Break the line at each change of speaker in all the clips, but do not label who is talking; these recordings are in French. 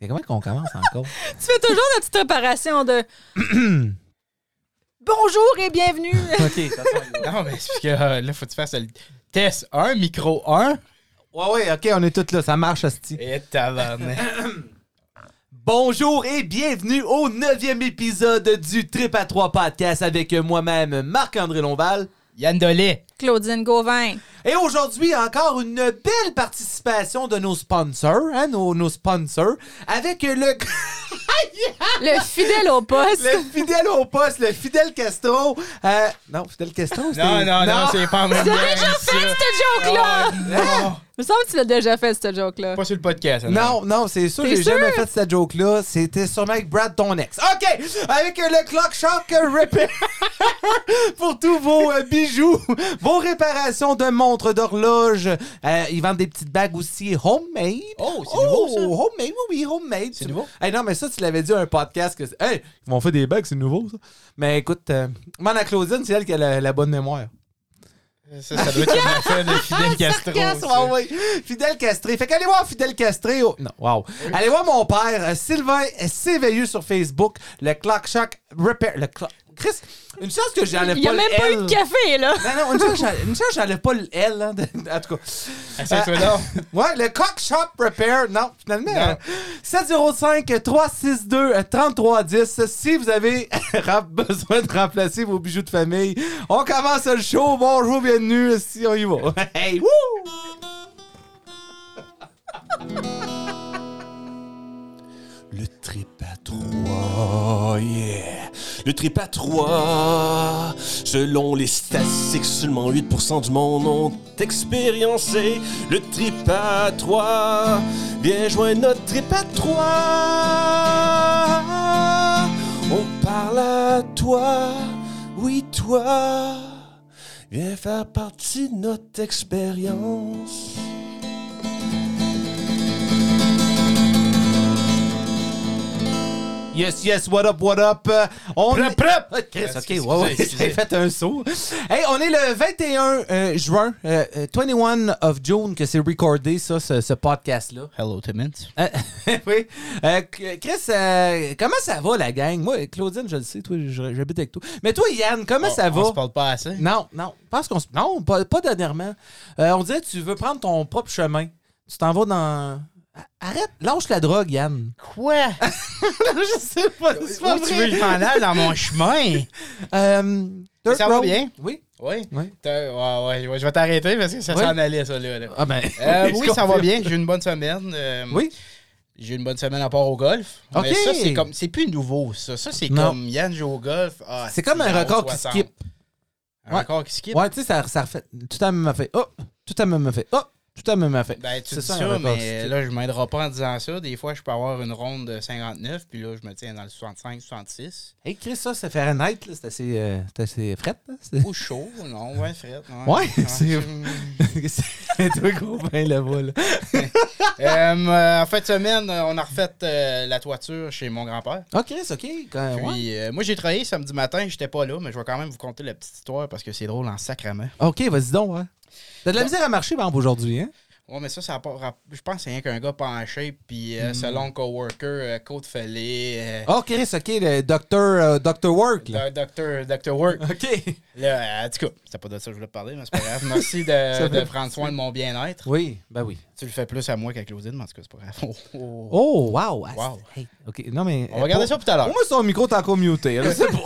C'est comment qu'on commence encore?
Tu fais toujours la petite préparation de Bonjour et bienvenue.
OK, ça
Non, mais c'est parce que euh, là, faut que tu fasses le test 1, micro 1.
Ouais, ouais, OK, on est tous là. Ça marche, hostie.
Et tabarnak.
Bonjour et bienvenue au neuvième épisode du Trip à trois podcast avec moi-même, Marc-André Lonval.
Yann Dolé.
Claudine Gauvin.
Et aujourd'hui, encore une belle participation de nos sponsors, hein, nos, nos sponsors, avec le...
Le fidèle au poste.
Le fidèle au poste, le fidèle Castro. Euh, non, fidèle Castro, c'était-
Non, non, non, c'est pas en même
Tu
temps.
l'as déjà fait, cette
Ah
joke-là!
Non,
Il me semble que tu l'as déjà fait, cette joke-là.
pas sur le podcast. hein,
Non, non, c'est sûr,
T'es
j'ai
sûr?
jamais fait cette joke-là. C'était sûrement avec Brad, ton ex. OK! Avec euh, le Clock Shock Repair pour tous vos euh, bijoux, vos réparations de montres, d'horloges. Euh, ils vendent des petites bagues aussi homemade.
Oh, c'est nouveau, ça?
Homemade, oui, oui, homemade.
C'est
Tu-
nouveau?
Hey, non, mais ça, tu l'avais dit à un podcast que. c'est- Hey, ils m'ont fait des bagues, c'est nouveau, ça. Mais écoute, euh, man, la Claudine, c'est elle qui a la- la bonne mémoire.
Ça, ça doit être comme l'affaire de Fidel Castro.
Sarcasse,
ça.
Ah, ouais, ouais. Fidel Castré. Fait qu'allez voir Fidel Castré. au- Non, wow. Allez voir mon père, euh, Sylvain euh, Séveilleux sur Facebook, le Clock Shock Repair. Le clock... Chris, une chance que j'enlève pas
Il n'y a
le
même pas eu
L.
de café, là.
Ben Non, non, une chance que j'en- une chance que j'enlève pas le L. hein, de- En tout cas. Euh,
Assieds-toi donc.
Ouais, le Cock Shop Repair. Non, finalement. euh,
Non.
705-362-3310. Si vous avez ra- besoin de remplacer vos bijoux de famille, on commence le show. Bonjour, bienvenue. Si on y va. Hey, wouh!
Le trip à trois, yeah. Le trip à trois. Selon les statistiques, seulement 8% du monde ont expériencé le trip à trois. Viens joindre notre trip à trois. On parle à toi, oui toi. Viens faire partie de notre expérience.
Yes, yes, what up, what up? Euh, on
Prep,
est-
prep!
Ah, Chris, ok,
Excusez,
ouais, ouais,
excusez.
j'ai fait un saut. Hey, on est le 21 euh, juin, euh, euh, 21 of June, que c'est recordé, ça, ce, ce podcast-là.
Hello, Timmins.
Euh, oui. Euh, Chris, euh, comment ça va, la gang? Moi, Claudine, je le sais, toi, je- j'habite avec toi. Mais toi, Yann, comment ça va?
On se parle pas assez.
Non, non. Je Pense qu'on se- Non, pas, pas dernièrement. Euh, on dirait que tu veux prendre ton propre chemin. Tu t'en vas dans. Arrête, lâche la drogue, Yann.
Quoi?
je sais pas, c'est pas
Où tu
vrai.
veux que je m'en aille dans mon chemin?
Euh, Dirt
Ça va
Road.
bien?
Oui.
Oui.
Oui.
T'as- Ouais, ouais, ouais, je vais t'arrêter parce que ça
Oui.
s'en allait, ça, là. là.
Ah ben.
Euh,
je
oui, ça va
confirme.
bien. J'ai eu une bonne semaine. euh,
Oui.
J'ai eu une bonne semaine à part au golf.
Ok.
Mais ça, c'est comme. C'est plus nouveau, ça. Ça, c'est
Non.
comme Yann joue au golf. Ah,
C'est comme un
genre
record qui
60.
skip.
Un
Ouais.
record qui skip.
Ouais, tu sais, ça, ça refait. Tout à même fait. Oh, tout à même fait. Oh, tout à même fait.
Ben, tu
C'est
dis ça,
un record
mais euh,
qui skip.
là, je m'aiderai pas en disant ça. Des fois, je peux avoir une ronde de 59, puis là, je me tiens dans le 65, 66.
Hey, Chris, ça, ça fait un night, là. C'est assez, euh, c'est assez fret, là. C'est-
Ou chaud, non, ouais, Fred.
Ouais, c'est- C'est toi, gros, ben, là-bas, là.
Euh, euh, en fin de semaine, on a refait euh, la toiture chez mon grand-père.
Ah, Chris, OK. Quand...
Puis,
ouais.
euh, moi, j'ai travaillé samedi matin, j'étais pas là, mais je vais quand même vous conter la petite histoire parce que c'est drôle en sacrament.
OK, vas-y donc, ouais. T'as de la misère à marcher, par exemple, aujourd'hui, hein?
Ouais, mais ça, ça a pas rap- Je pense que c'est rien qu'un gars penché, puis
Hmm.
euh, selon le coworker, euh, côte fêlée,
Oh, Chris, OK, le docteur, euh, docteur Work, là.
euh, docteur, docteur Work.
OK.
Là, euh, en tout cas, c'est pas de ça que je voulais te parler, mais c'est pas grave. Merci
Ça
de,
fait
de prendre soin de mon bien-être.
Oui, ben oui.
Tu le fais plus à moi qu'à Claudine, mais en tout cas, c'est pas grave. Oh, oh.
Oh, wow. Ah,
Wow.
c'est- hey, OK, non, mais.
On va regarder
pour-
ça tout à l'heure.
Pour moi, son micro, t'as encore muté. là. C'est bon.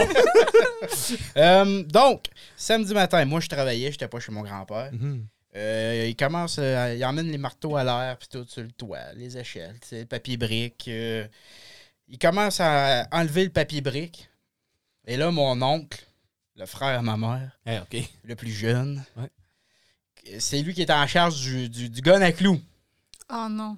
Euh, donc, samedi matin, moi, je travaillais, j'étais pas chez mon grand-père.
Mm-hmm.
Euh, il commence, euh, il emmène les marteaux à l'air, puis tout sur le toit, les échelles, tu sais, le papier brique. euh, il commence à enlever le papier brique. Et là, mon oncle, le frère à ma mère,
Eh, OK.
le plus jeune,
Ouais.
c'est lui qui est en charge du, du, du gun à clous.
Oh non.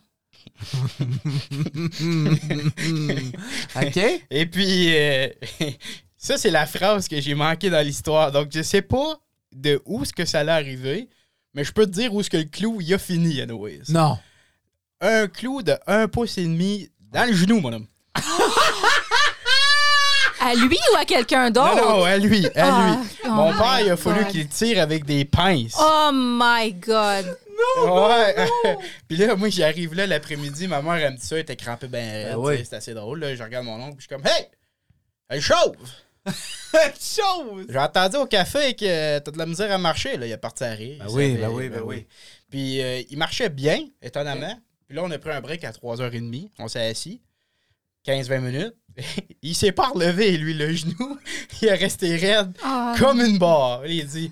OK?
Et puis, euh, ça, c'est la phrase que j'ai manquée dans l'histoire. Donc, je sais pas de où ce que ça allait arriver, mais je peux te dire où ce que le clou, il a fini, anyways.
Non.
Un clou de 1 pouce et demi dans le genou, mon homme.
À lui ou à quelqu'un d'autre?
Non, non, à lui, à
Oh! Ah,
lui.
oh
Mon
my
père, il a fallu
God.
qu'il tire avec des pinces.
Oh my God.
ouais. puis là, moi, j'arrive là l'après-midi, ma mère, elle me dit ça, elle était crampée ben raide,
oui.
tu sais, C'est assez drôle, là. Je regarde mon oncle, puis je suis comme, hey! Elle est chauve!
chose!
J'ai entendu au café que euh, t'as de la misère à marcher, là. Il est parti à rire.
Ben
Il
oui,
savait,
ben oui, ben oui.
Puis euh, il marchait bien, étonnamment. Puis là, on a pris un break à 3h30. On s'est assis. 15-20 minutes. il s'est pas relevé, lui, le genou. il est resté raide,
Ah.
comme une barre. Il dit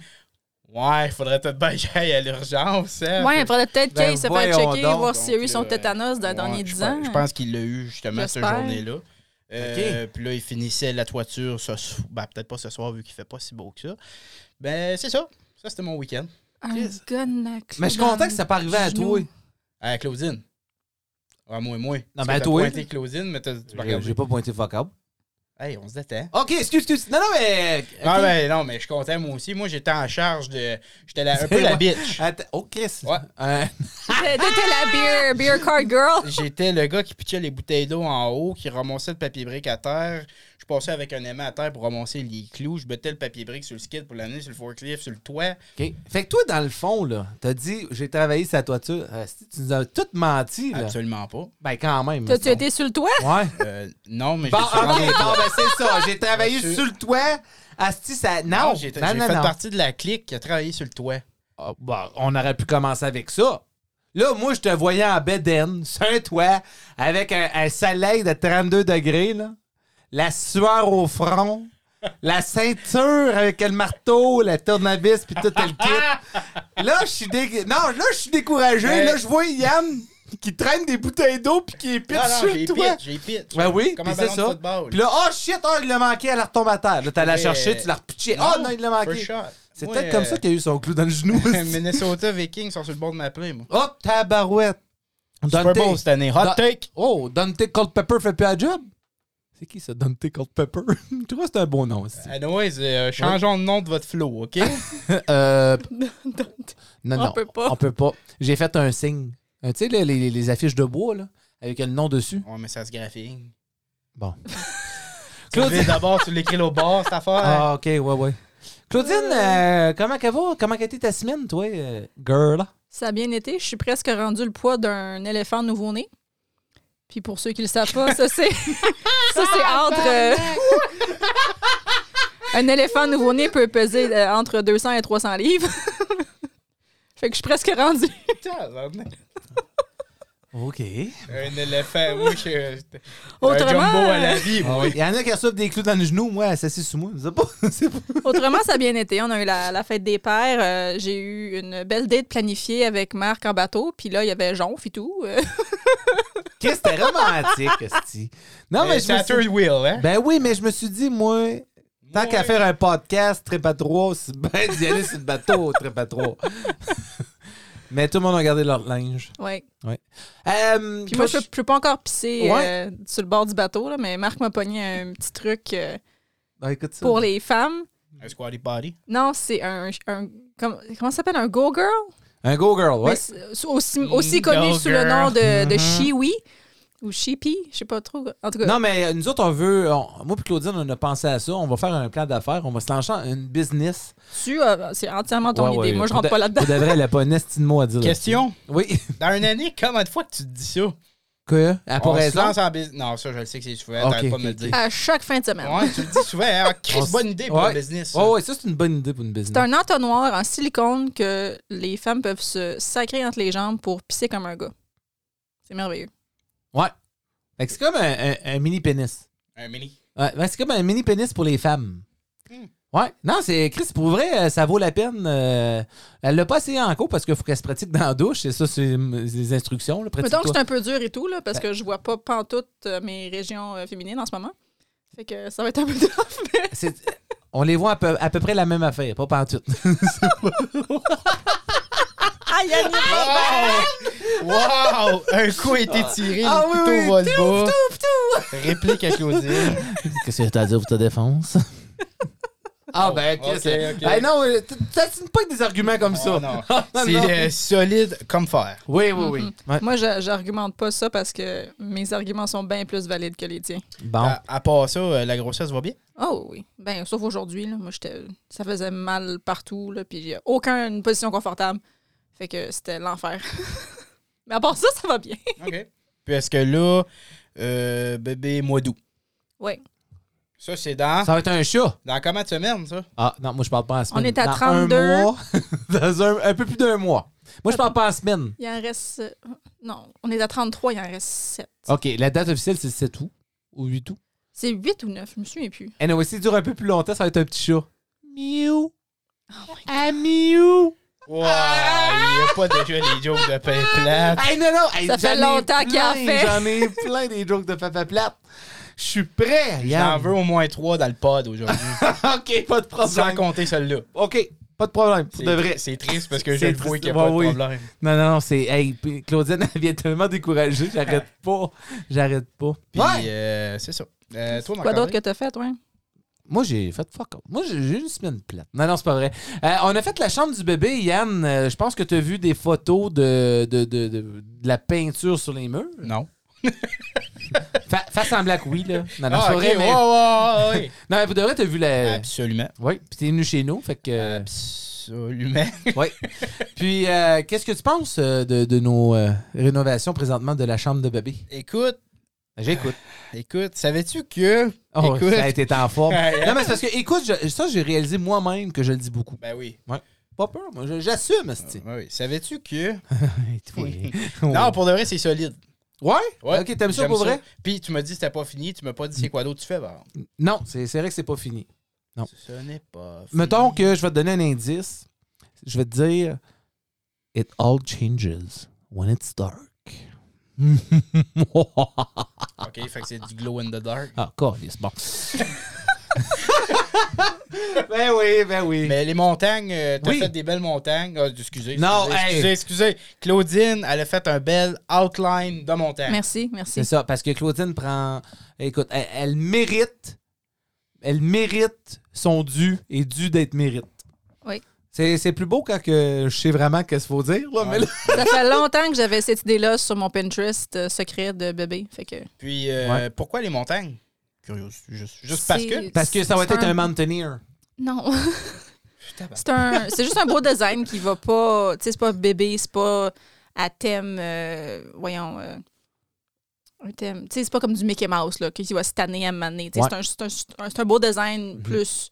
Ouais, faudrait peut-être bien que j'aille à l'urgence. hein.
Ouais, il faudrait peut-être
Ben
qu'il se fasse
voyons
checker,
donc.
voir s'il a eu
Donc,
son
euh,
tétanos dans les
Ouais,
derniers 10
je pense-
ans. hein.
Je pense qu'il l'a eu justement cette
J'espère.
journée-là. Euh, Puis là, il finissait la toiture ce soir. Ben, peut-être pas ce soir vu qu'il fait pas si beau que ça. Ben, c'est ça. Ça, c'était mon week-end.
Un
Chris.
gun à clé
Mais je suis
dans
content que ça pas arrivé à
genou.
toi.
À Euh, Claudine. Ah, moi, moi.
Non,
Parce
mais
que
à
t'as
toi. Euh,
pointé Claudine, mais t'as- tu m'as
J'ai
regardé.
j'ai pas pointé vocable.
Hey, on se détend.
Ok, excuse, excuse. Non, non, mais.
Non,
ok.
mais, non, mais je comptais moi aussi. Moi, j'étais en charge de. J'étais la- un peu la
Ouais.
bitch.
Attends. Oh, Chris.
Ouais.
Euh,
T'étais la beer, beer card girl.
Ah!
J'étais le gars qui pitchait les bouteilles d'eau en haut, qui ramassait le papier brique à terre. Je passais avec un aimant à terre pour ramasser les clous. Je battais le papier brique sur le skid pour l'amener sur le forklift, sur le toit.
OK. Fait que toi, dans le fond, là, t'as dit, j'ai travaillé sa toiture. Euh, si, tu nous as tout menti, là.
Absolument pas.
Ben, quand même.
T'as-tu
mettons.
été sur le toit?
Ouais.
Euh, non, mais
Bon,
je suis rendu
ok,
avec
bon,
toi.
ben, c'est ça. J'ai travaillé
Monsieur.
sur le toit. Asti, ça. Non,
Non, j'ai j'ai fait partie de la clique qui a travaillé sur le toit.
Ah, bon, on aurait pu commencer avec ça. Là, moi, je te voyais en Beden, sur un toit, avec un, un soleil de 32 degrés, là. la sueur au front, la ceinture avec le marteau, la tournevis, puis tout le kit. Là, je suis dé- non, là, je suis découragé.
Ouais.
Là, je vois Yann qui traîne des bouteilles d'eau puis qui est pire
Non, non,
sur
j'ai
le toit.
pit, j'ai pit.
Ben oui,
Comme
puis
un
c'est
ballon de
ça.
football. Eh,
Puis là, oh shit, oh, il l'a manqué, elle retombe à terre. Là, t'as la
Mais-
chercher, tu la repitchais. Oh non, il l'a manqué.
first shot.
C'est
Moi,
peut-être comme
euh,
ça qu'il y a eu son clou dans le genou. aussi.
Minnesota Vikings sont sur le bord de ma plaie, moi.
Oh, tabarouette.
Super Bowl cette année. Hot
Da-
take.
Oh, Dante Cold Pepper fait plus la job. C'est qui ça, Dante Cold Pepper? Je trouve que c'est un bon nom. aussi.
Anyways, euh, changeons le nom de votre flow, OK?
Euh, non,
On
non,
peut pas.
On peut pas. J'ai fait un signe. Euh, Tu sais, les, les- les affiches de bois, là, avec le nom dessus.
ouais, mais ça se graphine.
Bon.
Claude,
Claudine.
d'abord, tu l'écris au bord, cette affaire.
Ah, ok, ouais, ouais. Claudine, euh, comment qu'elle va? Comment qu'a été ta semaine, toi, euh, girl?
Ça a bien été. Je suis presque rendu le poids d'un éléphant nouveau-né. Puis pour ceux qui le savent pas, ça c'est ça c'est entre euh, un éléphant nouveau-né peut peser euh, entre 200 et 300 livres. fait que je suis presque rendu.
Tabarnak.
Ok.
Un éléphant, moi, je suis euh, un
Autrement,
jumbo à
euh,
la vie, moi.
Il y en a qui reçoivent des clous dans le genou, moi, assassiné sous moi. Je sais pas. C'est pas-
Autrement, ça a bien été. On a eu la, la fête des pères. Euh, J'ai eu une belle date planifiée avec Marc en bateau. Puis là, il y avait Jonf et tout. Euh,
Qu'est-ce que c'était romantique, esti. Non, mais, je
Euh, C'est
me
à
suis-
third wheel, hein?
Ben oui, mais je me suis dit, moi, tant
Moi,
qu'à faire un podcast, trip à trois, c'est bien d'y aller sur le bateau, trip à trois. mais tout le monde a gardé leur linge.
ouais.
Euh,
Puis moi, je peux- je peux pas encore pisser
Ouais.
euh, sur le bord du bateau, là, mais Marc m'a pogné un petit truc euh,
Ah, écoute ça.
pour les femmes.
Un squatty body.
Non, c'est un. un- comme- comment ça s'appelle Un Go Girl
Un go girl,
Mais
ouais.
c'est Aussi,
Mm,
aussi connu
Go
sous le nom
Girl. Mm-hmm.
de, de
Mhm.
Shiwi ou Shippy, je sais pas trop. En tout cas,
Non, mais nous autres, on veut. on- moi et Claudine, on a pensé à ça. On va faire un plan d'affaires. On va se lancer en- une business.
tu as- c'est entièrement ton
Ouais,
idée.
ouais.
Moi, je rentre
Pour
pas
de-
là-dedans.
Pour de vrai, elle a pas un esti de mot à dire.
Question.
Oui.
Dans une année, combien de fois que tu te dis ça?
Quoi? Elle
On
pourrait
se lance en business. Non, ça, je le sais que c'est souvent.
Ok,
T'arrêtes
Ah,
pas
ok,
de me le
ok.
dire.
À chaque fin de semaine.
Ouais, tu le dis souvent. Hein? Ah, Chris,
On s-
bonne idée pour
Ouais.
le business. ça.
Ouais, ouais, ça, c'est une bonne idée pour une business.
C'est un entonnoir en silicone que les femmes peuvent se sacrer entre les jambes pour pisser comme un gars. C'est merveilleux.
Ouais. Fait que c'est comme un, un- un mini pénis.
Un mini.
Ouais, ben, c'est comme un mini pénis pour les femmes.
Hmm.
Ouais. Non, c'est Chris, pour vrai, euh, ça vaut la peine. euh, elle l'a pas essayé encore parce qu'il faut qu'elle se pratique dans la douche. Et ça, c'est mm, c'est les instructions. Là,
Mettons que
Pratique-toi.
c'est un peu dur et tout, là, parce que je vois pas pantoute euh, mes régions euh, féminines en ce moment. Fait que ça va être un peu tough, mais
C'est- On les voit à peu, à peu près la même affaire, pas pantoute.
Aïe, aïe, aïe.
Wow! Wow! Un coup a été tiré,
Ah
le
oui,
couteau
oui.
va de bas. Réplique à Claudine.
Qu'est-ce que t'as à dire pour ta défense? Ah,
Oh,
ben, qu'est-ce que.
ok, ok.
Ben non, euh, t- t'assines pas avec des arguments comme ça.
Oh, non.
non,
C'est
non.
euh, solide comme fer.
Oui, oui, oui.
Hmm.
Ouais.
Moi, j'a- j'argumente pas ça parce que mes arguments sont bien plus valides que les tiens.
Bon.
À, à part ça, euh, la grossesse va bien?
Oh oui. Ben, sauf aujourd'hui, là. Moi, j'étais. Ça faisait mal partout, là. Puis, j'ai aucune position confortable. Fait que c'était l'enfer. Mais à part ça, ça va bien.
OK. Puis est-ce que là, euh, bébé mois d'août?
Oui.
Ça, c'est dans,
Ça va être un chat.
dans combien de semaines, ça?
Ah, non, moi, je parle pas en semaine.
est à
Dans
32.
Un mois. Dans un, un peu plus d'un mois. Moi, je parle pas en semaine.
Il en reste. euh, Non, on est à 33, il en reste 7.
OK, la date officielle, c'est le 7 août ou 8 août.
C'est 8 ou 9, je me souviens plus.
Et anyway, s'il dure un peu plus longtemps, ça va être un petit chat.
Oh
Miou. Ah, miou.
Wow! Ah! Il n'y a pas déjà les jokes de pain plate.
Hey, non, non. hey,
Ça fait
j'en ai
longtemps qu'il en
plein,
fait.
J'en ai plein des jokes de papa plate. Je suis prêt.
J'en
Yann.
veux au moins trois dans le pod aujourd'hui.
OK, pas de
sans
problème.
compter celle-là.
OK, pas de problème. Pour
C'est-
de vrai.
C'est triste parce que je
C'est
le vois
triste.
qu'il n'y a
Ouais,
pas de
oui.
problème.
Non, non, non, c'est. Hey, puis Claudine, elle vient tellement découragée, j'arrête pas. J'arrête pas.
Puis,
Ouais.
euh, c'est ça. Euh, toi,
Quoi
Marc-André?
d'autre que t'as fait, ouais?
Moi, j'ai fait fuck off. Moi, j'ai j'ai eu une semaine plate. Non, non, c'est pas vrai. Euh, on a fait la chambre du bébé, Yann. Euh, je pense que tu as vu des photos de, de, de, de, de la peinture sur les murs.
Non.
Fa- face en black, oui, là. Non, non,
Ah,
c'est
ok,
vrai, mais. Euh,
ouais, ouais, ouais, ouais.
Non, mais vous devrez, t'as vu la.
Absolument.
Oui, puis t'es venu chez nous, fait que.
Absolument.
Oui. Puis, euh, qu'est-ce que tu penses euh, de, de nos euh, rénovations présentement de la chambre de bébé?
Écoute,
J'écoute.
écoute, savais-tu que.
Oh,
écoute.
ça a été en forme.
Ouais,
non, mais c'est parce que, écoute, je- ça, j'ai réalisé moi-même que je le dis beaucoup.
Ben oui.
Pas peur, moi, je- j'assume, asti.
Ben oui. Savais-tu que.
Oh. Oui.
Non, pour de vrai, c'est solide.
Ouais?
Ouais.
Ok, t'aimes ça
J'aime
pour vrai?
Puis tu m'as dit que c'était pas fini, tu m'as pas dit c'est quoi d'autre tu fais, bah.
Non, c'est c'est vrai que c'est pas fini. Non.
Ce n'est pas. fini.
Mettons que je vais te donner un indice. Je vais te dire It all changes when it's dark.
Ok, fait que c'est du glow in the dark.
ah, c'est bon. ben oui, ben oui.
Mais les montagnes, euh, t'as
Oui.
fait des belles montagnes. Ah, excusez.
Non,
excusez,
hey.
excusez, excusez. Claudine, elle a fait un bel outline de montagne.
Merci,
C'est
merci.
ça, parce que Claudine prend. Écoute, elle, elle mérite. Elle mérite son dû et dû d'être mérite.
Oui.
C'est c'est plus beau quand que je sais vraiment qu'est-ce qu'il faut dire, là, mais là-
Ça fait longtemps que j'avais cette idée-là sur mon Pinterest euh, secret de bébé. Fait que.
Puis, euh,
Ouais.
pourquoi les montagnes? Curieux. Juste, juste parce
c'est-
que.
Parce que ça va
c'est
être un mountaineer.
Non. c'est un. C'est juste un beau design qui va pas. Tu sais, c'est pas bébé, c'est pas à thème. euh, voyons. euh, un thème. Tu sais, c'est pas comme du Mickey Mouse, là, qui va se tanner à maner. Tu sais,
Ouais.
c'est un- C'est un, c'est un, c'est un beau design plus.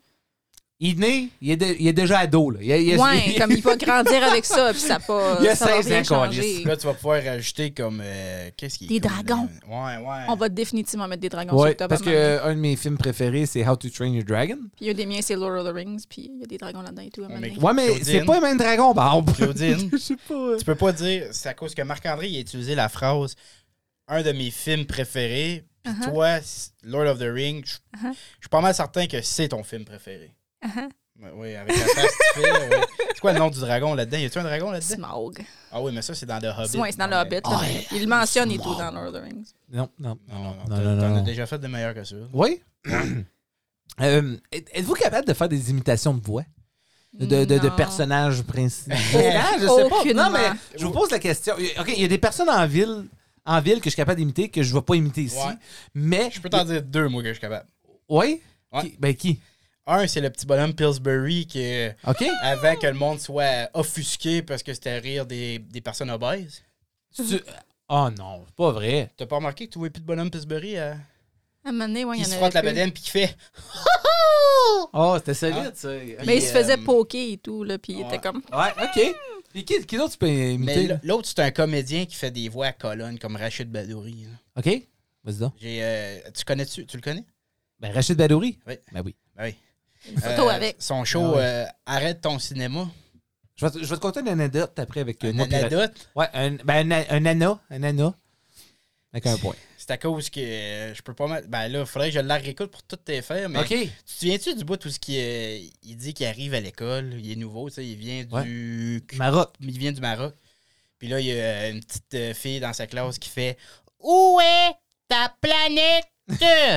Il est né, il est, de- il est déjà ado, là. Il, il- il-
ouais, comme il va grandir avec ça, puis ça pas.
Il y a
ça va
16
rien
ans,
changer.
Là, tu vas pouvoir rajouter comme. euh, Qu'est-ce qui. est
Des
comme,
dragons.
euh, ouais, ouais.
On va définitivement mettre des dragons
Ouais,
sur Octobre.
parce que euh, un de mes films préférés, c'est How to Train Your Dragon.
Puis un des miens, c'est Lord of the Rings, puis il y a des dragons là-dedans et tout. à un moment donné.
mais-
Ouais, mais
Claudine.
c'est pas le même dragon, bah. on-
Claudine.
Je sais pas. euh.
Tu peux pas dire, c'est à cause que Marc-André il a utilisé la phrase un de mes films préférés. Puis
Uh-huh.
toi, c- Lord of the Rings, je
Uh-huh.
je suis pas mal certain que c'est ton film préféré.
Uh-huh.
Ouais, Oui, avec la face que tu fais, ouais. C'est quoi le nom du dragon là-dedans? Y a-tu un dragon là-dedans?
Smaug.
Ah oui, mais ça, c'est dans The Hobbit.
Ouais, c'est dans le
Non,
Hobbit. là, mais il le mentionne et tout dans Lord of the Rings.
Non, non,
mais- Non, non,
Non,
non.
non,
t'as- T'en
non.
as déjà fait de meilleurs que ça.
Oui? Euh, êtes- Êtes-vous capable de faire des imitations de voix? De, de, de
Non.
personnages principaux? je sais pas.
Aucunement.
Non, mais je vous pose la question. OK, il y a des personnes en ville, en ville que je suis capable d'imiter que je ne vais pas imiter ici.
Ouais.
Mais.
Je peux t'en dire deux, moi, que je suis capable.
Oui?
Ouais.
Qui- Ben, qui?
Un, c'est le petit bonhomme Pillsbury qui, euh,
OK?
avant que le monde soit offusqué parce que c'était rire des, des personnes obèses.
Tu- Oh non, c'est pas vrai.
T'as pas remarqué que tu vois plus de bonhomme Pillsbury à...
À un moment donné, ouais, il y en
qui se
avait
frotte la
plus.
bedaine puis qui fait
Oh, c'était solide, ça.
Mais il se faisait
euh,
poker et tout, là, puis il
ouais.
était comme...
Ouais, OK. Et qui, qui d'autre tu peux
mais
imiter?
l- l'autre c'est un comédien qui fait des voix à colonne comme Rachid Badouri là.
OK? Vas-y donc.
j'ai euh, tu connais tu tu le connais
Ben, Rachid Badouri?
Oui.
Ben oui.
Ben oui
Une photo
Euh,
avec.
son show
Ah ouais.
euh, arrête ton cinéma
Je vais, te- je vais te conter une anecdote après avec euh,
une
moi puis Ra-
anecdote
Ouais, un, ben, un, un anna. Un anna. Avec un point.
c'est à cause que euh, je peux pas mettre ben là faudrait que je la réécoute pour tout tes faire mais
OK.
tu te souviens-tu du bout tout ce qui euh, il dit qu'il arrive à l'école il est nouveau tu sais il vient du
Maroc.
il vient du Maroc puis là il y a une petite euh, fille dans sa classe qui fait où est ta planète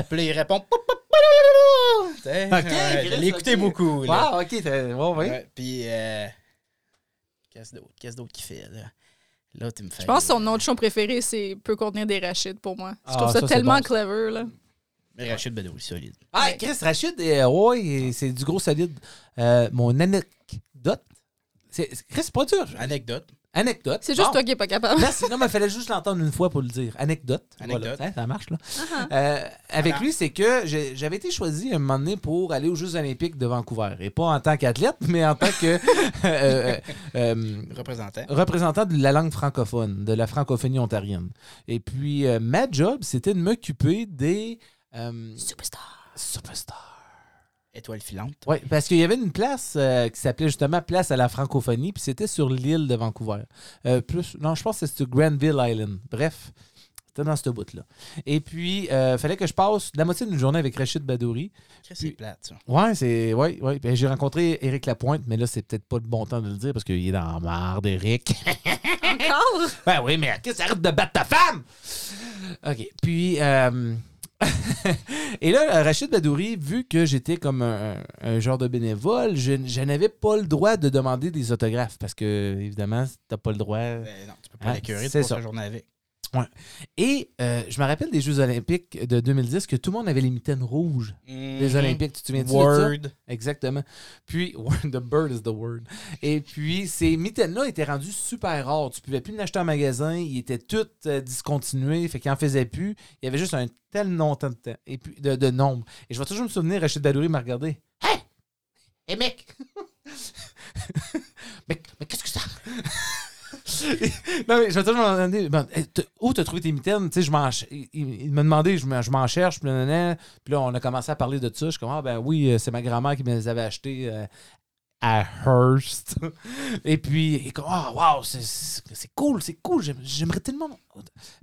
puis là il répond Pou, pou, pou, pou, pou, pou. tu sais. Ouais, je
Chris,
l'ai écouté
ok.
beaucoup. là.
Wow, ok, t'as- ouais, ouais.
Ouais, Puis, euh, qu'est-ce d'autre? Qu'est-ce d'autre qu'il fait, là? Là, tu me fais.
Je pense que son autre show préféré, c'est Peut contenir des rachides pour moi. Je
Ah,
trouve ça,
ça, c'est
tellement
bon, ça.
clever, là.
Mais Rachid Bedoul, solide.
Ah, Chris Rachid, euh, ouais, c'est du gros solide. Euh, mon anecdote. C'est, Chris, c'est pas dur.
Anecdote.
Anecdote.
C'est juste
Bon.
toi qui n'es pas capable.
Merci. Non, mais il fallait juste l'entendre une fois pour le dire. Anecdote.
Anecdote.
Voilà. Hein, ça marche, là. Euh, avec lui, c'est que j'ai- j'avais été choisi un moment donné pour aller aux Jeux Olympiques de Vancouver. Et pas en tant qu'athlète, mais en tant que euh, euh, euh,
Représentant.
représentant de la langue francophone, de la francophonie ontarienne. Et puis, euh, ma job, c'était de m'occuper des euh,
Superstar.
superstars.
Étoile filante.
Oui, parce qu'il y avait une place euh, qui s'appelait justement Place à la francophonie, puis c'était sur l'île de Vancouver. Euh, plus, non, je pense que c'était sur Granville Island. Bref, c'était dans ce bout-là. Et puis, euh, fallait que je passe la moitié d'une journée avec Rachid Badouri.
Chris, c'est plate, ça.
Ouais, c'est. Ouais, ouais. Ben, j'ai rencontré Éric Lapointe, mais là, c'est peut-être pas le bon temps de le dire parce qu'il est dans la marde, Éric.
Encore?
ben oui, mais qu'est-ce que arrête de battre ta femme? OK. Puis. euh, Et là, Rachid Badouri, vu que j'étais comme un, un genre de bénévole, je, je n'avais pas le droit de demander des autographes parce que, évidemment, t'as pas le droit.
Ben non, tu peux pas
Ah,
l'accurer
c'est
pour
ça.
ta journée avec.
Et euh, je me rappelle des Jeux Olympiques de 2010 que tout le monde avait les mitaines rouges. Les Olympiques, tu te souviens de ça?
Mhm. Word.
Exactement. Puis, the bird is the word. Et puis, ces mitaines-là étaient rendues super rares. Tu pouvais plus l'acheter en magasin. Ils étaient toutes euh, discontinués. Fait qu'ils en faisaient plus. Il y avait juste un tel montant de, temps- et puis, de, de nombre. Et je vais toujours me souvenir, Rachid Badouri m'a regardé. Hey! Hey, mec! mais mais qu'est-ce que ça? non, mais je vais toujours me demander ben, hey, t- où t'as trouvé tes mitaines? Tu sais, je m'en ch- il, il- il m'a demandé, je m'en je m'en cherche. Puis là, nanana. Puis là, on a commencé à parler de ça. Je suis comme, ah ben oui, euh, c'est ma grand-mère qui me les avait achetées euh, à Hearst. Et puis, il est comme, ah wow, c'est- c'est c'est cool, c'est cool, j'aime- j'aimerais tellement.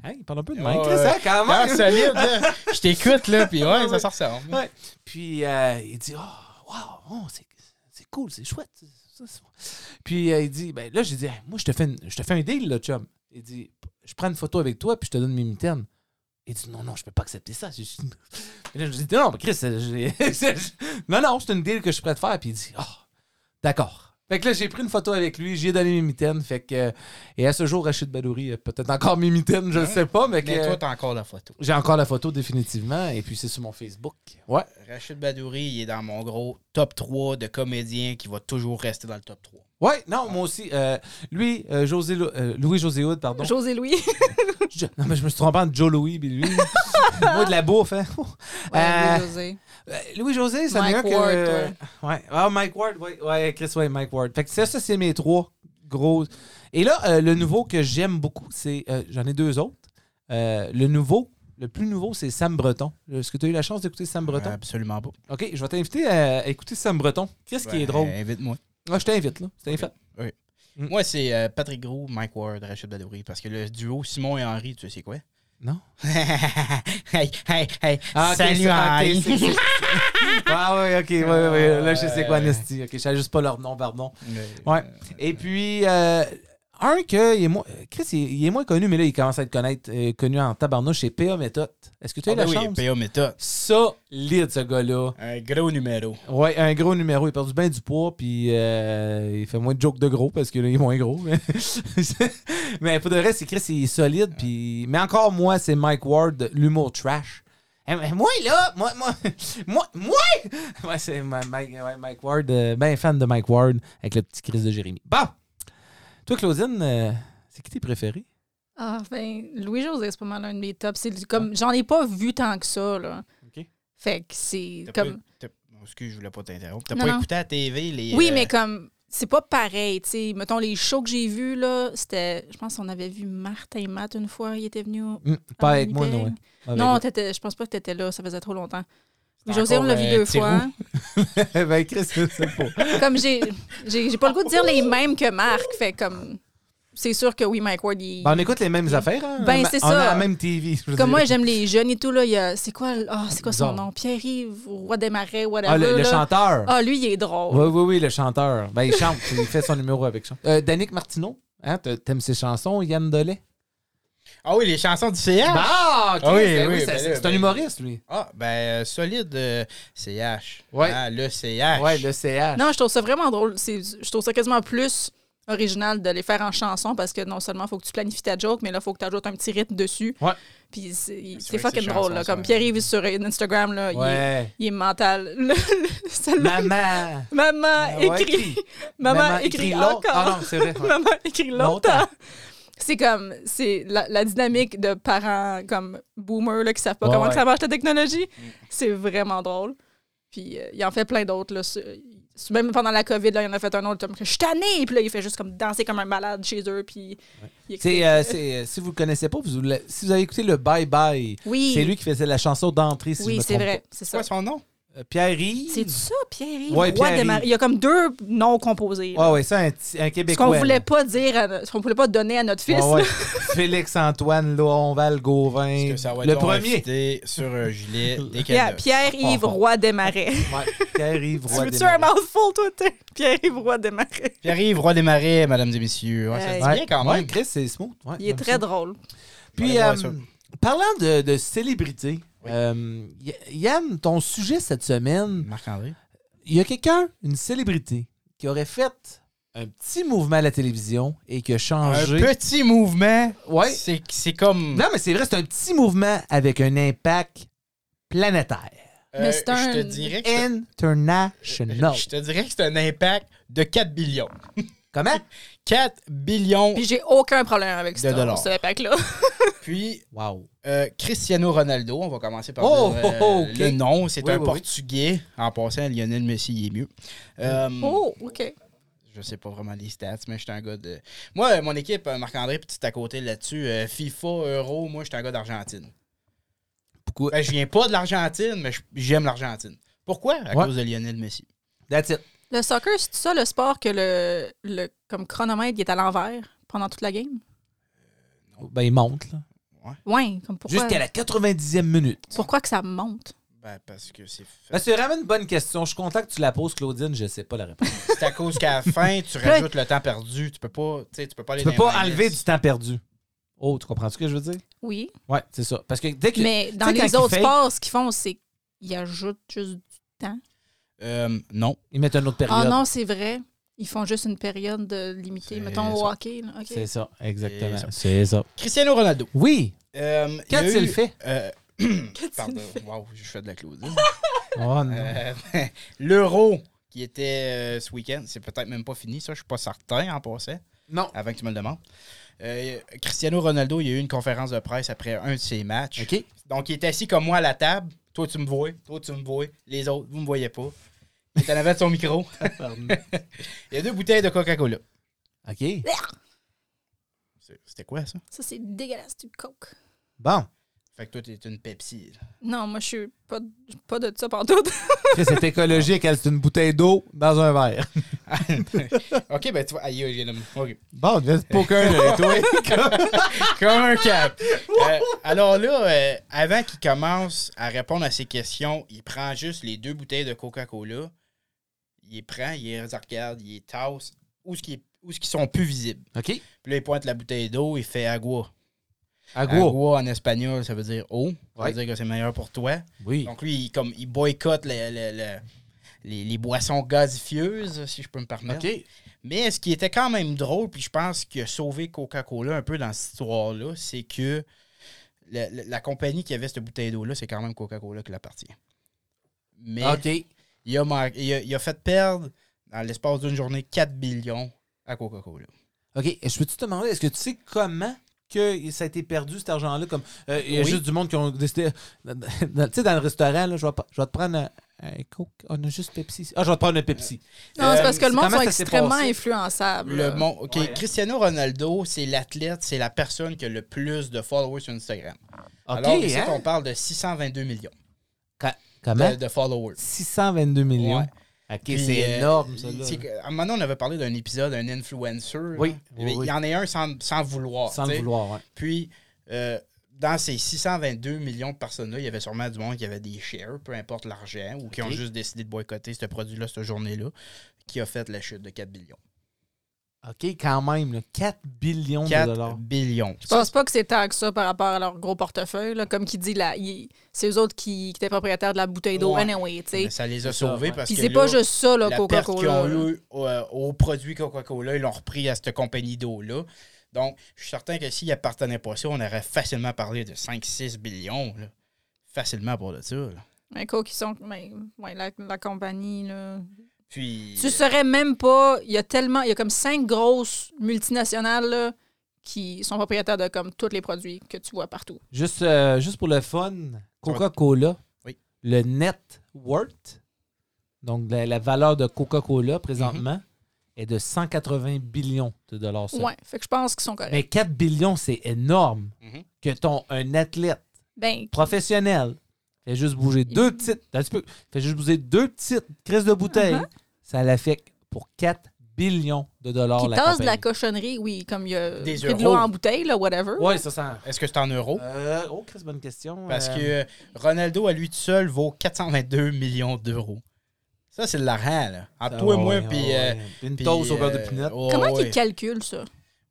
Hein, il parle un peu de Mike,
Ouais,
là, ça, quand
Ah,
même.
solide, là. Je t'écoute, là, puis ouais, ça sort ça.
Ouais. Puis, euh, il dit, oh, wow, oh, c'est c'est cool, c'est chouette. ça, c'est- Puis, euh, il dit, ben là, j'ai dit, Hey, moi, je te fais, une- je te fais un deal, là, chum. Il dit, je prends une photo avec toi, puis je te donne mes mitaines. Il dit non, non, je peux pas accepter ça. Je- je- Et là, je dis non, mais Chris, euh, j'ai- c'est- je- non, non, c'est une deal que je suis prêt à faire. Puis il dit, ah, d'accord. Fait que là, j'ai pris une photo avec lui, j'ai donné mes mitaines. Fait que, euh, et à ce jour, Rachid Badouri a peut-être encore mes mitaines, je ne
Ouais.
sais pas, mais, que-
Mais toi, t'as encore la photo.
j'ai encore la photo définitivement. Et puis, c'est sur mon Facebook. Ouais.
Rachid Badouri, il est dans mon gros top 3 de comédiens qui va toujours rester dans le top 3.
Ouais, non, moi aussi. euh, lui, euh, José Lo- euh, Louis-José Hood, pardon.
José Louis.
Je- non, mais je me suis trompé entre Joe Louis et lui. moi, de la bouffe, hein.
Ouais,
Euh,
Louis José.
Euh, Louis-José, ça
Mike
n'est que...
Ward,
ouais. Ah, Mike Ward, ouais, ouais, Chris, ouais, Mike Ward. Fait que ça, ça c'est mes trois gros... Et là, euh, le nouveau que j'aime beaucoup, c'est... euh, J'en ai deux autres. Euh, le nouveau, le plus nouveau, c'est Sam Breton. Est-ce que tu as eu la chance d'écouter Sam Breton?
Absolument pas.
OK, je vais t'inviter à écouter Sam Breton. Qu'est-ce qui est drôle?
Ben, Invite-moi.
Ah, je t'invite, là. C'est fait. Mm.
Moi, c'est euh, Patrick Gros, Mike Ward, Rachid Badouri. Parce que le duo Simon et Henri, tu sais, c'est quoi?
Non?
hey, hey, hey.
Ah, ok,
Salut,
c'est- ah, ok,
Henri.
c'est- c'est- Ah ouais, ok, ouais, ouais, ouais. Là, je sais
Euh.
quoi, Nasty. Ok, je sais juste pas leur nom, pardon. Ouais. Et puis, euh, un que, il est moins, Chris, il, il est moins connu, mais là, il commence à être connaître, euh, connu en tabarnouche, c'est PA Méthode. Est-ce que tu as
Ah,
eu la
ben oui,
chance?
P.O. Méthode.
Solide, ce gars-là.
Un gros numéro.
Ouais, un gros numéro. Il perd du bien du poids, puis euh, il fait moins de jokes de gros parce que là, il est moins gros. mais- mais pour de reste, c'est Chris, il est solide. Puis... Mais encore, moi, c'est Mike Ward, l'humour trash. Eh, mais Moi, là, moi, moi, moi, moi! Ouais, c'est ma- Mike, ouais, Mike Ward, euh, ben fan de Mike Ward avec le petit Chris de Jérémy. Bon! Toi, Claudine, euh, c'est qui tes préférés?
Ah, ben, Louis José, c'est pas mal un de mes tops. C'est comme, j'en ai pas vu tant que ça, là.
OK.
Fait que c'est
T'as
comme.
pas- t'as- Excuse, je voulais pas t'interrompre. T'as
Non,
pas
non.
écouté à la TV les.
Oui,
euh,
mais comme, c'est pas pareil, tu sais. Mettons, les shows que j'ai vus, là, c'était. Je pense qu'on avait vu Martin Matt une fois, il était venu. au-
Hum, pas
à
avec moi,
Winnipeg.
non. ouais.
Ah, Non, t'étais- je pense pas que t'étais là, ça faisait trop longtemps.
C'est
José, on
encore,
l'a vu
euh,
deux
Thérou.
fois.
ben, Chris, je sais pas.
comme j'ai j'ai j'ai pas le goût de dire les mêmes que Marc, fait comme c'est sûr que oui Mike Ward il-
Ben, on écoute les mêmes affaires. Hein?
Ben,
On a-
c'est
On a
ça.
la même TV. je veux dire.
comme moi j'aime les jeunes et tout là, il y a c'est quoi ah, c'est quoi son
Bizarre.
nom Pierre-Yves ou Roi des Marais whatever
Ah, le, le
Ben, là.
chanteur.
Ah, lui il est drôle.
Oui, oui, oui, le chanteur. Ben, il chante. il fait son numéro avec ça. Euh, Danick Martineau, hein, t'a- t'aimes ses chansons, Yann Dolet?
Ah oui, les chansons du CH.
Ah, ok,
Ah oui,
c'est-
oui,
oui, c'est
ben là,
c'est
ben-
un humoriste, lui.
Ah, ben, euh, solide euh, CH.
Ouais.
Ah, le CH.
Ouais, le CH.
Non, je trouve ça vraiment drôle. C'est- Je trouve ça quasiment plus original de les faire en chanson parce que non seulement faut que tu planifies ta joke, mais là, faut que tu ajoutes un petit rythme dessus.
Ouais.
Puis c'est
C'est
c'est
vrai que
fucking
ces
drôle. Là.
chansons
Comme
sont-
Pierre-Yves sur Instagram, là, il est-
Ouais.
il, est, mental. Le- le- celle-là-
Maman.
Maman
Ah ouais,
écrit.
écrit.
Maman,
Maman
écrit
écrit
encore.
long- Ah non, c'est vrai, ouais.
Maman écrit longtemps.
Longtemps.
C'est comme, c'est la, la dynamique de parents comme boomers là, qui savent pas
Ouais,
comment
ouais.
ça marche la technologie.
Mm.
C'est vraiment drôle. Puis euh, il en fait plein d'autres. là. Sur- sur- Même pendant la COVID, là, il en a fait un autre. Comme, je suis tanné! Puis là, il fait juste comme danser comme un malade chez eux. Puis il explique-
C'est, euh, c'est, euh, si vous le connaissez pas, vous, le- si vous avez écouté le Bye Bye,
oui,
c'est lui qui faisait la chanson d'entrée, si je
oui
me
c'est
trompe
vrai. C'est
C'est
ça.
quoi son nom?
pas. Euh, Pierre-Yves.
C'est ça, Pierre-Yves?
Ouais,
Roi de
Pierre-Yves. Ah,
Mar- Il y a comme deux noms composés. là.
Ouais, ouais, ça, un, petit- un
ce
Québécois.
qu'on voulait
là.
pas dire, à no- ce qu'on voulait pas donner à notre fils.
Ouais, ouais.
là.
Félix-Antoine Loonval Gauvin.
Parce que ça va être
Le
hein, bon
premier.
invité sur euh, un gilet des
Pierre-
Canadiens.
Pierre-Yves
Oh.
Roy Desmarais.
Ouais, Pierre-Yves
Tu
Roy
veux-tu un
Desmarais.
mouthful, toi, t'es? Pierre-Yves Roy Desmarais.
Pierre-Yves, roi des marais, mesdames et messieurs. Ouais, ça se dit
Hey.
bien quand
Ouais,
même.
Chris, c'est smooth. ouais,
Il est
j'aime
très
ça.
drôle.
Puis,
Ouais, ouais,
euh,
ça.
parlant de, de célébrité,
Oui.
euh, Y- Yann, ton sujet cette semaine,
Marc-André.
il y a quelqu'un, une célébrité, qui aurait fait un petit mouvement à la télévision et qui a
Un
changé.
petit mouvement.
Ouais.
C'est c'est comme.
Non, mais c'est vrai, c'est un petit mouvement avec un impact planétaire.
Euh,
Mais c'est un-
Je te dirais que c'est-
International.
Je te dirais que c'est un impact de 4 billions.
Comment?
4 billions.
Puis j'ai aucun problème avec
De
ça,
dollars.
ce pack-là.
Puis
Wow.
euh, Cristiano Ronaldo, on va commencer par
Oh,
dire, euh,
oh, oh, ok.
le nom. C'est
Oui,
un
oui, oui.
Portugais. En passant, Lionel Messi, il est mieux. Euh,
Oh, OK.
Je sais pas vraiment les stats, mais j'étais un gars de. Moi, euh, mon équipe, euh, Marc-André, petit à côté là-dessus, euh, FIFA, Euro, moi, j'étais un gars d'Argentine.
Pourquoi?
Ben, je viens pas de l'Argentine, mais je- j'aime l'Argentine. Pourquoi? À
Ouais.
cause de Lionel Messi.
That's it.
Le soccer, c'est ça le sport que le, le comme chronomètre il est à l'envers pendant toute la game?
Ben, il monte, là.
Ouais, comme pourquoi,
Jusqu'à la 90e minute.
pourquoi que ça monte?
Ben, parce que c'est.
Ben, c'est vraiment une bonne question. Je suis content que tu la poses, Claudine. Je sais pas la réponse.
C'est à cause qu'à la fin, tu rajoutes le temps perdu. Tu peux pas, tu sais, tu peux pas aller
Tu peux
dans les
pas
minus.
enlever du temps perdu. Oh, tu comprends ce que je veux dire?
Oui,
Ouais, c'est ça. Parce que dès que.
mais dans
tu sais,
les
quand il
autres
fait-
sports, ce qu'ils font, c'est qu'ils ajoutent juste
Euh, non.
Ils mettent une autre période.
Ah non, c'est vrai. Ils font juste une période de limitée.
C'est
Mettons au
ça.
hockey. là. OK.
C'est ça,
C'est ça.
exactement. C'est ça.
Cristiano Ronaldo.
Oui!
Euh, il y a
Qu'a-t-il
eu-
fait?
Euh,
Qu'est-ce que tu
pardon.
fais?
Wow, je fais de la Claudine.
Oh non.
Euh, L'euro qui était euh, ce week-end, c'est peut-être même pas fini, ça, je suis pas certain en passant,
non.
avant que tu me le demandes. Euh, Cristiano Ronaldo, il y a eu une conférence de presse après un de ses matchs.
OK.
Donc, il est assis comme moi à la table. Toi, tu me vois. Toi, tu me vois. Les autres, vous me voyez pas. Il est en avant de son micro. Il y a deux bouteilles de Coca-Cola.
OK.
C'est- C'était quoi, ça?
Ça, c'est dégueulasse du coke.
Bon.
Fait que toi, t'es une Pepsi. là.
Non, moi, je suis pas, pas de ça pantoute.
Chris, C'est écologique, elle, c'est une bouteille d'eau dans un verre.
OK, ben, tu vois... Aïe, aïe, j'ai le- OK.
Bon, tu poker, là, toi.
Comme un cap. Euh, alors là, euh, avant qu'il commence à répondre à ses questions, il prend juste les deux bouteilles de Coca-Cola. Il les prend, il les regarde, il les tasse. Où est-ce qu'ils où est-ce qu'ils sont plus visibles?
OK.
Puis là, il pointe la bouteille d'eau, il fait agua.
Agua.
Agua en espagnol, ça veut dire eau. Ça
Ouais.
veut dire que c'est meilleur pour toi.
Oui.
Donc lui, il, comme, il boycotte le- le- le- les, les boissons gazifieuses, si je peux me permettre.
OK.
Mais ce qui était quand même drôle, puis je pense qu'il a sauvé Coca-Cola un peu dans cette histoire-là, c'est que la, la- la compagnie qui avait cette bouteille d'eau-là, c'est quand même Coca-Cola qui l'appartient. Mais
Ah, OK.
il, a mar- il a- il a fait perdre, dans l'espace d'une journée, 4 billions à Coca-Cola.
OK. Je peux-tu te demander, est-ce que tu sais comment que ça a été perdu, cet argent-là? Comme, euh, il y a
Oui.
juste du monde qui ont décidé... dans- dans- Tu sais, dans le restaurant, là, je vais, pas- je vais te prendre un, un Coke. On a juste Pepsi. Ah, je vais te prendre un Pepsi.
Euh,
Euh,
Non, c'est parce
Euh,
que le monde
comment
sont
ça s'est
extrêmement
passé?
influençables.
Le
là.
mon- OK,
Ouais.
Cristiano Ronaldo, c'est l'athlète, c'est la personne qui a le plus de followers sur Instagram.
OK,
Alors, ici,
hein?
on parle de 622 millions
Ca-
de-
Hein?
Comment?
Ben, de followers.
622 millions.
Ouais.
OK,
Puis,
c'est
euh,
énorme, ça, là.
c'est que- à un moment donné, on avait parlé d'un épisode, un influencer.
Oui,
là.
oui,
Mais
oui.
Il y en a un sans, sans vouloir.
Sans
tu
le
sais.
vouloir, ouais.
Puis, euh, dans ces 622 millions de personnes-là, il y avait sûrement du monde qui avait des shares, peu importe l'argent, ou qui ont
Ok.
juste décidé de boycotter ce produit-là, cette journée-là, qui a fait la chute de 4 billions.
OK, quand même, là, 4 billions de
4
dollars.
billions.
Je pense pas que c'est tant que ça par rapport à leur gros portefeuille. là. Comme qui dit, là, il- c'est eux autres qui, qui étaient propriétaires de la bouteille d'eau.
Ouais.
Anyway, tu sais.
Mais ça les a
C'est ça,
sauvés
ouais.
parce
Puis
que
c'est
là,
pas juste ça, là,
la perte qu'ils
Coca-Cola.
ont
là.
eue au, euh, au produit Coca-Cola, ils l'ont repris à cette compagnie d'eau-là. Donc, je suis certain que s'ils appartenaient pas à ça, on aurait facilement parlé de 5-6 billions. là. Facilement pour le ça. là.
Mais quoi qu'ils sont. mais, ouais, la, la compagnie, là.
Puis, euh,
Tu saurais même pas. Il y a tellement. Il y a comme cinq grosses multinationales, là, qui sont propriétaires de comme tous les produits que tu vois partout.
Juste, euh, juste pour le fun, Coca-Cola,
Oui.
le net worth, donc la, la valeur de Coca-Cola présentement,
Mm-hmm.
est de 180 billions de dollars. seulement.
Ouais. Fait que je pense qu'ils sont corrects.
Mais 4 billions, c'est énorme.
Mhm.
Que ton un athlète
Ben,
professionnel fait juste bouger
Mm-hmm.
deux petites, un petit peu, fait juste bouger deux petites crises de bouteille,
Uh-huh.
ça l'affecte pour 4 billions de dollars.
qui tasse de la
compagnie.
cochonnerie, oui, comme il y a
Des
pris de l'eau
euros.
en bouteille, là, whatever.
Ouais, ça sent.
est-ce que c'est en euros?
Euh, oh, Chris, bonne question.
Parce
Euh,
que Ronaldo, à lui tout seul, vaut 422 millions d'euros. Ça, c'est de l'argent, là. Entre
ah
toi et moi,
ouais,
puis...
ah
euh,
ouais. Une
puis,
toast au beurre de
euh,
pinot.
ouais,
Comment
ouais.
ils calculent ça?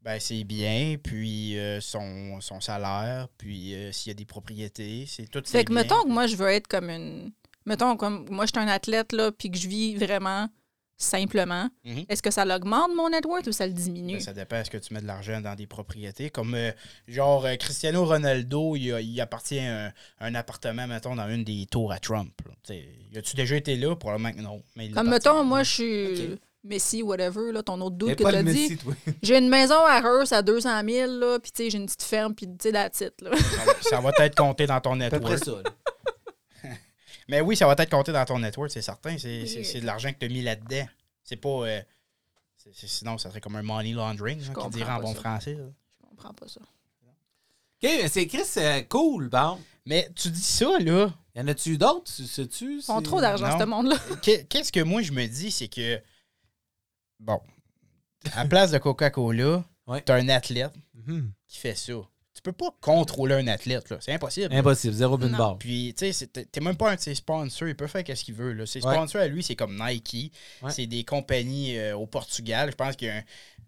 Ben, c'est bien, puis euh, son, son salaire, puis euh, s'il y a des propriétés, c'est tout.
Fait
c'est
que
bien.
mettons que moi, je veux être comme une. Mettons, comme moi, je suis un athlète, là, puis que je vis vraiment simplement.
Mhm.
Est-ce que ça l'augmente mon net worth ou ça le
Ben,
diminue?
ça dépend, est-ce que tu mets de l'argent dans des propriétés? Comme, euh, genre, euh, Cristiano Ronaldo, il, a- il appartient à un, un appartement, mettons, dans une des tours à Trump. là. Tu sais, y a-tu déjà été là? Probablement que non. Mais il
Comme
appartient.
mettons, moi, je suis Messi, whatever, là, ton autre doute que
Pas
tu as
le
dit.
Messi, toi.
J'ai une maison à Reus à 200 000, là, puis tu sais, j'ai une petite ferme, puis tu sais, la titre, là.
Ça, va- ça va être compté dans ton
À peu près
network.
ça. là.
Mais oui, ça va être compté dans ton network, c'est certain. C'est c'est- c'est de l'argent que tu as mis là-dedans. C'est pas. euh, c'est- c'est- sinon, ça serait comme un money laundering, hein,
comprends
qui dirait en
pas
bon
ça.
français. là.
Je comprends pas ça.
OK, mais c'est Chris, c'est cool, bon.
Mais tu dis ça, là.
Y en a-tu d'autres? Tu- Sais-tu?
Ils font
c'est-
trop d'argent,
non.
ce monde-là.
Qu'est- Qu'est-ce que moi, je me dis, c'est que. Bon. À place de Coca-Cola,
Ouais.
t'as un athlète
Mhm.
qui fait ça. Tu peux pas contrôler un athlète, là. C'est impossible.
Impossible, zéro une
Non.
barre.
Puis, tu sais, c'est- t'es- t'es même pas un de ses sponsors. Il peut faire qu'est-ce qu'il veut. Là. Ses
Ouais.
sponsors, à lui, c'est comme Nike.
Ouais.
C'est des compagnies euh, au Portugal. Je pense qu'il y a un-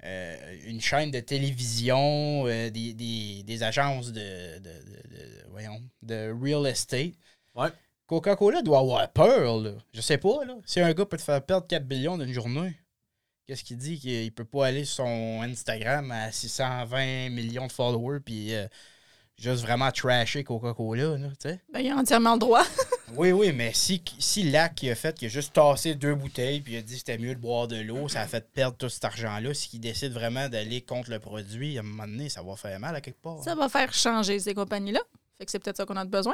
euh, une chaîne de télévision, euh, des, des- des agences de, de- de- de- voyons, de real estate.
Ouais.
Coca-Cola doit avoir peur, là. Je sais pas, là. Si un gars peut te faire perdre 4 billions d'une journée, qu'est-ce qu'il dit? Qu'il peut pas aller sur son Instagram à 620 millions de followers puis euh, juste vraiment trasher Coca-Cola, là, tu sais?
Ben, il a entièrement le droit.
Oui, oui, mais si, si Lac il a fait qu'il a juste tassé deux bouteilles puis il a dit que c'était mieux de boire de l'eau, ça a fait perdre tout cet argent-là. Si il décide vraiment d'aller contre le produit, à un moment donné, ça va faire mal à quelque part.
Ça va faire changer ces compagnies-là. Fait que c'est peut-être ça qu'on a de besoin.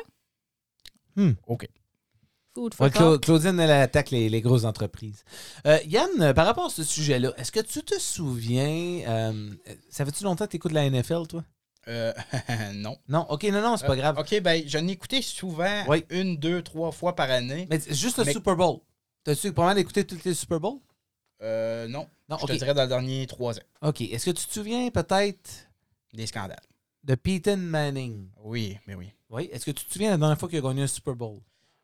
Hmm.
OK.
Food for
Ouais,
thought.
Cla- Claudine, elle attaque les, les grosses entreprises. Euh, Yann, euh, par rapport à ce sujet-là, est-ce que tu te souviens, euh, ça fait-tu longtemps que tu écoutes la NFL, toi?
Euh, non.
Non, ok, non, non, c'est pas
Euh,
grave.
OK, ben j'en ai écouté souvent
Oui.
une, deux, trois fois par année.
Mais c'est juste le
Mais-
Super Bowl. T'as-tu pas mal écouté tous les Super Bowl?
Euh, non.
Non,
Je
ok.
te dirais dans les derniers trois ans.
Ok, est-ce que tu te souviens peut-être
Des scandales.
de Peyton Manning?
Oui, mais oui.
Oui, est-ce que tu te souviens la dernière fois qu'il a gagné un Super Bowl?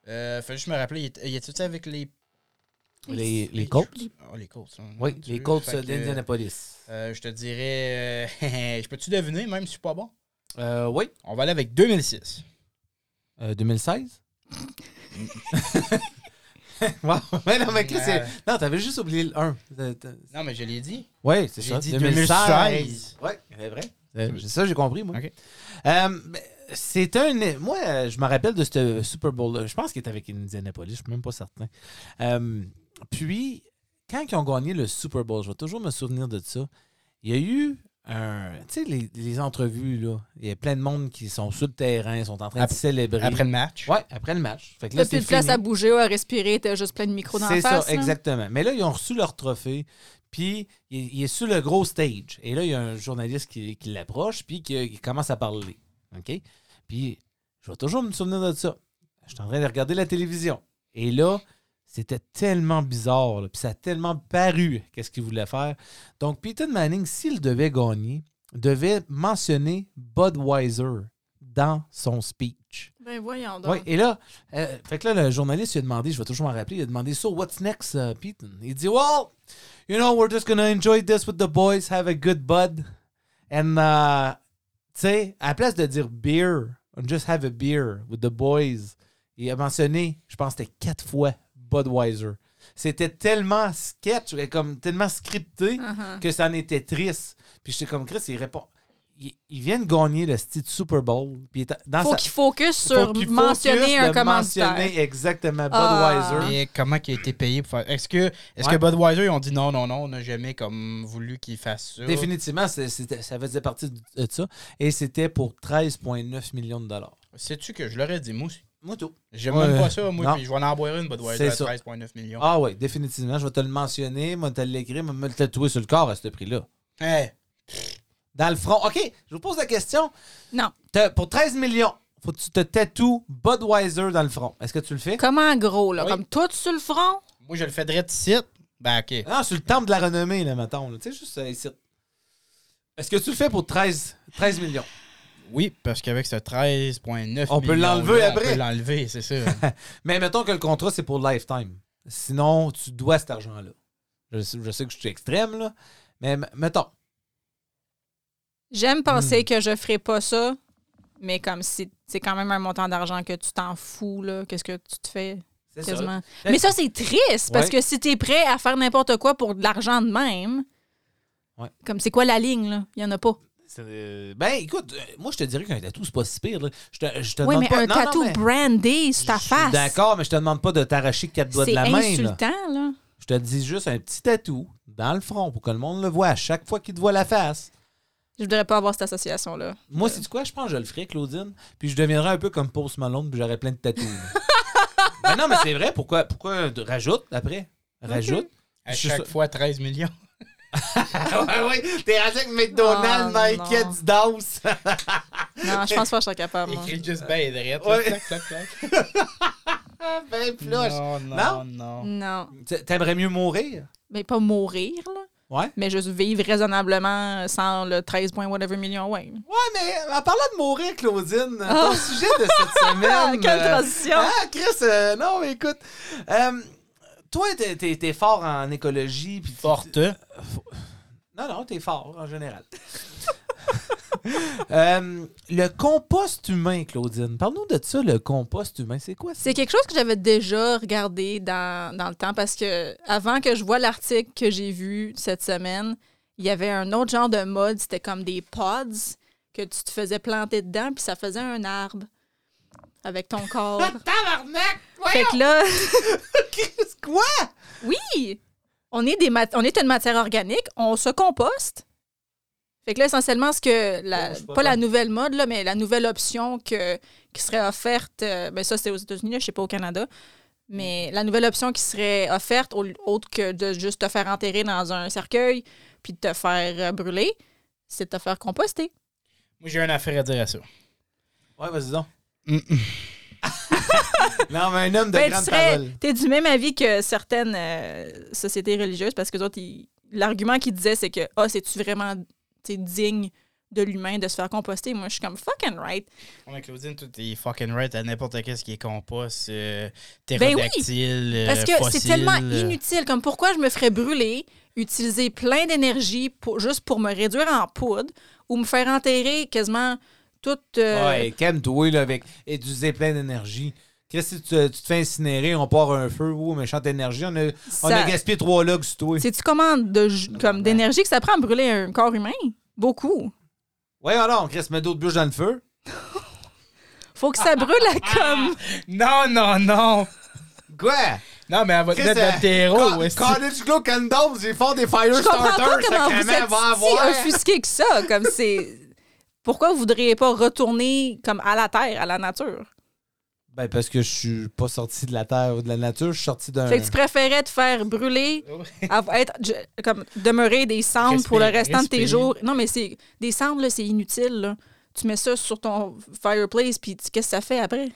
Euh, faut juste me rappeler, il était- il était avec les.
Les, les Colts?
Oh, les Colts. hein.
Oui,
Tu
les
veux?
Colts
Fait
euh,
que,
d'Indianapolis.
euh, je te dirais. euh, je peux-tu deviner, même si je suis pas bon?
Euh, oui,
On va aller avec 2006.
Euh, 2016? wow! Mais non, mais Chris, c'est-
Euh.
non, t'avais juste oublié le 1. T'as- t'as-
Non, mais je l'ai dit.
Oui, c'est
J'ai
ça.
dit 2016.
Oui, c'est vrai. Euh, C'est ça, j'ai compris, moi.
OK.
Euh, ben, c'est un. Moi, euh, je me rappelle de ce Super Bowl-là. Je pense qu'il était avec Indianapolis, je suis même pas certain. Euh, puis, quand ils ont gagné le Super Bowl, je vais toujours me souvenir de ça. Il y a eu un. Tu sais, les, les entrevues, là. Il y a plein de monde qui sont sur le terrain, ils sont en train
Après-
de célébrer.
Après le match.
Ouais, après le match. Fait que là,
T'as plus
c'est
de place
fini.
à bouger ou à respirer, t'as juste plein de micros dans la
C'est ça,
face. là.
exactement. Mais là, ils ont reçu leur trophée, puis il, il est sur le gros stage. Et là, il y a un journaliste qui, qui l'approche, puis qui, qui commence à parler. OK? Puis, je vais toujours me souvenir de ça. Je suis en train de regarder la télévision. Et là, c'était tellement bizarre, là, puis ça a tellement paru qu'est-ce qu'il voulait faire. Donc, Peyton Manning, s'il devait gagner, devait mentionner Budweiser dans son speech.
Ben voyons donc.
Oui, et là, euh, fait que là, le journaliste lui a demandé, je vais toujours m'en rappeler, il a demandé So, what's next, uh, Pete? Il dit Well, you know, we're just gonna enjoy this with the boys, have a good bud. And, uh, tu sais, à la place de dire beer, just have a beer with the boys, il a mentionné, je pense que c'était quatre fois Budweiser. C'était tellement sketch, et comme tellement scripté
Uh-huh.
que ça en était triste. Puis j'étais comme Chris, il répond. Il, il vient de gagner le style Super Bowl. Puis il est dans
Faut
sa-
qu'il focus
faut
sur
qu'il focus
mentionner
de
un commanditaire.
mentionner exactement
Ah.
Budweiser.
Et comment il a été payé pour faire. Est-ce que, est-ce
hein. Ouais.
que Budweiser, ils ont dit non, non, non, on n'a jamais comme voulu qu'il fasse ça?
Définitivement, c'est- c'était- ça faisait partie de de ça. Et c'était pour 13,9 millions de dollars.
Sais-tu que je l'aurais dit, moi aussi?
Moi, tout.
J'aime
Ouais.
même pas ça, moi,
Non.
puis je vais en boire une Budweiser
C'est
à
ça.
13,9 millions.
Ah oui, définitivement. Je vais te le mentionner, moi, te l'écrire, moi, me le tatouer sur le corps à ce prix-là.
Hey,
Dans le front. OK, je vous pose la question.
Non.
T'as- Pour 13 millions, faut que tu te tatoues Budweiser dans le front. Est-ce que tu le fais?
Comment gros, là?
Oui.
Comme tout sur le front?
moi, je le ferais de site. Ben, ok.
Non, sur le temple de la renommée, là, mettons. là. Tu sais, juste euh, ici. Est-ce que tu le fais pour 13, 13 millions?
Oui, parce qu'avec ce 13,9
On peut
millions-là,
l'enlever
On
après.
peut l'enlever, c'est ça.
Mais mettons que le contrat, c'est pour lifetime. Sinon, tu dois cet argent-là. Je, sais- je sais que je suis extrême, là. Mais m- mettons.
J'aime penser
Hmm.
que je ferai pas ça, mais comme si c'est quand même un montant d'argent que tu t'en fous, là. Qu'est-ce que tu te fais?
C'est
Quasiment.
Mais-
Mais ça, c'est triste parce
Ouais.
que si t'es prêt à faire n'importe quoi pour de l'argent de même,
Ouais.
comme c'est quoi la ligne, là? Il y en a pas.
C'est- euh, ben, écoute, euh, moi, je te dirais qu'un tatou, c'est pas si pire. là. Je te, je te
Oui,
demande
mais
pas...
un
Non, non,
tatou
mais-
brandé sur ta
je suis
face.
D'accord, mais je te demande pas de t'arracher quatre doigts de
C'est
la main. là.
insultant, là.
Je te dis juste un petit tatou dans le front pour que le monde le voit à chaque fois qu'il te voit la face.
Je voudrais pas avoir cette association-là.
Moi, c'est quoi? Je pense que je le ferais, Claudine. Puis je deviendrais un peu comme Post Malone, puis j'aurais plein de tatous. mais non, mais c'est vrai. Pourquoi, pourquoi rajoute après? Rajoute.
À
Je suis
chaque
sûr-
fois, 13 millions.
ouais, ouais, t'es rendu avec McDonald's,
Oh,
Nike,
non.
tu danses.
Non, je pense pas que je serais capable. moi.
Écrit juste ben direct.
Ah. Ouais.
Clac, clac, clac.
ben flush.
Non, non, non.
Non.
T- T'aimerais mieux mourir?
Mais pas mourir, là.
Ouais.
Mais juste vivre raisonnablement sans le 13 point whatever million, ouais.
Ouais, mais en parlant de mourir, Claudine, ton sujet de cette semaine.
Ah. Quelle
euh,
transition!
Ah, Chris, euh, non, mais écoute. euh, toi, t'es- t'es t'es fort en écologie. puis tu-
Forte.
Non, non, t'es fort en général. Euh, le compost humain, Claudine. Parle-nous de ça, le compost humain. C'est quoi ça?
C'est quelque chose que j'avais déjà regardé dans, dans le temps parce que avant que je vois l'article que j'ai vu cette semaine, il y avait un autre genre de mode, c'était comme des pods que tu te faisais planter dedans puis ça faisait un arbre avec ton corps.
Tabarnak!
fait que là,
Chris, quoi?
oui, on est des mat- on est une matière organique, on se composte. Fait que là essentiellement ce que la-
Oh, je suis pas
pas la
fan.
nouvelle mode là, mais la nouvelle option que qui serait offerte, euh, ben ça c'était aux États-Unis, là, je sais pas au Canada, mais la nouvelle option qui serait offerte, au- autre que de juste te faire enterrer dans un cercueil puis de te faire euh, brûler, c'est de te faire composter.
Moi, j'ai une affaire à dire à ça.
Ouais, vas-y donc.
Mm, mm.
Non, mais un homme de
Ben, tu
grande
serais,
parole.
t'es du même avis que certaines euh, sociétés religieuses parce que autres, ils- l'argument qu'ils disaient, c'est que ah, c'est-tu vraiment t'sais, digne de l'humain de se faire composter? Moi, je suis comme fucking right.
On a Claudine, tout est fucking right à n'importe qu'est-ce qui est compost, euh,
Ben oui,
ptérodactyle, euh,
Parce que c'est
fossile,
tellement
euh,
inutile. Comme pourquoi je me ferais brûler, utiliser plein d'énergie pour, juste pour me réduire en poudre ou me faire enterrer quasiment toute. euh,
Ouais, calme-toi, là, avec. Et tu disais plein d'énergie. Chris, si tu, tu te fais incinérer, on part un feu, ou méchante énergie. On a, on a
Ça-
gaspillé trois logs sur toi.
Sais-tu comment de, ju- comme d'énergie que ça prend à brûler un corps humain? Beaucoup.
Ouais, alors, Chris, met d'autres bûches dans le feu.
Faut que ça brûle à comme.
Non, non, non.
Quoi?
Non, mais elle va te
Chris,
mettre
euh,
dans tes
Ca-
héros.
Cottage Glow Condoms, ils font des fire
Je comprends pas
starters,
comment vous
sacrément,
êtes
va
si
avoir.
offusqué que ça. Comme c'est. Pourquoi vous voudriez pas retourner comme à la terre, à la nature?
Ben, parce que je suis pas sorti de la terre ou de la nature, je suis sorti d'un.
Fait que tu préférais te faire brûler, av- être, je- comme demeurer des cendres pour le
Respirer,
restant de tes
respirer.
jours. Non, mais c'est des cendres, là, c'est inutile. là. Tu mets ça sur ton fireplace, puis tu- qu'est-ce que ça fait après?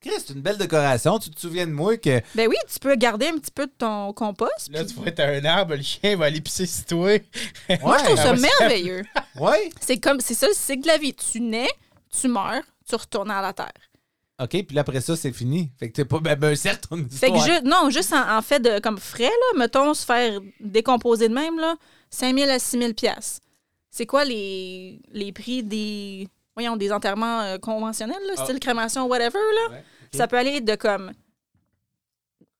Chris, c'est une belle décoration. Tu te souviens de moi que.
Ben oui, tu peux garder un petit peu de ton compost.
Là,
puis-
tu vas être un arbre, le chien va aller pisser sur toi.
Ouais,
Moi, je trouve ça
ouais, ça-
merveilleux.
ouais.
C'est comme c'est ça le cycle de la vie. Tu nais, tu meurs, tu retournes à la Terre.
OK, puis là, après ça, c'est fini. Fait que t'es pas. Ben, ben certes, on
Fait que ju- non, juste en, en fait, de, comme frais, là, mettons, se faire décomposer de même, là, 5 000 à 6 000 piastres. C'est quoi les, les prix des, voyons, des enterrements euh, conventionnels, là,
Ah.
style crémation, whatever, là?
Ouais, ok.
Ça peut aller de comme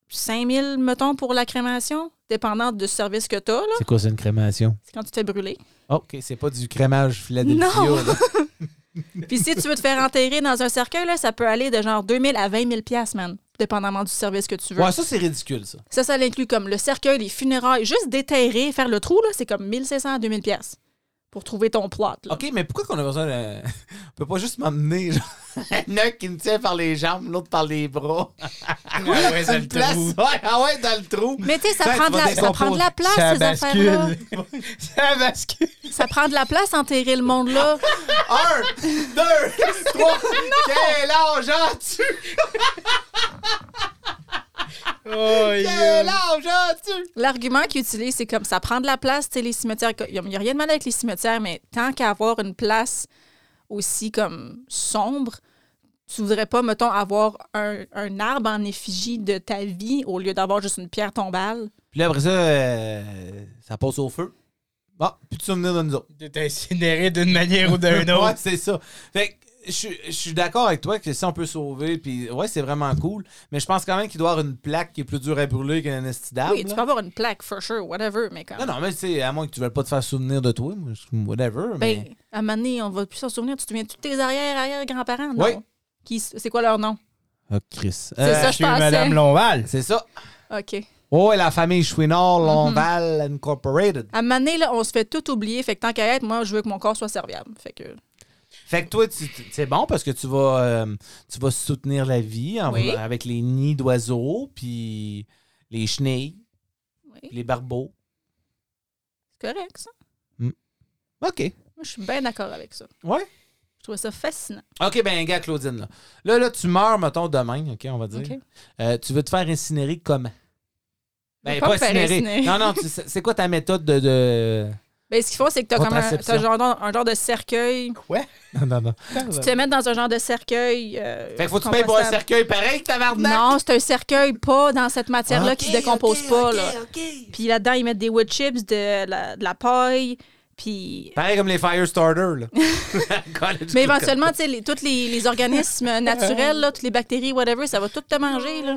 5 000, mettons, pour la crémation, dépendant du service que tu as, là.
C'est quoi, c'est une crémation?
C'est quand tu te fais brûler.
OK, c'est pas du crémage Philadelphia.
Non!
là.
Puis si tu veux te faire enterrer dans un cercueil, là, ça peut aller de genre 2 000 à 20 000 piastres, man, dépendamment du service que tu veux.
Ouais, ça, c'est ridicule, ça.
Ça, ça l'inclut comme le cercueil, les funérailles, juste déterrer, faire le trou, là, c'est comme 1500 à 2000 pièces pour trouver ton plot. là.
OK, mais pourquoi qu'on a besoin de. On peut pas juste m'emmener, genre. L'un qui me tient par les jambes, l'autre par les bras.
Ah ouais,
Ça
ça
me
le
place.
trouve.
Ouais, ah ouais, dans le trou.
Mais tu sais, ça,
Ben,
prend
tu
de
vas
la- ça prend de la place,
Ça
ces affaires-là.
bascule. Ça bascule.
Ça prend de la place, enterrer le monde, là.
Un, deux, trois. Quel argent tu
Oh,
Quel
yeah.
argent tu
L'argument qu'ils utilisent, c'est comme ça prend de la place, tu sais, les cimetières. Il n'y a rien de mal avec les cimetières, mais tant qu'à avoir une place aussi comme sombre, tu voudrais pas, mettons, avoir un, un arbre en effigie de ta vie au lieu d'avoir juste une pierre tombale.
Puis là, après ça, euh, ça passe au feu. Bon, plus de souvenirs de nous autres.
De t'incinérer d'une manière ou d'une
Ouais,
autre.
c'est ça. Fait que je suis- je suis d'accord avec toi que si on peut sauver, puis ouais, c'est vraiment cool. Mais je pense quand même qu'il doit y avoir une plaque qui est plus dure à brûler qu'un estidable.
Oui, tu peux avoir une plaque, for sure, whatever, mais comme.
Ah, Non, non, mais tu sais, à moins que tu veuilles pas te faire souvenir de toi, moi, je- whatever.
Ben,
mais...
à un moment donné, on va plus s'en souvenir. Tu te souviens de tous tes arrière-arrière-grands-parents, non?
Oui.
Qui, c'est quoi leur nom?
Ah, Chris.
C'est
Euh,
ça, je
Chez
pensais.
Madame Lonval.
C'est ça.
OK.
Oh, et la famille Chouinard,
Mhm.
Lonval Incorporated.
À un moment donné, là, on se fait tout oublier. Fait que tant qu'à être, moi, je veux que mon corps soit serviable. Fait que...
Fait que toi, tu- tu- c'est bon parce que tu vas, euh, tu vas soutenir la vie en-
Oui.
avec les nids d'oiseaux, puis les chenilles,
Oui,
les barbeaux.
c'est correct, ça.
OK.
Moi, je suis bien d'accord avec ça.
Ouais.
Je trouvais ça fascinant.
OK, ben, gars, Claudine, là. Là, là, tu meurs, mettons, demain, OK, on va dire.
OK.
Euh, tu veux te faire incinérer comment?
Je
Ben,
veux
pas,
pas me faire
incinérer.
incinérer.
Non, non, tu- c'est c'est quoi ta méthode de. de-
Ben, ce qu'ils font, c'est que t'as comme un,
Contraception.
t'as genre, un genre de cercueil.
Quoi?
Non, non, non.
Tu te mets dans un genre de cercueil. euh,
Fait que faut que tu payes pour un
compostable.
cercueil pareil, tabarnak!
Non, c'est un cercueil pas dans cette matière-là qui se décompose pas. là. Puis là-dedans, ils mettent des wood chips, de la, de la paille, puis...
Pareil comme les Firestarter, là. College
Mais
Club.
éventuellement, tu sais, les- tous les, les organismes naturels, là, toutes les bactéries, whatever, ça va tout te manger, là.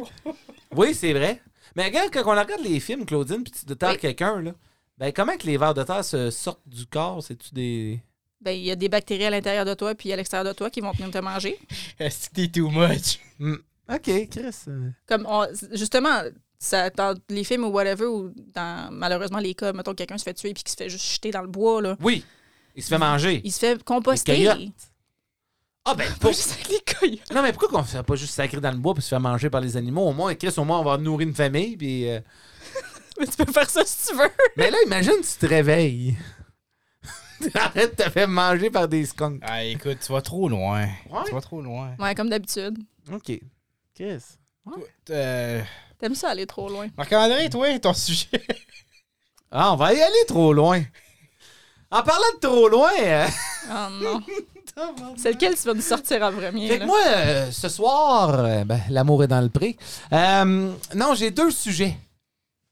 Oui, c'est vrai. Mais regarde, quand on regarde les films, Claudine, puis tu déterres
Oui.
quelqu'un, là, ben comment que les vers de terre se sortent du corps? C'est-tu des.
Ben, il y a des bactéries à l'intérieur de toi puis à l'extérieur de toi qui vont venir te manger.
Est-ce que t'es too much?
Hmm. OK, Chris. euh,
Comme, on- justement, ça, dans les films ou whatever, ou dans, malheureusement, les cas, mettons, quelqu'un se fait tuer puis qui se fait juste jeter dans le bois, là.
Oui, il se fait manger.
Il se fait
Les
composter.
coyotes. Ah, ben,
Pas
pour-
juste avec les coyotes.
non, mais pourquoi qu'on ne fait pas juste sacrer dans le bois puis se faire manger par les animaux? Au moins, Chris, au moins, on va nourrir une famille. Puis, euh,
Mais tu peux faire ça si tu veux.
Mais là, imagine, tu te réveilles. Arrête de te faire manger par des skunks.
Ah, écoute, tu vas trop loin.
Ouais.
Tu vas trop loin.
Ouais, comme d'habitude.
OK. Chris.
Euh,
T'aimes ça aller trop loin.
Marc-André, toi, ton sujet.
Ah, on va y aller trop loin. En parlant de trop loin. euh,
Oh non. C'est lequel tu vas nous sortir en premier,
Fait que
là?
moi, euh, ce soir, euh, ben, l'amour est dans le pré. Euh, non, j'ai deux sujets.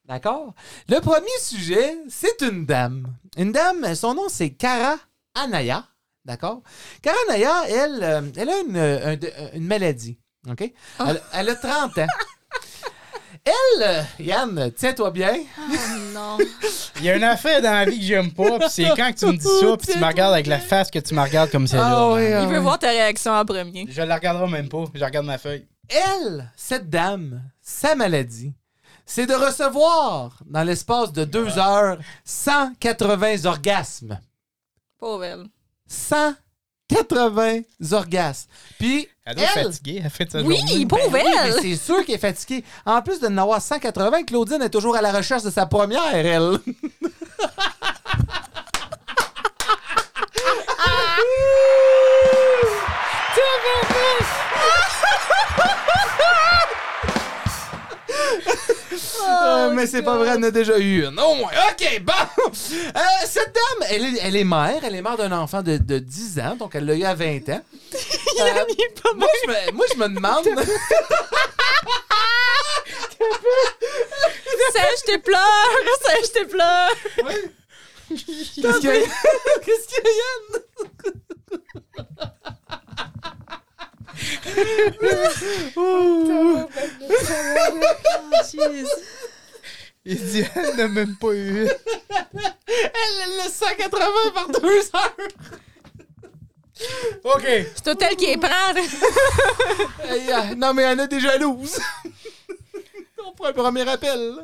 D'accord? Le premier sujet, c'est une dame. Une dame, son nom, c'est Cara Anaya. D'accord? Cara Anaya, elle, euh, elle a une, euh, un de- euh, une maladie. OK? Elle, elle a 30 ans. Elle, euh, Yann, tiens-toi bien.
Oh non.
Il y a une affaire dans la vie que j'aime pas, pis c'est quand que tu me dis ça, pis tu me regardes avec la face que tu me regardes comme celle-là.
ah
Il veut voir ta réaction en premier.
Je la regarderai même pas, je regarde ma feuille.
elle, cette dame, sa maladie, c'est de recevoir, dans l'espace de deux heures, 180 orgasmes.
Pauvre elle.
180 orgasmes. Puis,
Elle doit être
elle,
fatiguée, elle fait sa
Oui,
journée.
pauvre
ben oui, mais
elle!
c'est sûr qu'elle est fatiguée. En plus de n'avoir 180, Claudine est toujours à la recherche de sa première, elle. Euh, mais c'est pas vrai, on en a déjà eu une. Au moins. OK, bon. Euh, cette dame, elle est, elle est mère. Elle est mère d'un enfant de, de 10 ans, donc elle l'a eu à 20 ans. Euh, moi, je me, moi, je me demande.
Serge, je te pleure! Serge, je te pleure!
Qu'est-ce qu'il y a, Qu'est-ce qu'il y a, Yann?
Il dit, elle n'a même pas eu.
Elle elle le 180 par 2 heures.
OK.
C'est tout elle qui est prend.
Aïe, aïe. non, mais elle en a des jalouses. On prend un premier appel. là.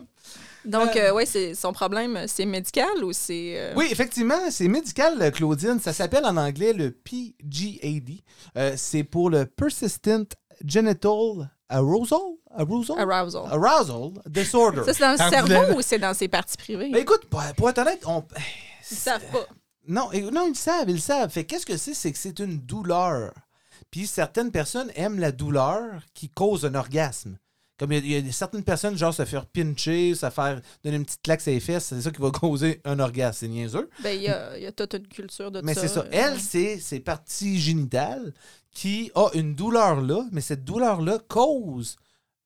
Donc, euh, ouais, c'est son problème, c'est médical ou c'est. euh,
Oui, effectivement, c'est médical, euh, Claudine. Ça s'appelle en anglais le PGAD. Euh, c'est pour le Persistent Genital Arousal? Arousal?
Arousal.
Arousal Disorder.
Ça, c'est dans le
Par
cerveau
vous-
ou c'est dans ses parties privées?
Ben, écoute, pour, pour être honnête, on...
Ils savent pas.
non, é- non, ils le savent, ils le savent. Fait qu'est-ce que c'est? C'est que c'est une douleur. Puis certaines personnes aiment la douleur qui cause un orgasme. Comme il y, a- il y a certaines personnes, genre se faire pincher, se faire donner une petite claque sur les fesses, c'est ça qui va causer un orgasme. C'est niaiseux.
Ben, il y a, il y a toute une culture de
Mais
ça.
c'est ça.
euh,
Elle, c'est ses parties génitales qui a une douleur là, mais cette douleur là cause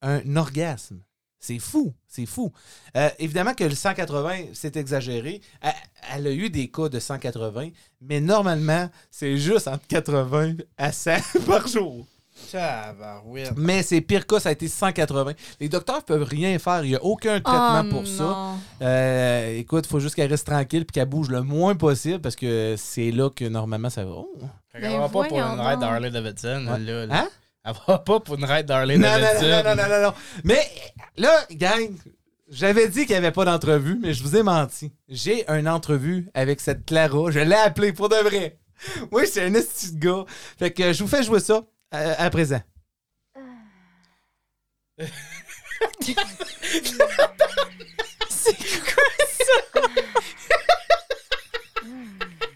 un orgasme. C'est fou, c'est fou. Euh, évidemment que le 180, c'est exagéré. Elle, elle a eu des cas de 180, mais normalement, c'est juste entre 80 à 100 par jour.
Tabarouette.
Mais c'est pire cas, ça a été 180. Les docteurs peuvent rien faire. Il n'y a aucun traitement
Oh,
pour ça.
non.
Euh, écoute, faut juste qu'elle reste tranquille puis qu'elle bouge le moins possible parce que c'est là que normalement ça va. Oh.
Fait
Ben
qu'elle va pas pour
voyons
une ride
donc.
d'Harley Davidson.
Ouais.
Là, là.
Hein?
Elle va pas pour une ride d'Harley
Non, non, non,
Davidson.
non, non, non, non. Mais là, gang, j'avais dit qu'il n'y avait pas d'entrevue, mais je vous ai menti. J'ai une entrevue avec cette Clara. Je l'ai appelée pour de vrai. Oui, c'est un esti de gars. Fait que je vous fais jouer ça euh, à présent.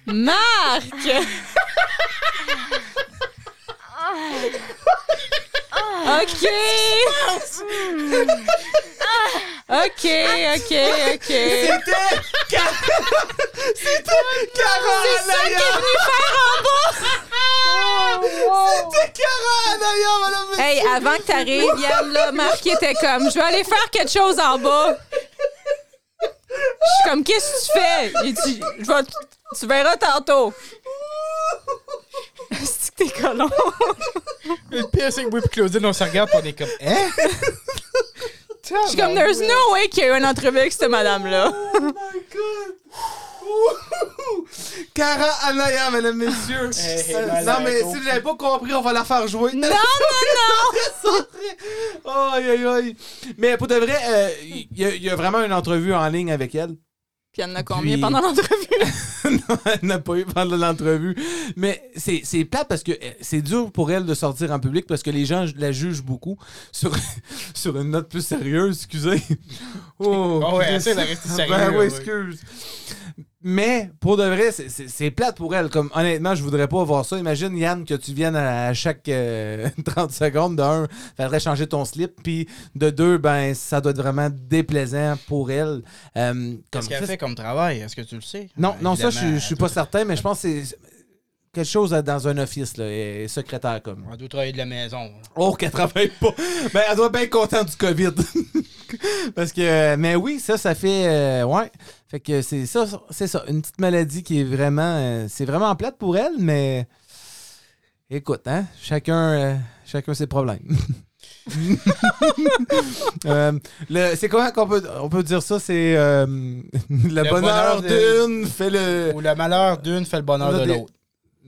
Marc! OK! OK, OK, OK.
C'était Car- C'était Carole
ça qu'elle est
Anaya!
venue faire en bas!
C'était Carole Anaya, madame!
Hey, avant que t'arrives, Yann, là, Marc il était comme, je vais aller faire quelque chose en bas. Je suis comme, qu'est-ce que tu fais? Il dit, je vais, tu verras tantôt. C'est que t'es colon.
Le pire, c'est que moi et Claudine, on se regarde et on est comme.
Hein?
Je suis comme, there's no way qu'il y a eu une entrevue avec cette madame-là.
Oh my god! Ouh!
Eh.
Cara Anaya, mesdames, messieurs!
Hey, hey,
Euh,
là, là,
non, mais
compris.
si vous n'avez pas compris, on va la faire jouer.
Non, non,
Aïe, aïe, aïe! Mais pour de vrai, euh, il y, a- il y a vraiment une entrevue en ligne avec elle.
non! Puis il y en a combien
Puis-
pendant l'entrevue?
non, elle n'a pas eu pendant l'entrevue. Mais c'est c'est plate parce que euh, c'est dur pour elle de sortir en public parce que les gens la jugent beaucoup. Sur, sur une note plus sérieuse, excusez. Oh,
Ah ouais,
Christ.
essaie de rester sérieux,
Ben oui,
ouais.
excuse. Mais pour de vrai, c'est- c'est c'est plate pour elle. Comme honnêtement, je voudrais pas voir ça. Imagine Yann que tu viennes à, à chaque euh, 30 secondes de un, faudrait changer ton slip, puis de deux, ben ça doit être vraiment déplaisant pour elle. Euh, comme
Qu'est-ce qu'elle fait comme travail? Est-ce que tu le sais?
non,
Ben,
non, ça, je,
évidemment,
je suis pas certain, mais je pense que c'est quelque chose dans un office, là, et- et secrétaire comme.
On doit travailler de la maison. là.
Oh, qu'elle travaille pas. Ben, elle doit être bien contente du COVID. Parce que, euh, mais oui, ça, ça fait, euh, ouais. Fait que c'est ça, c'est ça, une petite maladie qui est vraiment, euh, c'est vraiment plate pour elle, mais écoute, hein, chacun, euh, chacun ses problèmes. Euh, le- c'est comment qu'on peut, on peut dire ça? C'est euh, le, bonheur,
bonheur de-
d'une fait le.
Ou le malheur d'une fait le bonheur
Là,
de
des-
l'autre.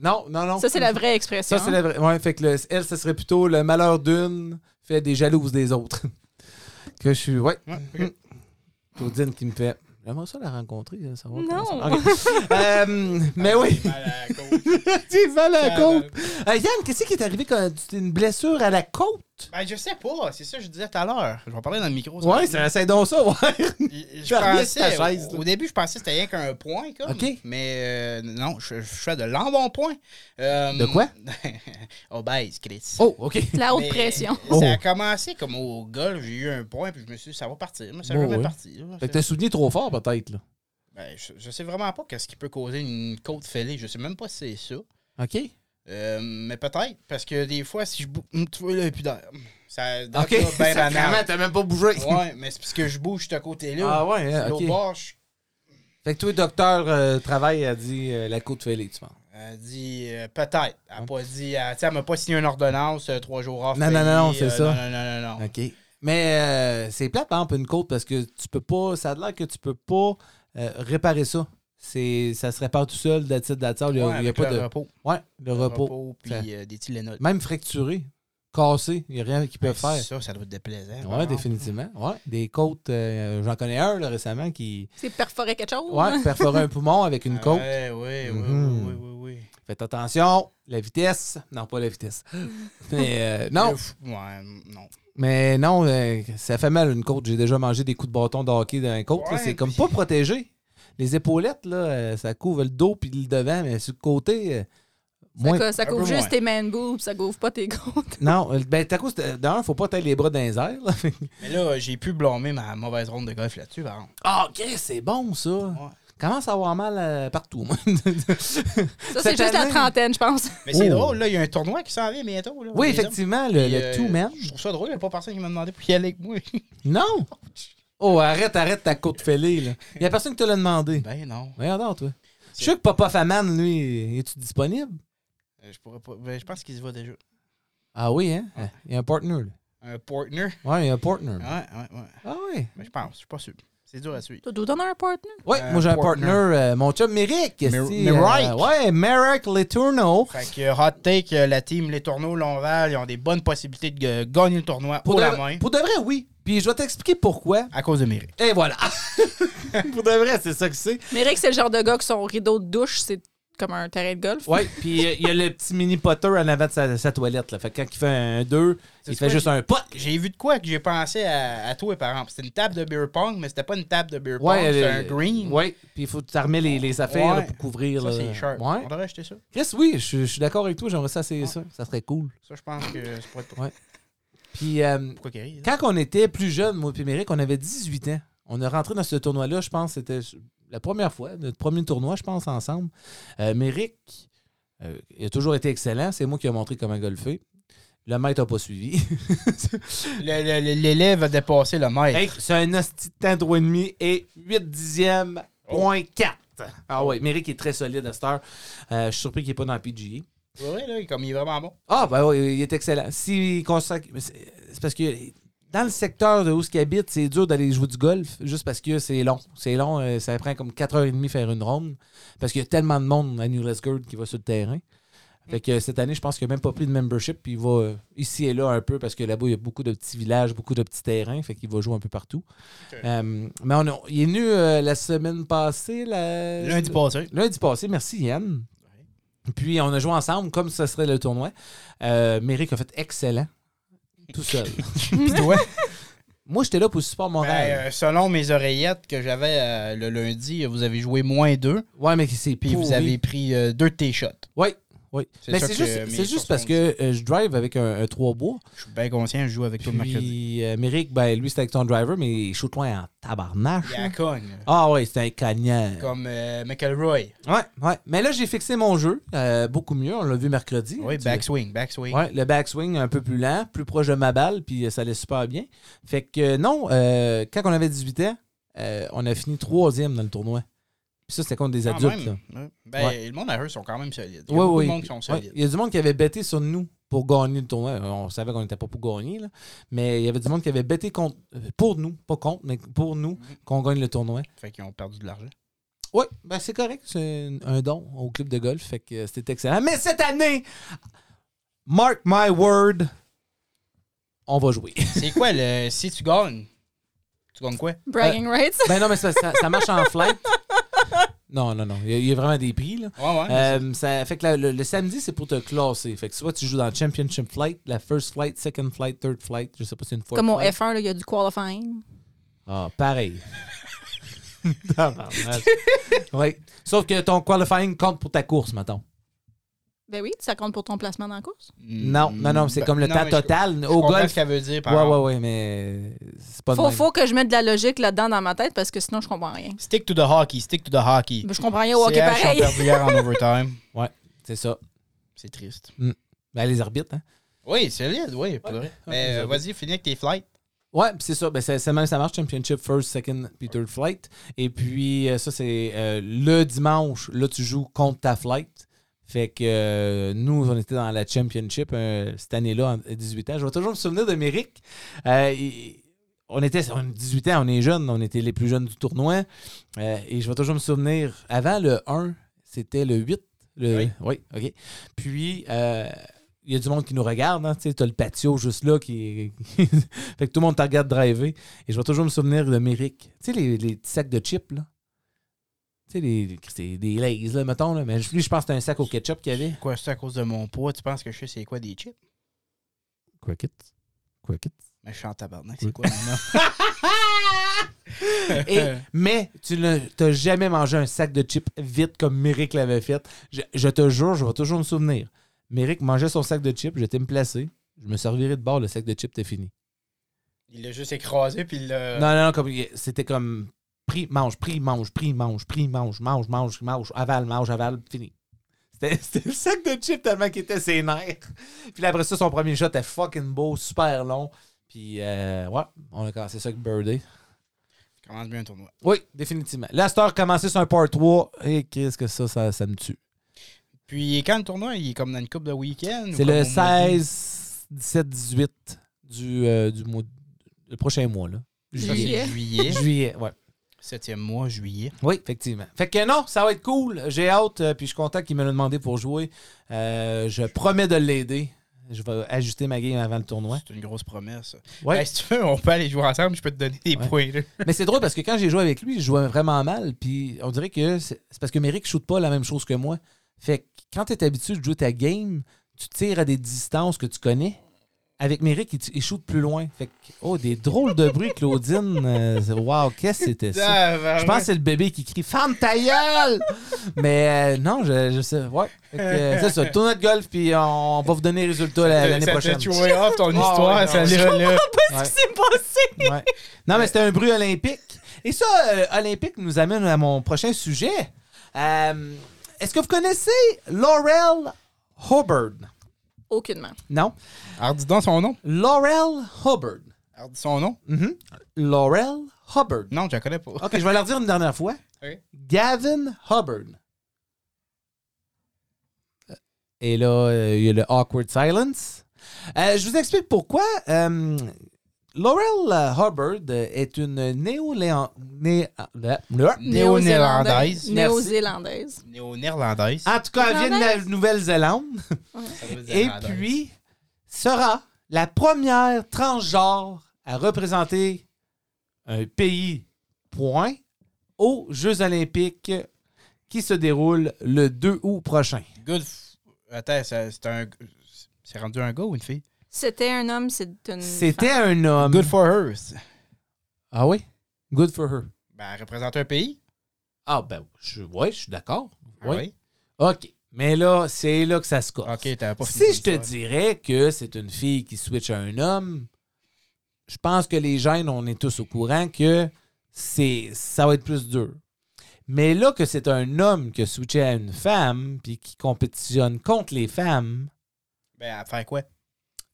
Non, non, non.
Ça, c'est la hein. vraie expression.
Ça, c'est la vraie. Ouais, fait que le- elle, ça serait plutôt le malheur d'une fait des jalouses des autres. que je suis. Ouais.
Ouais, ok.
Claudine qui me fait. J'aimerais ça la rencontrer. là, savoir
Non.
comment ça- Ok. Euh, mais oui.
Mal à la côte.
Tu vas à la
Mal à la
côte. Euh, Yann, qu'est-ce qui est arrivé quand tu t'es une blessure à la côte?
Ben, je sais pas, c'est ça que je disais tout à l'heure. Je vais parler dans le micro. ça.
Ouais, c'est c'est donc ça, ouais.
Je
Faire rien sur ta
pensais,
chaise,
au,
là.
au début, je pensais que c'était rien qu'un point, comme.
OK.
Mais euh, non, je, je fais de l'embonpoint. Euh,
De quoi?
Obèse, Chris.
Oh, OK.
La haute
Mais
pression.
Oh.
Ça a commencé comme au golf, j'ai eu un point, puis je me suis dit, ça va partir. Mais ça
Oh,
va
ouais.
jamais partir.
Fait que t'as soutenu trop fort, peut-être, là.
Ben, je, je sais vraiment pas qu'est-ce qui peut causer une côte fêlée. Je sais même pas si c'est ça.
OK.
Euh, mais peut-être, parce que des fois, si je bouge. Hum, Tu vois, là, il n'y a plus d'air. Ça drop
OK.
là, ben la
Sacrément,
nappe.
t'as même pas bougé.
Ouais, mais c'est parce que je bouge de ce côté-là.
Ah ouais, hein,
L'autre
OK.
bord, je-
Fait que toi, docteur euh, travail a dit euh, la côte fêlée, tu penses.
Elle dit euh, peut-être. Elle n'a pas dit. Elle, tu sais, elle m'a pas signé une ordonnance, euh, trois jours off.
Hein?
euh,
Non, non, non, non, c'est ça.
Non, non, non, non. non.
OK. Mais euh, c'est plate, par exemple, une côte, parce que tu peux pas. Ça a l'air que tu peux pas euh, réparer ça. C'est, ça se répare tout seul, that's it, that's all. Il n'y a,
Ouais,
il y a
avec
pas
le
de.
repos.
Ouais, le,
Le
repos.
puis
Ça-
euh, des Tylenol. Ben,
Même fracturé, cassé, il n'y a rien qu'ils peuvent faire.
Ça, ça doit être déplaisant. par
Ouais,
exemple.
définitivement. Ouais. Des côtes, euh, j'en connais un là, récemment qui
C'est perforer quelque chose. hein.
ouais, perforait un poumon avec une
Ah
côte.
Ouais, ouais, ouais,
Mhm.
ouais, ouais, ouais, ouais.
Faites attention, la vitesse. Non, pas la vitesse. Mais euh, non,
Le f- Ouais, non.
mais non, euh, ça fait mal une côte. J'ai déjà mangé des coups de bâton de hockey d'un côte. là.
Ouais,
C'est comme
puis-
pas protégé. Les épaulettes, là, euh, ça couvre le dos puis le devant, mais sur le côté, euh, moins.
Ça, ça
un peu
couvre juste
moins.
tes man boobs, ça couvre pas tes côtes.
Non, euh, ben, t'as cause, euh, d'un, faut pas tailler les bras dans les airs. là.
Mais là, j'ai pu blâmer ma mauvaise ronde de golf là-dessus, par contre.
Ah, ok, c'est bon, ça. Commence à avoir mal euh, partout, moi.
Ça, c'est
Cette
juste la
année-
trentaine, je pense.
Mais c'est
Oh.
drôle, là, il y a un tournoi qui s'en vient bientôt. Là,
Oui,
les hommes.
effectivement, le,
Puis,
le
euh,
tout man.
Je trouve ça drôle, il n'y a pas personne qui m'a demandé pour y aller avec moi.
Non! Oh, arrête, arrête ta côte fêlée, là. Il y a personne qui te l'a demandé.
ben non.
Regarde donc, toi. Je suis sûr que Papa Faman, lui, est tu disponible?
Euh, Je pourrais pas. ben, je pense qu'il se voit déjà.
Ah oui, hein? Il y a un partner, là.
Un partner.
Ouais, il y a un partner.
Ouais,
là.
ouais, ouais.
Ah oui.
Mais je pense, je suis pas sûr. C'est dur à suivre.
Toi, t'en as un partner?
Ouais,
Euh,
moi j'ai un partner,
partner.
euh, mon chum Merrick.
Mer-
esti,
Merrick.
euh, ouais, Merrick Letourneau.
Fait que euh, hot take, euh, la team Les Tourneaux Lonval, ils ont des bonnes possibilités de g- gagner le tournoi pour la main
de, pour de vrai, oui. Puis je vais t'expliquer pourquoi.
à cause de mérite.
Et voilà. pour de vrai, c'est ça que c'est.
Mais Rick, c'est le genre de gars que son rideau de douche, c'est comme un terrain de golf.
Ouais, puis euh, il y a le petit mini potter en avant de sa, sa toilette. Là. Fait que quand il fait un 2, il
C'est
fait
quoi,
juste un pot.
J'ai vu de quoi que j'ai pensé à, à toi et par exemple. C'était une table de beer pong, mais c'était pas une table de beer pong,
Ouais,
c'était
euh,
un green.
Ouais, puis il faut t'armer les, les affaires
Ouais.
là, pour couvrir.
Ça,
là.
c'est sharp.
Ouais.
On devrait acheter ça.
Chris, oui, je, je suis d'accord avec toi, j'aimerais ça essayer ça. Ça serait cool.
Ça, je pense que c'est pas
Ouais. Puis euh,
Pourquoi qu'il arrive?
quand on était plus jeune, moi et Méric, on avait 18 ans. On est rentré dans ce tournoi-là, je pense, c'était la première fois, notre premier tournoi, je pense, ensemble. Euh, Méric, euh, il a toujours été excellent. C'est moi qui ai montré comment golfer. Le maître n'a pas suivi.
Le- le- le- L'élève a dépassé le maître.
Hey, c'est un hostie de temps droit et demi et 8 dixièmes, point 4. Ah ouais, Merrick est très solide à cette heure. Euh, je suis surpris qu'il n'est pas dans le PGA.
Ouais, là, comme il est vraiment bon.
Ah, ben oui, il est excellent. Si consacre... C'est c'est parce que dans le secteur de où ce qu'il habite, c'est dur d'aller jouer du golf juste parce que c'est long. C'est long, euh, ça prend comme 4h30 faire une ronde parce qu'il y a tellement de monde à New Lesgard qui va sur le terrain. Fait que cette année, je pense qu'il n'a même pas pris de membership, puis il va euh, ici et là un peu parce que là-bas, il y a beaucoup de petits villages, beaucoup de petits terrains, fait qu'il va jouer un peu partout.
Ok.
Euh, mais on a- il est venu euh, la semaine passée. La...
Lundi passé.
Lundi passé, merci Yann. Puis on a joué ensemble comme ce serait le tournoi. Euh, Merrick a fait excellent. Tout seul.
Pis toi?
Moi, j'étais là pour le support moral.
Ben, euh, selon mes oreillettes que j'avais euh, le lundi, vous avez joué moins deux,
ouais, mais c'est
puis vous
pourri.
avez pris euh, deux de tes shots.
Oui, oui.
C'est
Mais
ça
c'est
que
juste,
mes
c'est juste
sources
parce
ont
que euh, je drive avec un, 3 bois.
Je suis bien conscient, je joue avec toi le mercredi.
Puis euh, Merrick, ben, lui, c'était avec son driver, mais il shoot loin en tabarnache.
Il y a la cogne, là.
Ah ouais, c'était un cagnard.
comme euh, McElroy.
Ouais, ouais. Mais là, j'ai fixé mon jeu. euh, beaucoup mieux. On l'a vu mercredi.
Oui,
Tu-
backswing, backswing.
Ouais, le backswing un peu plus lent, plus proche de ma balle, puis euh, ça allait super bien. Fait que euh, non, euh, quand on avait 18 ans, euh, on a fini troisième dans le tournoi. Puis ça, c'était contre des
Quand
adultes. là.
même. Ouais. Ben,
Ouais.
le monde à eux sont quand même solides. Il y a
Ouais,
beaucoup
ouais.
de monde qui sont
Ouais,
solides.
Il y a du monde qui avait bêté sur nous pour gagner le tournoi. Euh, On savait qu'on n'était pas pour gagner, là. mais il y avait du monde qui avait bêté contre, euh, pour nous, pas contre, mais pour
Mhm.
nous, qu'on gagne le tournoi.
Fait qu'ils ont perdu de l'argent.
Oui, ben c'est correct. C'est un- un don au club de golf. Fait que euh, c'était excellent. Mais cette année, mark my word, on va jouer.
C'est quoi le. Si tu gagnes, tu gagnes quoi?
Euh,
Bragging rights.
Ben non, mais ça, ça- ça marche en flight. Non, non, non. Il y a- il y, a vraiment des prix, là.
Ouais, ouais.
Euh, ça fait que la- le, le samedi, c'est pour te classer. Fait que soit tu joues dans Championship Flight, la First Flight, Second Flight, Third Flight, je sais pas si c'est une fois.
Comme au F1, là, il y a du qualifying.
Ah, pareil. oui. Sauf que ton qualifying compte pour ta course, mettons.
Ben oui, ça compte pour ton placement dans la course.
Non, non, non, c'est
Ben,
comme le
non,
temps
mais je-
total.
je
Au
comprends ce
golf.
qu'elle veut dire par
Ouais,
rapport-
ouais, ouais, mais c'est pas de
Faut,
même.
faut que je mette de la logique là-dedans dans ma tête parce que sinon, je comprends rien.
Stick to the hockey, stick to the hockey.
Ben, Je comprends rien au hockey
CH en
pareil.
perdu hier en overtime.
C'est ça.
C'est triste.
Ben, les arbitres, hein.
Oui, c'est solide, oui. pour de vrai. Mais euh,
j'avoue.
vas-y, finis avec tes flights.
Ouais, pis c'est ça. Ben, c'est, c'est même ça marche. Championship, first, second, puis third flight. Et puis, euh, ça, c'est euh, le dimanche. Là, tu joues contre ta flight. Fait que euh, nous, on était dans la championship euh, cette année-là, en- à 18 ans. Je vais toujours me souvenir de Méric. Euh, il- on était on a 18 ans, on est jeunes, on était les plus jeunes du tournoi. Euh, et je vais toujours me souvenir, avant le 1, c'était le 8. Le,
Oui.
OK. Puis, euh, il y a du monde qui nous regarde. Hein, tu sais, t'as le patio juste là qui, Fait que tout le monde te regarde driver. Et je vais toujours me souvenir de Méric. Tu sais, les, les petits sacs de chips, là. Tu sais, les, les- c'est des lays, là, mettons. Là. Mais lui, je pense que c'était un sac au ketchup qu'il y avait.
Quoi, c'est à cause de mon poids, tu penses que je sais c'est quoi des chips?
Crickets. Crickets.
Mais je suis en tabarnak,
Oui.
c'est quoi mon nom?
Et, mais tu ne t'as jamais mangé un sac de chips vite comme Méric l'avait fait. Je, je te jure, je vais toujours me souvenir. Méric mangeait son sac de chips, j'étais me placer. Je me servirais de bord, le sac de chips était fini.
Il l'a juste écrasé, puis il l'a.
Non, non, non, comme, c'était comme pris, mange, pris, mange, pris, mange, pris, mange, mange, mange, mange, avale, mange, avale, fini. C'était c'était le sac de chips tellement qu'il était ses nerfs. Puis là, après ça, son premier shot était fucking beau, super long. Puis euh, ouais, on a commencé ça avec Birdie.
Commence bien un tournoi.
Oui, définitivement. Là, cette heure commencé sur un part 3. Et qu'est-ce que ça, ça, ça me tue.
Puis quand le tournoi, il est comme dans une coupe de week-end? ou
C'est
comme
le
au mois de-
16, 17, 18 du, euh, du mois, le prochain mois, là.
Ça, c'est
Juillet.
Juillet.
Juillet.
Juillet, ouais.
Septième mois, juillet.
Oui, effectivement. Fait que non, ça va être cool. J'ai hâte, euh, puis je suis content qu'il me l'a demandé pour jouer. Euh, je promets de l'aider. Je vais ajuster ma game avant le tournoi.
C'est une grosse promesse.
Ouais.
Ben, si tu veux, on peut aller jouer ensemble, je peux te donner des
Ouais.
points. là.
Mais c'est drôle parce que quand j'ai joué avec lui, je jouais vraiment mal. Puis on dirait que c'est c'est parce que Merrick shoot pas la même chose que moi. Fait que quand tu es habitué de jouer ta game, tu tires à des distances que tu connais. Avec Merrick, il, t- il shoot plus loin. Fait que, oh, des drôles de bruits, Claudine. Euh, wow, qu'est-ce que c'était ça? Je pense que c'est le bébé qui crie Ferme ta gueule! Mais euh, non, je, je sais. Ouais. Fait que, euh, c'est ça, tournoi de golf, puis on, va vous donner les résultats la- l'année prochaine.
Tu off ton
Ouais,
histoire,
ouais,
ça
non,
là, là.
Ouais.
C'est passé.
Ouais. Non, mais c'était un bruit olympique. Et ça, euh, olympique nous amène à mon prochain sujet. Euh, Est-ce que vous connaissez Laurel Hubbard?
Aucunement.
Non.
Alors, dis donc son nom.
Laurel Hubbard.
Alors, dis son nom.
Mhm. Laurel Hubbard.
Non, je la connais pas.
OK, je vais leur dire une dernière fois.
Ok.
Gavin Hubbard. Et là, euh, il y a le awkward silence. Euh, je vous explique pourquoi. Euh, Laurel euh, Hubbard euh, est une néo-léon... né- ah, le- le-
Néo-néerlandaise.
Néo-zélandaise.
Néo-néerlandaise.
En tout cas, elle vient de la
Néerlandaise.
Nouvelle-Zélande.
Ça veut dire
Et
néerlandaise.
puis, sera la première transgenre à représenter un pays, point, aux Jeux olympiques qui se déroulent le 2 août prochain.
Good. f- Attends, ça- c'est un. C'est rendu un gars ou une fille?
C'était un homme, c'est une.
Mm.
C'était un
femme.
homme.
Good for her.
Ah oui? Good for her.
Ben, elle représente un pays.
Ah ben, je, ouais, je suis d'accord.
Ah
Oui. OK. Mais là, c'est là que ça se casse.
Ok, t'avais pas fini
Si
ton
je te
histoire.
dirais que c'est une fille qui switch à un homme, je pense que les gènes, on est tous au courant que c'est ça va être plus dur. Mais là que c'est un homme qui a switché à une femme puis qui compétitionne contre les femmes,
Ben, à faire quoi?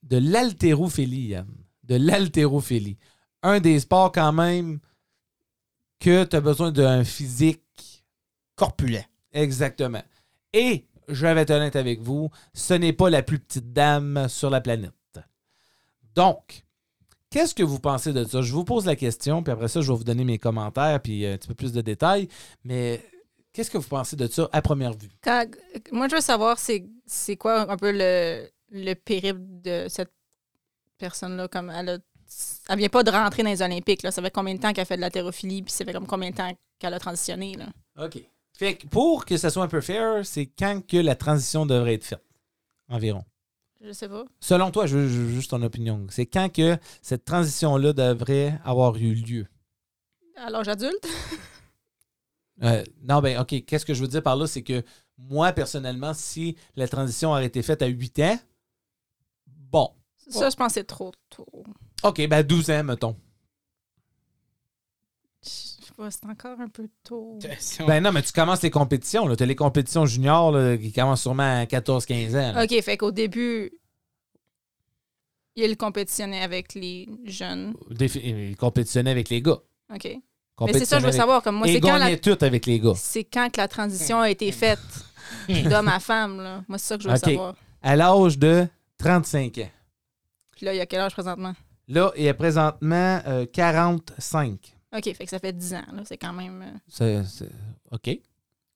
de l'haltérophilie, Yann. De l'haltérophilie. Un des sports quand même que tu as besoin d'un physique
Corpulent.
Exactement. Et je vais être honnête avec vous, ce n'est pas la plus petite dame sur la planète. Donc, qu'est-ce que vous pensez de ça? Je vous pose la question, puis après ça, je vais vous donner mes commentaires, puis euh, un petit peu plus de détails. Mais qu'est-ce que vous pensez de ça à première vue?
Quand- Moi, je veux savoir, c'est c'est quoi un peu le, le périple de cette personne-là? Comme elle, a... elle vient pas de rentrer dans les Olympiques. Là. Ça fait combien de temps qu'elle fait de l'haltérophilie? Puis ça fait comme combien de temps qu'elle a transitionné? Là?
OK. Fait que pour que ça soit un peu fair, c'est quand que la transition devrait être faite, environ.
Je sais pas.
Selon toi, je veux je veux juste ton opinion. C'est quand que cette transition-là devrait avoir eu lieu?
À l'âge adulte?
Euh, non, ben OK, qu'est-ce que je veux dire par là, c'est que moi, personnellement, si la transition aurait été faite à 8 ans, bon.
Ça, je pense que c'est trop tôt.
OK, ben 12 ans, mettons.
Je sais pas, c'est encore un peu tôt.
Si on-
Ben non, mais tu commences les compétitions. Tu as les compétitions juniors là, qui commencent sûrement à 14-15 ans. là.
OK, fait qu'au début, il compétitionnait avec les jeunes.
Défi- Ils compétitionnaient avec les gars.
OK. Mais c'est ça, je veux
Compétitionnaient
savoir. Comme moi,
avec- Et
c'est quand, la...
gagnaient toutes avec les gars.
c'est quand que la transition a
Hmm.
été faite d'homme à femme, là. Moi, c'est ça que je veux
OK.
savoir.
À l'âge de 35 ans.
Puis là, il y a quel âge présentement?
Là, il est présentement euh, 45.
OK, fait que ça fait 10 ans, là. C'est quand même... euh,
C'est- c'est- OK.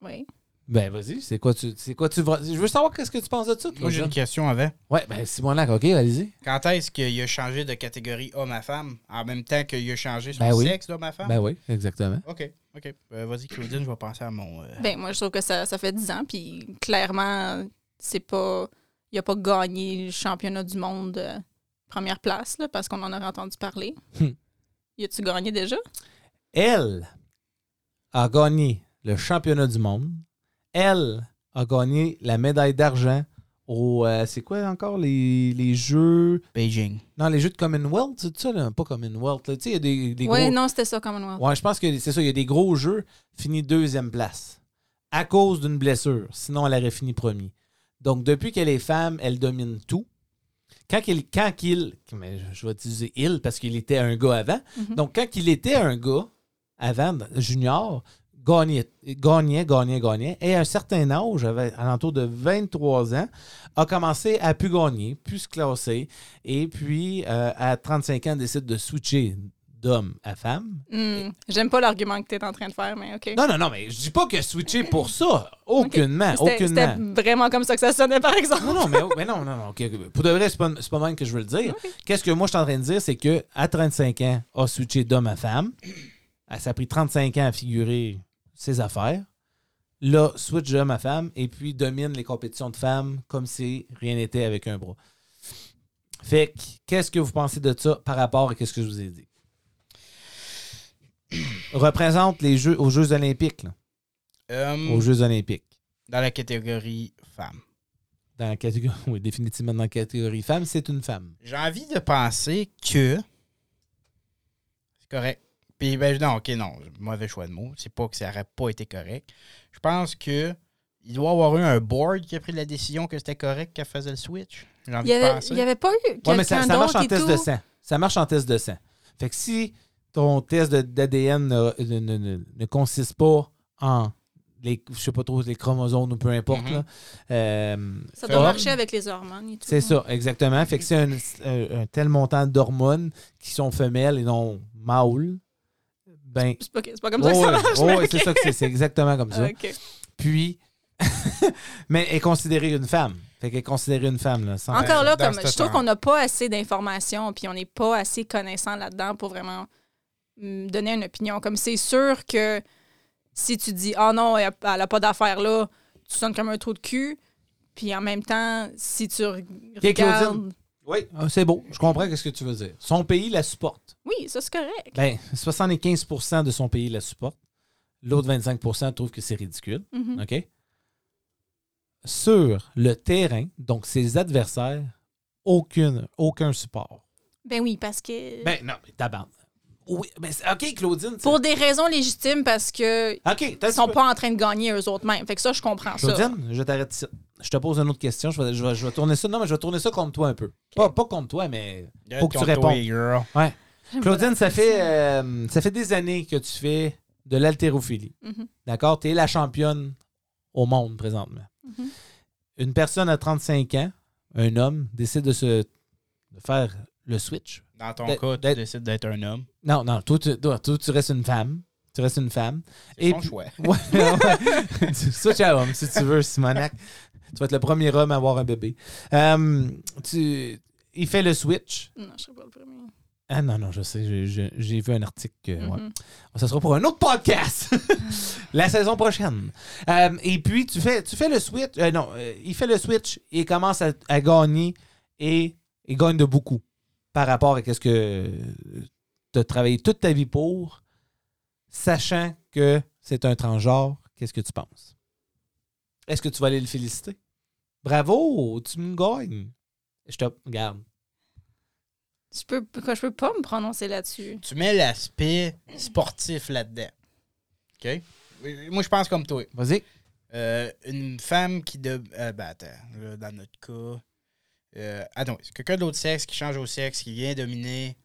Oui.
Ben vas-y, c'est quoi tu c'est quoi tu vas- Je veux savoir qu'est-ce que tu penses de ça. toi,
Moi, j'ai
Jean.
une question avant.
Ouais, ben Simon Lac, OK, allez-y.
Quand est-ce qu'il a changé de catégorie homme à femme en même temps qu'il a changé son
Ben oui.
sexe d'homme à femme?
Ben oui, exactement.
OK, OK. Euh, Vas-y, Claudine, je vais penser à mon. euh,
Ben, moi, je trouve que ça, ça fait 10 ans, puis clairement, c'est pas... Il a pas gagné le championnat du monde euh, première place, là, parce qu'on en a entendu parler.
Hmm.
Y a-tu gagné déjà?
Elle a gagné le championnat du monde. Elle a gagné la médaille d'argent au euh, c'est quoi encore les, les jeux
Beijing.
non les jeux de Commonwealth, c'est ça là, pas Commonwealth, là. tu sais il y a des, des
Oui,
gros
non, c'était ça, Commonwealth.
Ouais, je pense que c'est ça, il y a des gros jeux fini deuxième place à cause d'une blessure. Sinon, elle aurait fini premier. Donc, depuis qu'elle est femme, elle domine tout. Quand il, quand qu'il- mais je- je vais utiliser il parce qu'il était un gars avant.
Mhm.
Donc, quand il était un gars avant, junior, gagnait, gagnait, gagnait, gagnait. Et à un certain âge, avait, alentour de 23 ans, a commencé à plus gagner, plus se classer. Et puis, euh, à 35 ans, décide de switcher d'homme à femme.
Hmm, J'aime pas l'argument que tu es en train de faire, mais OK.
Non, non, non, mais je dis pas que switcher pour ça. Aucunement,
C'était-
aucunement.
C'était vraiment comme ça que ça sonnait, par exemple.
Non, non, mais, mais non, non, non. ok, ok. Pour de vrai, c'est pas, c'est pas même que je veux le dire. Qu'est-ce que moi, je suis en train de dire, c'est que à 35 ans, a switché d'homme à femme. Elle, Ça a pris 35 ans à figurer ses affaires. Là, switch d'homme à femme et puis domine les compétitions de femmes comme si rien n'était avec un bras. Fait que, qu'est-ce que vous pensez de ça par rapport à ce que je vous ai dit? Représente les Jeux aux Jeux olympiques, là.
Euh,
Mm.
aux Jeux olympiques.
Dans la catégorie femme.
Dans la catégorie, oui, définitivement dans la catégorie femme, c'est une femme.
J'ai envie de penser que. C'est correct. Puis, ben, non, ok, non, mauvais choix de mots. C'est pas que ça aurait pas été correct. Je pense que. Il doit y avoir eu un board qui a pris la décision que c'était correct qu'elle faisait le switch. J'ai envie
Il y
de
avait,
penser.
il y avait pas eu
Ouais, mais ça,
quelqu'un
ça marche
d'autre
en
et
test
tout.
de sang. Ça marche en test de sang. Fait que si ton test de- d'ADN ne, ne- ne- ne- ne consiste pas en les, je sais pas trop, les chromosomes ou peu
Mm-hmm.
importe,
Mhm.
là, euh,
Ça
Ouais.
doit marcher avec les hormones et tout.
c'est ça, exactement. Fait que c'est un, un- un tel montant d'hormones qui sont femelles et non mâles, ben.
C'est pas, c'est pas comme ça que
Oh,
ça
ouais,
marche.
oh,
mais
ouais,
ok.
c'est ça que c'est. C'est exactement comme ça.
Ok.
Puis, mais elle est considérée une femme. Fait qu'elle est considérée une femme, là. sans-
Encore là,
dans
comme,
ce
je trouve
temps.
qu'on n'a pas assez d'informations, puis on n'est pas assez connaissant là-dedans pour vraiment mm, donner une opinion. Comme c'est sûr que si tu dis Ah non, elle n'a pas d'affaires là, tu sonnes comme un trou de cul. Puis en même temps, si tu re-
Et Claudine?
regardes.
Oui, euh, c'est beau. Je comprends ce que tu veux dire. Son pays la supporte.
Oui, ça c'est correct.
Ben, 75 de son pays la supporte. L'autre 25 trouve que c'est ridicule.
Mhm.
OK? Sur le terrain, donc ses adversaires, aucune, aucun support.
Ben oui, parce que.
Ben, non, mais tabarnak. Oui, mais c'est- OK, Claudine. c'est-
pour des raisons légitimes, parce que
OK, t'as
ils sont pas en train de gagner eux autres mêmes. Fait que ça, je comprends ça.
Claudine, je t'arrête ici. Je te pose une autre question. Je vais, je vais- je vais tourner ça. Non, mais je vais tourner ça contre toi un peu. Pas, pas contre toi, mais faut que tu
Tonto
répondes.
et girl.
Ouais. Claudine, ça fait, euh, ça fait des années que tu fais de l'haltérophilie.
Mhm.
D'accord? Tu es la championne au monde présentement.
Mhm.
Une personne à 35 ans, un homme, décide de se de faire le switch.
Dans ton
D'être-
cas, tu
d'être-
décides d'être un homme.
Non, non, toi, tu, toi, toi, tu restes une femme. Tu restes une femme.
C'est
Et
ton
puis-
choix.
Ouais, ouais. Tu switches à homme si tu veux, Simonac. Tu vas être le premier homme à avoir un bébé. Euh, Hum, tu, il fait le switch.
Non, je serais pas le premier.
Ah non, non, je sais. j'ai- j'ai- J'ai vu un article. euh, ouais.
Mhm.
Ça sera pour un autre podcast la saison prochaine. Euh, et puis, tu fais, tu fais le switch. euh, non, euh, il fait le switch et il commence à, à gagner et il gagne de beaucoup par rapport à ce que tu as travaillé toute ta vie pour, sachant que c'est un transgenre. Qu'est-ce que tu penses? Est-ce que tu vas aller le féliciter? Bravo, tu me gagnes. Je te regarde.
Je peux, quoi, je peux pas me prononcer là-dessus.
Tu mets l'aspect sportif là-dedans. OK? Euh, Moi, je pense comme toi.
Vas-y.
Euh, une femme qui. De... euh, ben, attends, là, dans notre cas. Euh, attends, c'est quelqu'un de l'autre sexe qui change au sexe, qui vient dominer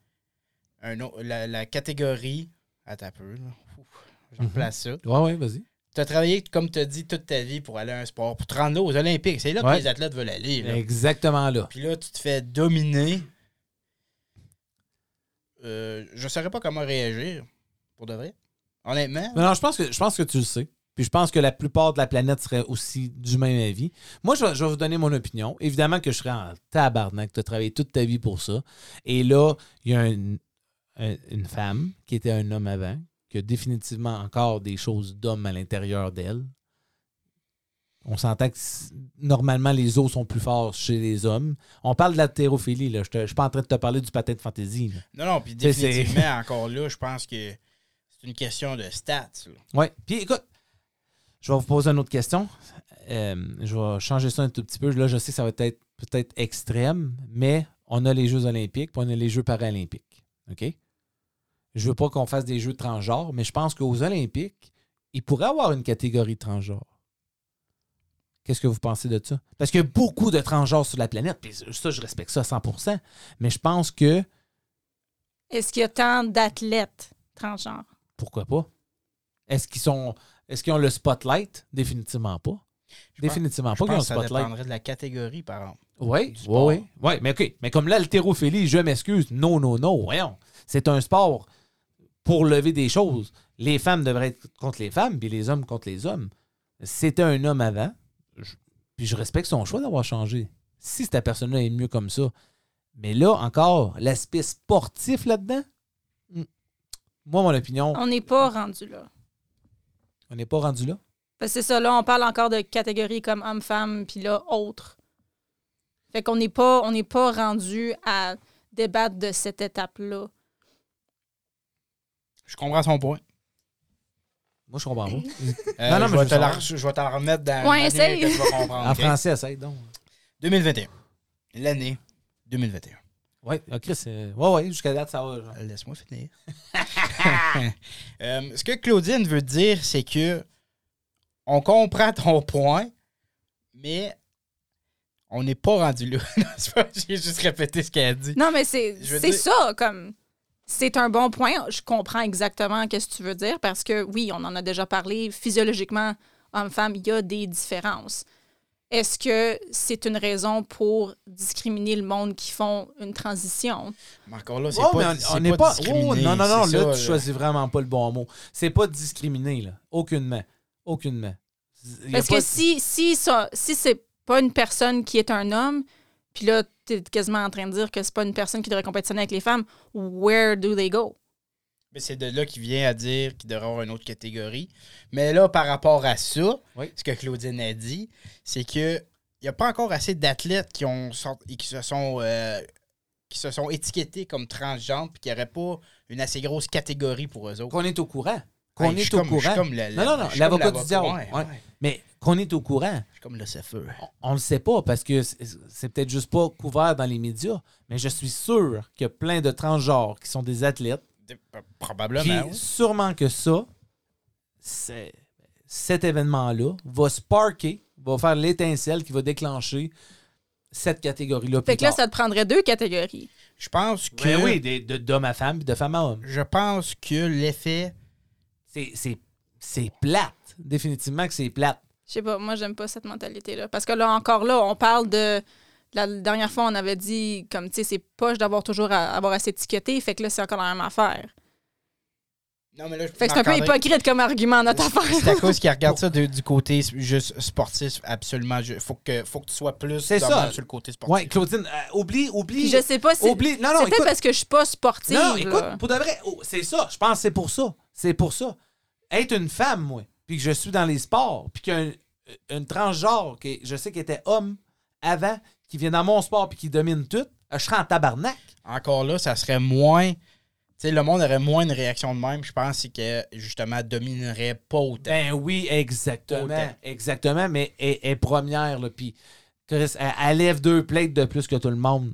un au- la, la catégorie. Attends un peu, là. Ouf, J'en
Mhm.
place ça.
Ouais, ouais, vas-y.
Tu as travaillé, comme tu as dit, toute ta vie pour aller à un sport, pour te rendre là aux Olympiques. C'est là
Ouais.
que les athlètes veulent aller. là.
Exactement là.
Puis là, tu te fais dominer. Euh, je ne saurais pas comment réagir, pour de vrai. Honnêtement.
Mais non, je pense que je pense que tu le sais. Puis je pense que la plupart de la planète serait aussi du même avis. Moi, je, vais- je vais vous donner mon opinion. Évidemment que je serais en tabarnak. Tu as travaillé toute ta vie pour ça. Et là, il y a un- un- une femme qui était un homme avant, qui a définitivement encore des choses d'homme à l'intérieur d'elle. On s'entend que c- normalement, les os sont plus forts chez les hommes. On parle de l'haltérophilie. là. Je ne suis pas en train de te parler du patin de fantaisie. là.
Non, non, puis
Tu sais, c'est-
définitivement, encore là, je pense que c'est une question de stats. là.
Ouais. Puis écoute, je vais vous poser une autre question. Euh, je vais changer ça un tout petit peu. Là, je sais que ça va être peut-être extrême, mais on a les Jeux olympiques, puis on a les Jeux paralympiques. OK? Je veux pas qu'on fasse des Jeux transgenres, mais je pense qu'aux Olympiques, il pourrait avoir une catégorie transgenre. Qu'est-ce que vous pensez de ça? Parce qu'il y a beaucoup de transgenres sur la planète, puis ça, je respecte ça à 100%, mais je pense que,
Est-ce qu'il y a tant d'athlètes transgenres?
pourquoi pas? Est-ce qu'ils sont... Est-ce qu'ils ont le spotlight? Définitivement pas.
Je pense-
Définitivement
Je
pas qu'ils ont
pense
le
que ça
spotlight.
dépendrait de la catégorie, par exemple.
Oui,
du
oui,
sport.
oui. Ouais, mais OK. Mais comme l'haltérophilie, je m'excuse. Non, non, non. Voyons. C'est un sport pour lever des choses. Les femmes devraient être contre les femmes, puis les hommes contre les hommes. C'était un homme avant, je- puis je respecte son choix d'avoir changé. Si cette personne-là est mieux comme ça. Mais là, encore, l'aspect sportif là-dedans, hmm. moi, mon opinion,
Ah.
On n'est pas rendu là.
on n'est pas rendu là.
Parce que c'est ça, là, on parle encore de catégories comme homme-femme, puis là, autres. Fait qu'on n'est pas, on n'est pas rendu à débattre de cette étape-là.
Je comprends son point.
Moi, je comprends pas.
Euh,
Non, non,
je,
mais
vais
je
te
veux
la-
savoir.
je vais t'en remettre dans
Ouais,
une année
essaye.
que tu vas comprendre,
En
ok?
français, ça aide donc.
2021. L'année 2021.
Oui, OK, c'est. Ouais, ouais, jusqu'à date, ça va. genre.
Laisse-moi finir. Euh, ce que Claudine veut dire, c'est que on comprend ton point, mais on n'est pas rendu là. Non, c'est pas- J'ai juste répété ce qu'elle a dit.
Non, mais c'est
Je veux
c'est
dire-
ça, comme. C'est un bon point. Je comprends exactement ce que tu veux dire parce que, oui, on en a déjà parlé. Physiologiquement, homme-femme, il y a des différences. Est-ce que c'est une raison pour discriminer le monde qui font une transition?
Mais encore là, c'est
Oh,
pas,
mais
c'est
on- on n'est pas.
discriminé,
oh, non, non, non, là,
c'est ça, euh.
tu choisis vraiment pas le bon mot. C'est pas discriminé, là. Aucunement. Aucunement. Il y a
Parce
pas-
que si, si, ça, si c'est pas une personne qui est un homme, puis là, tu es quasiment en train de dire que c'est pas une personne qui devrait compétitionner avec les femmes, where do they go?
Mais c'est de là qu'il vient à dire qu'il devrait avoir une autre catégorie. Mais là, par rapport à ça,
Oui.
ce que Claudine a dit, c'est que il n'y a pas encore assez d'athlètes qui ont sort- et qui se sont euh, qui se sont étiquetés comme transgenres puis qu'il n'y aurait pas une assez grosse catégorie pour eux autres.
Qu'on est au courant. Qu'on
Hey, je
est
suis
au
comme- je suis
courant.
comme le-
Non, non, non,
je suis
l'avocat
comme
du diable.
Ouais,
Ouais.
ouais.
Mais qu'on est au courant.
Je suis comme le cefeu.
On- On le sait pas parce que c'est- c'est peut-être juste pas couvert dans les médias. Mais je suis sûr qu'il y a plein de transgenres qui sont des athlètes. Puis
Probablement. oui.
sûrement que ça, c'est- cet événement-là va sparker, va faire l'étincelle qui va déclencher cette catégorie-là.
Fait
plus
que là,
tard.
ça te prendrait deux catégories.
Je pense que
Ben oui, des- de- d'homme à femme puis de femme à homme.
je pense que l'effet
C'est- C'est c'est plate. Définitivement que c'est plate.
Je sais pas, moi, j'aime pas cette mentalité-là. Parce que là, encore là, on parle de. La dernière fois, on avait dit, comme, tu sais, c'est poche d'avoir toujours à, avoir à s'étiqueter. Fait que là, c'est encore la même affaire.
Non, mais là, je
Fait que c'est un peu
Marc-André,
hypocrite comme argument, notre affaire.
C'est à cause qu'il regarde ça de- du côté juste sportif, absolument. Il faut que, faut que tu sois plus
C'est
dans-
ça.
sur le côté sportif.
Ouais, Claudine, euh, oublie, oublie.
Puis je sais pas si.
Oublie. Non, non,
c'est peut-être
écoute.
parce que je suis pas sportive.
Non, écoute,
là.
pour de vrai, oh, c'est ça. Je pense que c'est pour ça. C'est pour ça. Être une femme, moi, puis que je suis dans les sports, puis qu'un euh, une transgenre, qui, je sais qu'elle était homme avant, qui vient dans mon sport puis qui domine tout, euh, je serais en tabarnak.
Encore là, ça serait moins. Tu sais, le monde aurait moins une réaction de même. Je pense c'est que, justement, dominerait pas autant.
Ben oui, exactement.
Autant.
Exactement, mais elle elle est première, là, puis Chris, elle, elle lève deux plates de plus que tout le monde.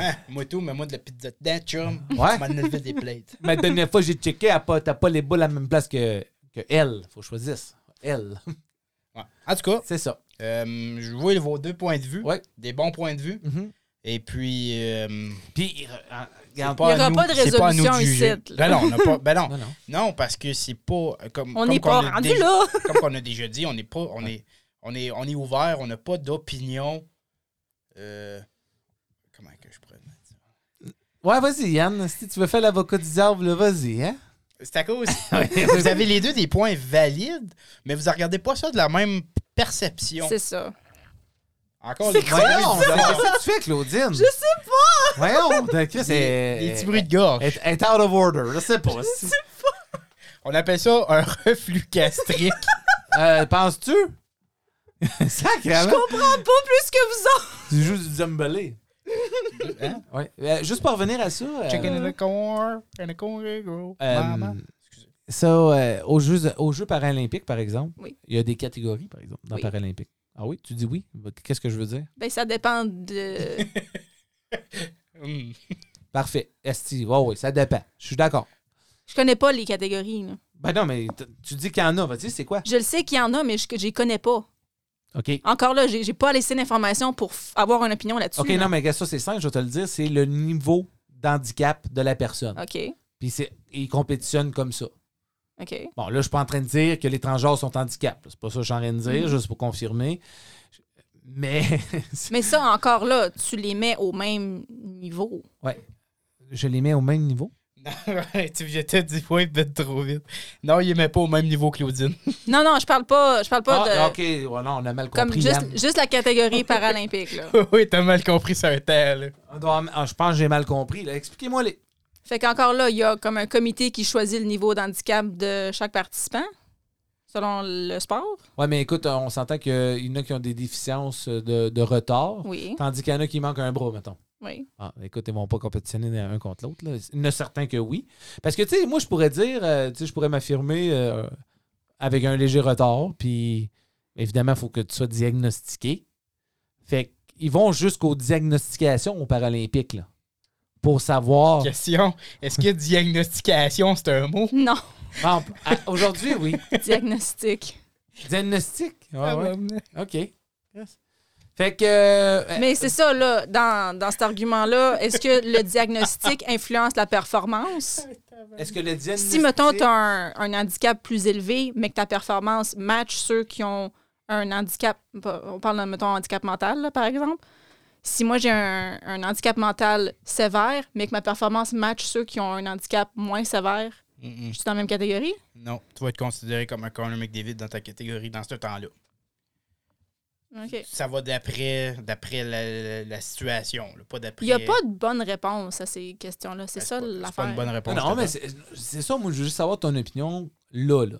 Hein, moi tout, mais moi de la pizza dedans, chum.
Ouais.
Tu m'en as fait des plates.
Mais la dernière fois que j'ai checké, elle a pas- t'as pas les boules à la même place que, que elle. Faut que je choisisse. Elle.
Ouais. En tout cas,
C'est ça.
euh, je vois vos deux points de vue.
Ouais.
Des bons points de vue.
Mhm.
Et puis. euh,
Puis, euh, euh, regarde.
Il y aura
à nous-
pas de
c'est à nous
résolution
juger.
ici, là.
Ben non, on n'a pas- ben non.
Non, non.
Non, parce que c'est pas. euh, Comme,
On
comme
n'est
qu'on
pas
a
rendu
déjà-
là.
Comme on a déjà dit, on n'est pas. On est, on est, on est ouvert, on n'a pas d'opinion. euh, comment que je pourrais dire ça?
Ouais, vas-y, Yann. Si tu veux faire l'avocat du diable, là, vas-y, hein?
C'est à cause. vous avez les deux des points valides, mais vous ne regardez pas ça de la même perception.
C'est ça.
Encore
C'est
les
quoi?
petits
Voyons,
bruits de gorge.
qu'est-ce que tu fais, Claudine? Je sais pas! Voyons, t'as- Chris,
Les,
c'est. Eh.
les petits bruits de gorge.
Elle elle est out of order, je sais pas.
On appelle ça un reflux gastrique.
Euh, Penses-tu? Sacrément!
Pas plus que vous autres.
Tu joues du djembelé.
Hein?
Ouais. Euh, juste pour revenir à ça. euh,
Chicken and a corn, and a corn, girl.
Euh,
Maman.
Ça, euh, aux, Jeux, aux Jeux paralympiques, par exemple,
Oui.
il y a des catégories, par exemple, dans
Oui.
paralympique. Ah oui, tu dis oui? Qu'est-ce que je veux dire?
Ben, ça dépend de.
Hmm.
Parfait. Esti, ouais, oui, ça dépend. Je suis d'accord.
Je connais pas les catégories. là.
Ben non, mais t- tu dis qu'il y en a, vas-y, c'est quoi?
Je le sais qu'il y en a, mais je les connais pas.
OK.
Encore là, j'ai j'ai pas laissé d'informations pour f- avoir une opinion là-dessus.
OK,
là.
non, mais regarde, ça, c'est simple, je vais te le dire, c'est le niveau d'handicap de la personne.
OK.
Puis c'est- ils compétitionnent comme ça.
OK.
Bon, là, je suis pas en train de dire que les transgenres sont handicapés. C'est pas ça que je suis en train de
Mm-hmm.
dire, juste pour confirmer. Je- Mais
Mais ça, encore là, tu les mets au même niveau.
je les mets au même niveau.
Non, ouais, tu viens de dire ouais, peut-être trop vite. Non, il est même pas au même niveau que Claudine.
Non, non, je parle pas, je parle pas de.
Ah, OK, voilà, on a mal
Comme
compris.
juste,
Yann.
juste la catégorie paralympique. Là.
oui, t'as mal compris ça un tel. là.
On doit- ah, je pense que j'ai mal compris. là. Expliquez-moi les.
Fait qu'encore là, il y a comme un comité qui choisit le niveau d'handicap de chaque participant, selon le sport.
Ouais, mais écoute, on s'entend qu'il y en a qui ont des déficiences de, de retard,
Oui.
tandis qu'il y en a qui manquent un bras, mettons.
Oui.
Ah, écoute, ils vont pas compétitionner un contre l'autre. là. Il y en a certains que oui. Parce que, tu sais, moi, je pourrais dire, euh, tu sais, je pourrais m'affirmer euh, avec un léger retard, puis évidemment, il faut que tu sois diagnostiqué. Fait qu'ils vont jusqu'aux diagnostications aux Paralympiques, là, pour savoir.
Oh. Question est-ce que diagnostication, c'est un mot
Non,
Ah, à- Aujourd'hui, oui.
diagnostic.
Diagnostic. Ouais,
Ah,
ouais.
ouais.
OK. Yes. Fait que. euh,
Mais c'est ça, là, dans, dans cet argument-là, est-ce que le diagnostic influence la performance?
Est-ce que le diagnostic.
Si, mettons, tu as un, un handicap plus élevé, mais que ta performance match ceux qui ont un handicap, on parle, de, mettons, handicap mental, là, par exemple. Si moi, j'ai un, un handicap mental sévère, mais que ma performance match ceux qui ont un handicap moins sévère,
Mm-mm.
je suis dans la même catégorie?
Non, tu vas être considéré comme un corner McDavid dans ta catégorie dans ce temps-là.
OK.
Ça va d'après d'après la, la- la situation, là, pas
Il
d'après.
n'y a pas de bonne réponse à ces questions-là. C'est
Ben,
ça
pas- C'est
l'affaire.
pas une bonne
Non,
réponse.
Ah non, mais
c'est.
c'est c'est ça, moi, je veux juste savoir ton opinion là, là.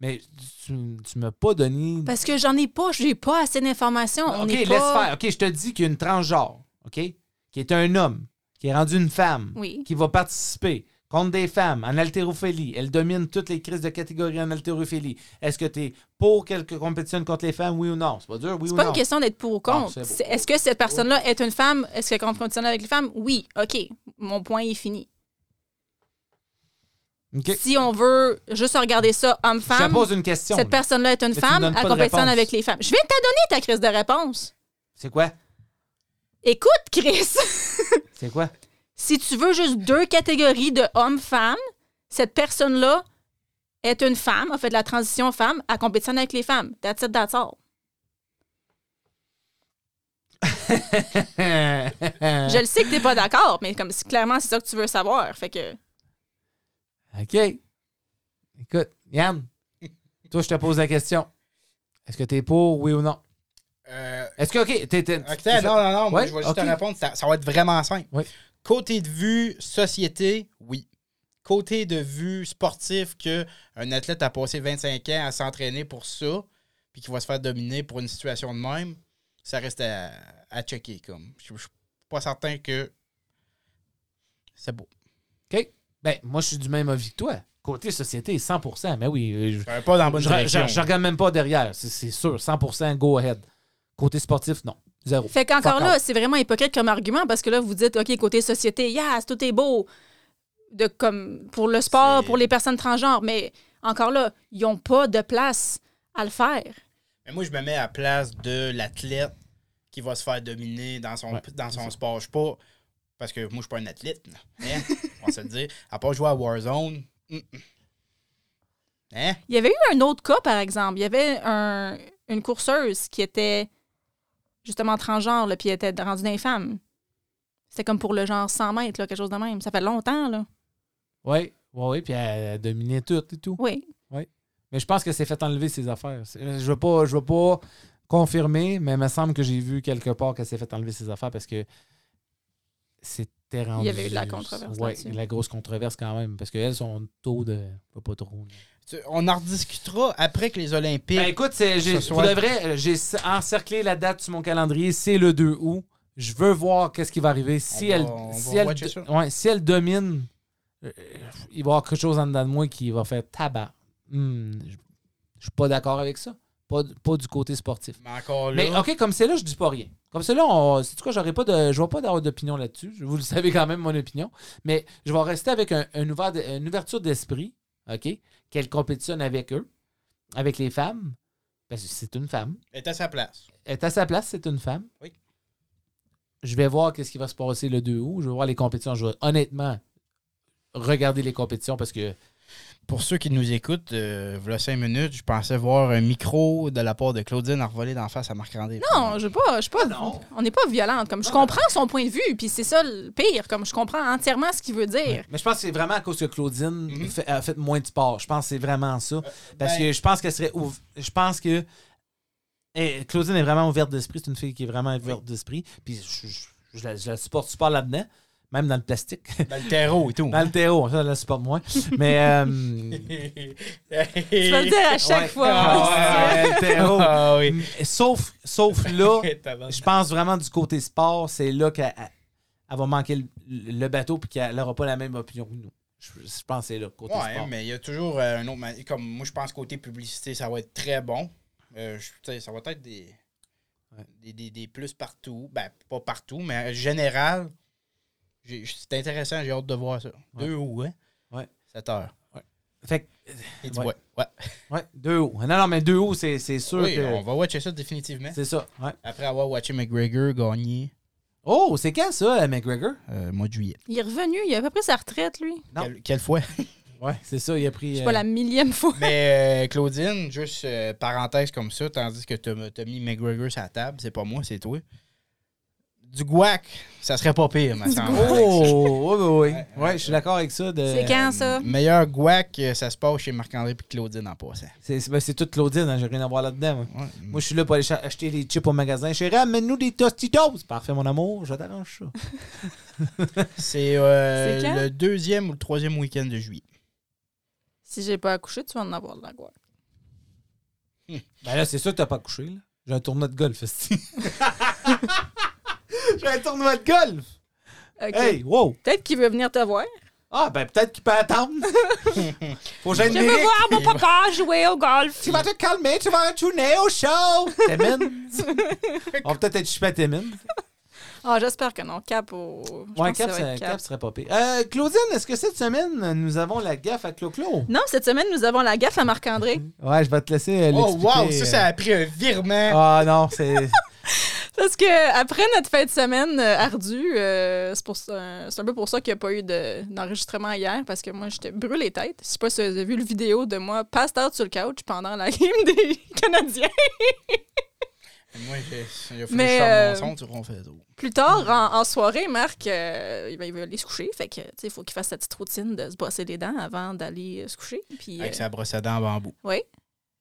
Mais tu, tu m'as pas donné.
Parce que j'en ai pas, j'ai pas assez d'informations.
Non,
On
ok,
n'est
laisse
pas...
faire. Ok, je te dis qu'il y a une transgenre, ok, qui est un homme, qui est rendu une femme,
Oui.
qui va participer contre des femmes en haltérophilie. Elle domine toutes les crises de catégorie en haltérophilie. Est-ce que tu es pour qu'elle compétitionne contre les femmes, oui ou non? C'est pas dur, oui
C'est
ou
pas
non?
une question d'être pour ou
Ah,
contre.
c'est beau.
C'est- Est-ce que cette personne-là est une femme? Est-ce qu'elle compte continuer avec les femmes? Oui. OK. Mon point est fini.
Ok.
Si on veut juste regarder ça
Je
homme-femme,
te pose une question.
cette
là.
personne-là est une
tu me
femme,
donnes
elle
pas de
compétitionne
réponse.
avec les femmes. Je viens de te donner ta crise de réponse.
C'est quoi?
Écoute, Chris,
C'est quoi?
si tu veux juste deux catégories de homme-femme, cette personne-là est une femme, a fait de la transition femme, elle compétitionne avec les femmes. That's it, that's all. Je le sais que t'es pas d'accord, mais comme c'est- clairement, c'est ça que tu veux savoir. Fait que
OK. Écoute, Yann, toi, je te pose la question. Est-ce que t'es pour, oui ou non?
Euh,
Est-ce que, OK, t'es... t'es-
ok,
tu fais-
non, non, non, moi,
Ouais,
je vais
ok.
juste te répondre. Ça, ça va être vraiment simple.
Ouais.
Côté de vue, société, oui. Côté de vue sportif, que un athlète a passé 25 ans à s'entraîner pour ça, puis qu'il va se faire dominer pour une situation de même, ça reste à, à checker. Comme. Je je suis pas certain que c'est beau.
OK. Ben, moi, je suis du même avis que toi. Côté société, 100 Mais oui, euh, je-
Ça va pas dans la
je,
bonne
je-
direction.
je regarde même pas derrière. C'est- C'est sûr, 100 go ahead. Côté sportif, non. Zéro.
Fait qu'encore
Fuck
là,
off.
c'est vraiment hypocrite comme argument parce que là, vous dites, OK, côté société, yes, tout est beau. De, comme pour le sport,
C'est-
pour les personnes transgenres, mais encore là, ils n'ont pas de place à le faire.
Mais moi, je me mets à la place de l'athlète qui va se faire dominer dans son,
Ouais,
dans son sport. Je suis pas. Parce que moi, je suis pas un athlète. là. Hein? on va se le dire. À part jouer à Warzone. mm-mm. Hein?
Il y avait eu un autre cas, par exemple. Il y avait un- une courseuse qui était justement transgenre, là, puis elle était rendue infâme. C'était comme pour le genre 100 mètres, là, quelque chose de même. Ça fait longtemps, là.
Oui, oui, oui. Puis elle dominait tout et tout.
Oui.
Mais je pense que c'est fait enlever ses affaires. C'est- euh, Je veux pas, je veux pas confirmer, mais il me semble que j'ai vu quelque part qu'elle s'est fait enlever ses affaires parce que c'était rendu.
y avait eu de la controverse
Oui,
là-dessus.
la grosse controverse quand même. Parce qu'elle, son taux de. Pas, pas trop. là.
Tu- On en rediscutera après que les Olympiques.
Ben, écoute, c'est- j'ai-
Ce
pour
soir-
de vrai, euh, j'ai s- encerclé la date sur mon calendrier. C'est le 2 août. Je veux voir qu'est-ce qui va arriver. Si,
va-
elle,
Eh ben, on
si,
va
elle,
watcher
do-
ça.
ouais, si elle domine, euh, il va y avoir quelque chose en dedans de moi qui va faire tabac. Hmm, je je suis pas d'accord avec ça. Pas, d- pas du côté sportif.
mais encore là.
Mais OK, comme c'est là, je dis pas rien. Comme c'est là, on, c'est quoi, j'aurais pas de, je vais pas d'avoir d'opinion là-dessus. Je- Vous le savez quand même, mon opinion. Mais je vais rester avec un, un ouvert de- une ouverture d'esprit, OK, qu'elle compétitionne avec eux, avec les femmes. Parce que c'est une femme.
elle est à sa place.
Elle est à sa place, c'est une femme.
Oui.
Je vais voir qu'est-ce qui va se passer le 2 août. Je vais voir les compétitions. Je vais honnêtement regarder les compétitions parce que
Pour ceux qui nous écoutent, euh, voilà 5 minutes, je pensais voir un micro de la part de Claudine envolé d'en face à Marc Randé.
Non, je ne pas. Je suis pas
Ah non. Ah
On n'est pas violente. Comme, je comprends son point de vue, puis c'est ça le pire. Comme, je comprends entièrement ce qu'il veut dire.
Mais je pense que c'est vraiment à cause que Claudine
Mhm.
fait- a fait moins de sport. Je pense que c'est vraiment ça. Parce
ben-
que je pense qu'elle serait. ouv- Je pense que. eh, Claudine est vraiment ouverte d'esprit. C'est une fille qui est vraiment ouverte d'esprit. Puis je, je- je la, je la supporte super là-dedans. Même dans le plastique.
Dans le terreau et tout.
dans le terreau, ça, je la supporte moins. Mais. euh,
Tu vas le dire à chaque
Ouais.
fois.
Ah ouais, le terreau.
Ah oui.
Sauf, sauf là,
Tabarnak.
je pense vraiment du côté sport, c'est là qu'elle elle- elle va manquer le, le bateau puis qu'elle n'aura pas la même opinion que nous. Je, je pense que c'est là, côté
Ouais,
sport.
mais il y a toujours euh, un autre. mani- Comme moi, je pense côté publicité, ça va être très bon. Euh, je- tu sais, ça va être des,
Ouais.
des, des- des plus partout. Ben, pas partout, mais en général, j'ai- c'est intéressant. J'ai hâte de voir ça. Deux ou, hein?
Ouais.
7 heures.
Fait que
Il dit
Ouais.
ouais. ouais.
Ouais, deux hauts. Non, non, mais deux hauts, c'est c'est sûr
Oui,
que.
on va watcher ça définitivement.
C'est ça. Ouais.
Après avoir watché McGregor gagner
Oh, c'est quand ça, euh, McGregor?
euh, mois de juillet.
Il est revenu. Il a à peu près sa retraite, lui.
Non.
Quelle, quelle fois?
Ouais, c'est ça, il a
Je
pris.
sais
euh,
pas, la millième fois.
mais euh, Claudine, juste euh, parenthèse comme ça, tandis que t'as t'as mis McGregor sur la table, c'est pas moi, c'est toi. Du guac, ça serait pas pire, ma semble.
Oh, oui, oui, oui. Ouais, je suis d'accord avec ça. de-
C'est quand, ça?
Oh!
mm.
Meilleur guac, euh, ça se passe chez Marc-André puis Claudine en passant.
C'est c'est- ben, c'est toute Claudine, hein, j'ai rien à voir là-dedans. moi.
Ouais.
Moi, je suis là pour aller cha- acheter des chips au magasin. Chérie, amène-nous des Tostitos. Parfait, mon amour, je t'arrange ça.
C'est euh,
C'est quand?
le deuxième ou le troisième week-end de juillet.
Si j'ai pas accouché, tu vas en avoir de la gueule.
Ben là, c'est sûr que t'as pas couché, là. J'ai un tournoi de golf, esti. J'ai un tournoi de golf.
OK.
Hey, wow.
Peut-être qu'il veut venir te voir.
Ah, ben peut-être qu'il peut attendre. Faut que j'aille
Je veux voir mon papa jouer au golf.
Tu vas te calmer, tu vas retourner au show! Témine! On va peut-être être chupé à Témine.
Ah, j'espère que non. Cap au. je
Ouais,
pense que
cap,
ça va
ça-
être
cap serait pas pire. Euh, Claudine, est-ce que cette semaine, nous avons la gaffe à Clo-Clo?
Non, cette semaine, nous avons la gaffe à Marc-André.
Ouais, je vais te laisser euh,
Oh,
l'expliquer.
wow, ça, ça
euh.
a pris un virement.
Ah non, c'est...
Parce que après notre fin de semaine euh, ardue, euh, c'est pour ça- c'est un peu pour ça qu'il n'y a pas eu de- d'enregistrement hier, parce que moi, j'étais brûlé tête. Je sais pas si vous avez vu le vidéo de moi passed out sur le couch pendant la game des Canadiens.
Moi, j'ai- il a fallu
Mais,
que je
euh,
sorte mon son, tu vois, on fait le tour.
Plus tard, en, en soirée, Marc, euh, ben, il va aller se coucher. Fait que, tu sais, il faut qu'il fasse sa petite routine de se brosser les dents avant d'aller euh, se coucher. Puis,
Avec
euh,
sa brosse à dents en bambou.
ouais.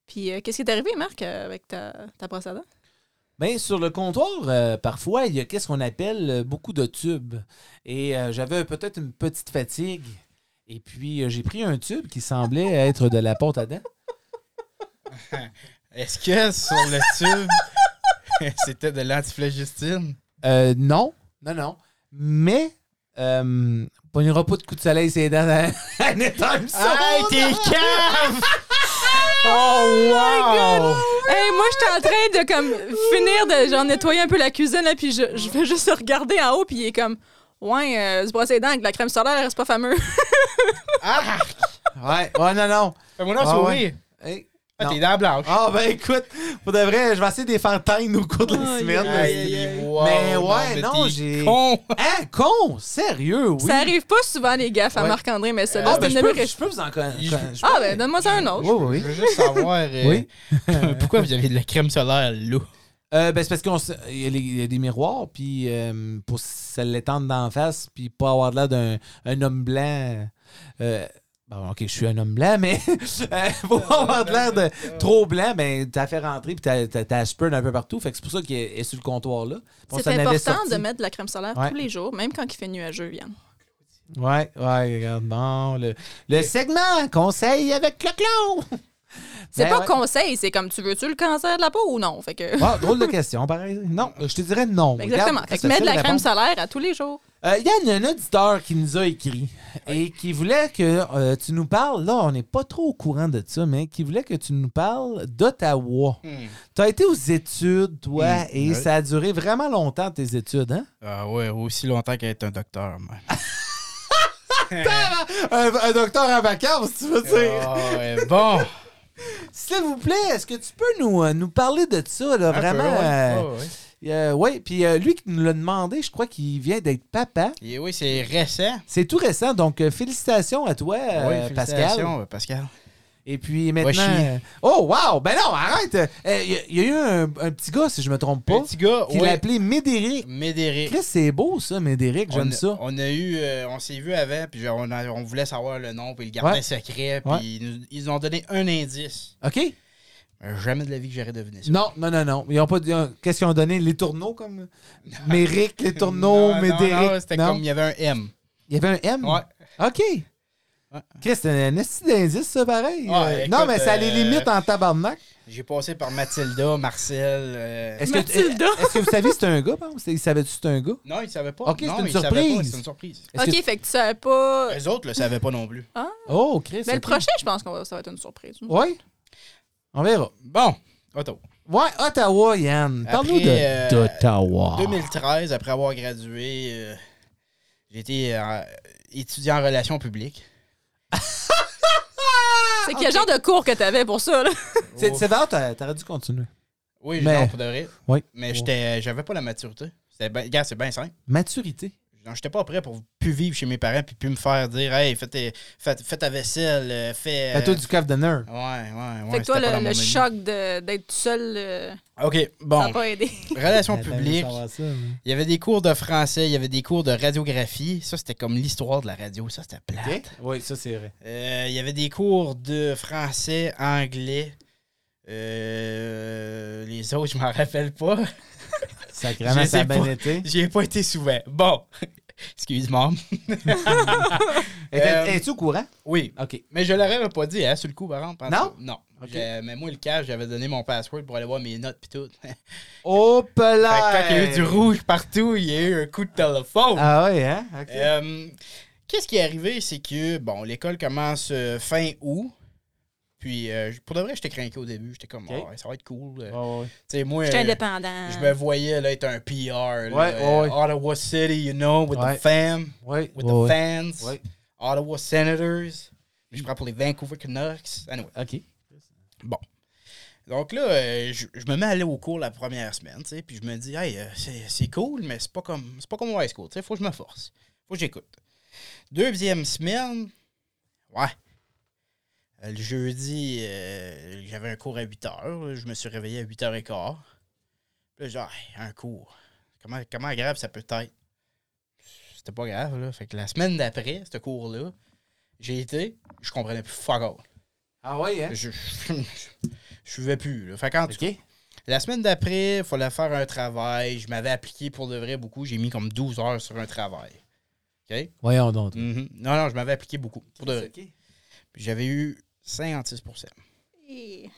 Puis, euh, qu'est-ce qui est arrivé, Marc, euh, avec ta, ta brosse à dents?
Mais sur le comptoir, euh, parfois, il y a qu'est-ce qu'on appelle euh, beaucoup de tubes. Et euh, j'avais peut-être une petite fatigue. Et puis, euh, j'ai pris un tube qui semblait être de la porte à dents.
Est-ce que sur le tube, c'était de l'antiflagistine?
Euh, non, non, non. Mais, euh, pognera pas de coup de soleil ses dents à à Anytime soon.
Hey, t'es cave! Oh, wow!
Hey, moi, j'étais en train de comme finir de genre nettoyer un peu la cuisine, là, puis je, je vais juste regarder en haut, puis il est comme, ouais, euh, se brosser les dents avec de la crème solaire, c'est pas fameux.
Ah!
Ouais, ouais, non, non.
Fais-moi
Ah,
un sourire!
Hey.
Ah,
Non.
t'es dans la blanche.
Ah, ben écoute, pour de vrai, je vais essayer de les faire teindre au cours de la
Aïe,
semaine.
aïe,
là.
aïe.
wow,
Ah, Mais ouais,
mais
non,
t'es
j'ai-
Con!
Hein, con, sérieux, oui.
Ça arrive pas souvent, les gaffes, à
Ouais.
Marc-André, mais ça,
Euh,
là,
Ah,
c'est
ben,
une
je
de mes
peux,
ré-
je peux Oh, vous en connaître.
Je-
je-
Ah, ben, donne-moi ça un autre.
Oui, oui.
Je veux juste savoir euh,
Oui.
pourquoi vous avez de la crème solaire là.
Euh, ben, c'est parce qu'il y, a les- il y a des miroirs, puis euh, pour se l'étendre d'en face, puis pas avoir l'air d'un un homme blanc. euh, bon, ok, je suis un homme blanc, mais euh, pour pas avoir l'air de trop blanc, ben, t'as fait rentrer, puis t'as- t'as t'as spurn un peu partout. Fait que c'est pour ça qu'il est, est sur le comptoir là. Bon,
C'est
ça en avait
important
sorti.
de mettre de la crème solaire
Ouais.
tous les jours, même quand il fait nuageux, Yann.
Ouais, ouais, regarde, bon. Le, le segment conseil avec Cloclo!
C'est
Ben
pas
ouais.
conseil, c'est comme tu veux-tu le cancer de la peau ou non? Fait que.
Ah, drôle de question, pareil. Non, je te dirais non.
Exactement.
Regarde,
Fait que
c'est
mets de la
facile à
crème
répondre.
solaire à tous les jours.
Euh, Yann, il y a un auditeur qui nous a écrit et qui voulait que euh, tu nous parles, là, on n'est pas trop au courant de ça, mais qui voulait que tu nous parles d'Ottawa. Tu as été aux études, toi,
Hmm.
et
Ouais.
ça a duré vraiment longtemps, tes études, hein?
Ah ouais, aussi longtemps qu'être un docteur. moi.
Ah, Un, docteur en vacances, tu veux
Ah ouais, bon.
Ah. S'il vous plaît, est-ce que tu peux nous, euh, nous parler de ça, là, vraiment? euh,
oui,
euh, ouais, puis euh, lui qui nous l'a demandé, je crois qu'il vient d'être papa.
oui c'est récent.
C'est tout récent, donc euh, félicitations à toi, euh,
oui,
Pascal.
félicitations, Pascal.
Et puis maintenant.
chier.
euh, Oh, wow! Ben non, arrête! Euh, Il y, a- il y a eu un, un petit gars, si je me trompe pas,
Petit gars,
qui
ouais,
l'a appelé Médéric.
Médéric.
Chris, c'est beau ça, Médéric,
On,
j'aime ça.
on a eu, euh, on s'est vu avant, puis genre, on, a- on voulait savoir le nom, puis il le gardait
Ouais.
secret, puis
Ouais.
ils, nous, ils nous ont donné un indice.
OK?
Euh, Jamais de la vie que j'aurais deviné ça.
Non, non, non, non. Ils ont pas dit. euh, Qu'est-ce qu'ils ont donné? Les tourneaux comme. Méric, les tourneaux,
Non,
Médéric.
non, non, c'était
non?
comme il y avait un M.
Il y avait un M?
Ouais.
OK. Chris, c'est un esti d'indice, ça, pareil.
Ouais,
Euh, non,
écoute,
mais ça a les
euh,
limites en tabarnak.
J'ai passé par Mathilda, Marcel. euh,
Est-ce que,
Mathilda.
est-ce que vous saviez que c'était un gars, par exemple? Il savait-tu que c'était un gars?
Non, ils savaient pas.
Ok, c'est
non,
une
ils savaient
surprise.
pas, C'est une surprise.
Est-ce
OK,
que-
fait que tu savais pas.
Les autres le savaient pas non plus.
Oh, Chris.
Mais le
ok.
prochain, je pense que ça va être une surprise.
Ouais. On verra.
Bon, Otto.
Ouais, Ottawa, Yann.
Après,
Parle-nous de-
euh,
d'Ottawa.
2013, après avoir gradué, euh, j'étais euh, étudiant en relations publiques.
C'est quel genre de cours que t'avais pour ça, là?
C'est
Oh.
c'est vrai, t'aurais t'aurais dû continuer.
Oui,
Mais-
non, pour de vrai.
Oui.
Mais
Oh.
j'étais, euh, j'avais pas la maturité. C'était ben, regarde, c'est bien simple.
Maturité.
Non, J'étais pas prêt pour plus vivre chez mes parents puis plus me faire dire Hey, fais, tes- fais- fais ta vaisselle, euh, fais. euh,
Plateau du cave d'honneur.
Ouais, ouais, ouais.
fait que toi,
c'était pas
le,
dans
le
mon menu.
choc de- d'être tout seul, euh,
OK,
ça
bon. Euh,
n'a pas aidé.
Relations
Attends,
publiques.
ça va, ça, hein. mais-
Il y avait des cours de français, il y avait des cours de radiographie. Ça, c'était comme l'histoire de la radio. Ça, c'était plate.
Ok? Oui, ça, c'est vrai.
Euh, il y avait des cours de français, anglais. Euh, les autres, je m'en rappelle pas.
Sacrément,
Je
ça a
sais
bien
pas.
été.
J'y ai pas été souvent. Bon. Excuse-moi. Euh,
Était- Es-tu au courant?
Oui.
OK.
Mais je l'aurais pas dit, hein, sur le coup, par exemple.
Non?
Parce- Non.
Ok.
J'ai- euh, Mais moi, le cash, j'avais donné mon password pour aller voir mes notes pis tout. Fait
Hop
que
là!
quand il y a eu du rouge partout, il y a eu un coup de téléphone.
Ah oui, hein? OK.
Euh, Qu'est-ce qui est arrivé, c'est que, bon, l'école commence euh, fin août. Puis, euh, pour de vrai, j'étais craqué au début. J'étais comme,
Ok.
Ah, ça va être cool. Euh,
Ouais, ouais.
Tu sais, moi,
J'étais
euh,
indépendant.
je me voyais là, être un PR. là,
Ouais,
euh,
ouais, ouais.
Ottawa City, you know, with
Ouais.
the fam,
Ouais,
with
ouais,
the
ouais.
fans,
Ouais. Mm.
Ottawa Senators. Je prends pour les Vancouver Canucks. Anyway.
OK.
Donc là, euh, je, je me mets à aller au cours la première semaine, tu sais, puis je me dis, hey, euh, c'est, c'est cool, mais c'est pas comme c'est pas comme au high school, tu sais, faut que je me force, faut que j'écoute. Deuxième semaine, ouais. Euh, Le jeudi, euh, j'avais un cours à 8 heures, là, je me suis réveillé à 8 h 15 Là, genre, Hey, un cours. Comment, comment grave ça peut être? C'était pas grave, là. Fait que la semaine d'après, ce cours-là, j'ai été, je comprenais plus fuck all.
Ah ouais, hein?
Je, je, suivais plus, là. Fait qu'en tout
OK.
la semaine d'après, il fallait faire un travail. Je m'avais appliqué pour de vrai beaucoup. J'ai mis comme 12 heures sur un travail. OK?
Voyons donc.
Mhm. Non, non, je m'avais appliqué beaucoup. Pour de vrai. Puis J'avais eu 56
Et-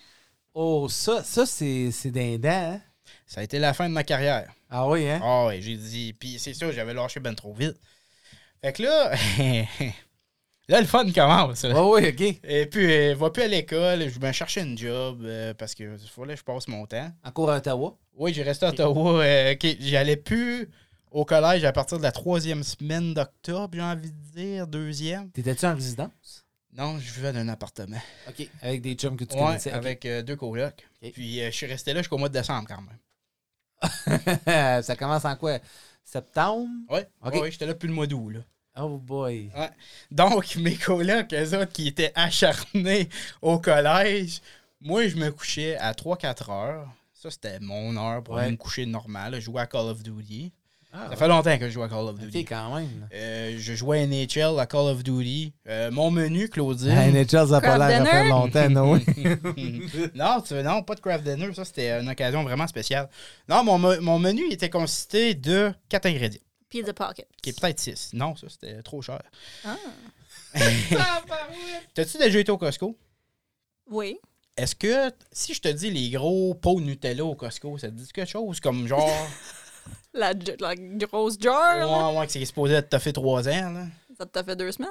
Oh, ça, ça c'est c'est dindant, hein?
Ça a été la fin de ma carrière.
Ah oui, hein?
Ah ouais, j'ai dit. Puis c'est ça, j'avais lâché ben trop vite. Fait que là, là, le fun commence. là.
Ah oui, OK.
Et puis, euh, va plus à l'école. Je me cherchais une job euh, parce que il fallait que je passe mon temps.
Encore à Ottawa.
Oui, j'ai resté à Ottawa. euh, ok, J'allais plus au collège à partir de la troisième semaine d'octobre, j'ai envie de dire, deuxième.
T'étais-tu en résidence?
Non, je vivais dans un appartement.
OK. Avec des chums que tu
Ouais,
connaissais. OK.
avec euh, deux colocs.
Ok.
Puis euh, je suis resté là jusqu'au mois de décembre quand même.
ça commence en quoi? Septembre?
Ouais,
Ok.
ouais, j'étais là plus le mois d'août. là.
Oh boy.
Donc, mes colocs, eux autres qui étaient acharnés au collège, moi, je me couchais à 3-4 heures. Ça, c'était mon heure pour
Ouais.
aller me coucher normal. Je jouais à Call of Duty.
Ah,
Ça fait longtemps que je joue à Call of
OK,
Duty.
quand même.
Euh, je jouais à NHL, à Call of Duty. Euh, mon menu, Claudine.
La NHL, ça a pas
Craft
l'air à faire
dinner?
longtemps, non?
non, tu, non, pas de craft dinner. Ça, c'était une occasion vraiment spéciale. Non, mon, me- mon menu il était consisté de 4 ingrédients,
Pizza Pocket.
qui est peut-être 6. Non, ça, c'était trop cher.
Ah.
T'as-tu déjà été au Costco?
Oui.
Est-ce que, t- si je te dis les gros pots de Nutella au Costco, ça te dit quelque chose comme genre.
La, jo- la grosse jar, là.
ouais, ouais, que c'est supposé être toffé 3 ans, là?
Ça t'a fait deux semaines?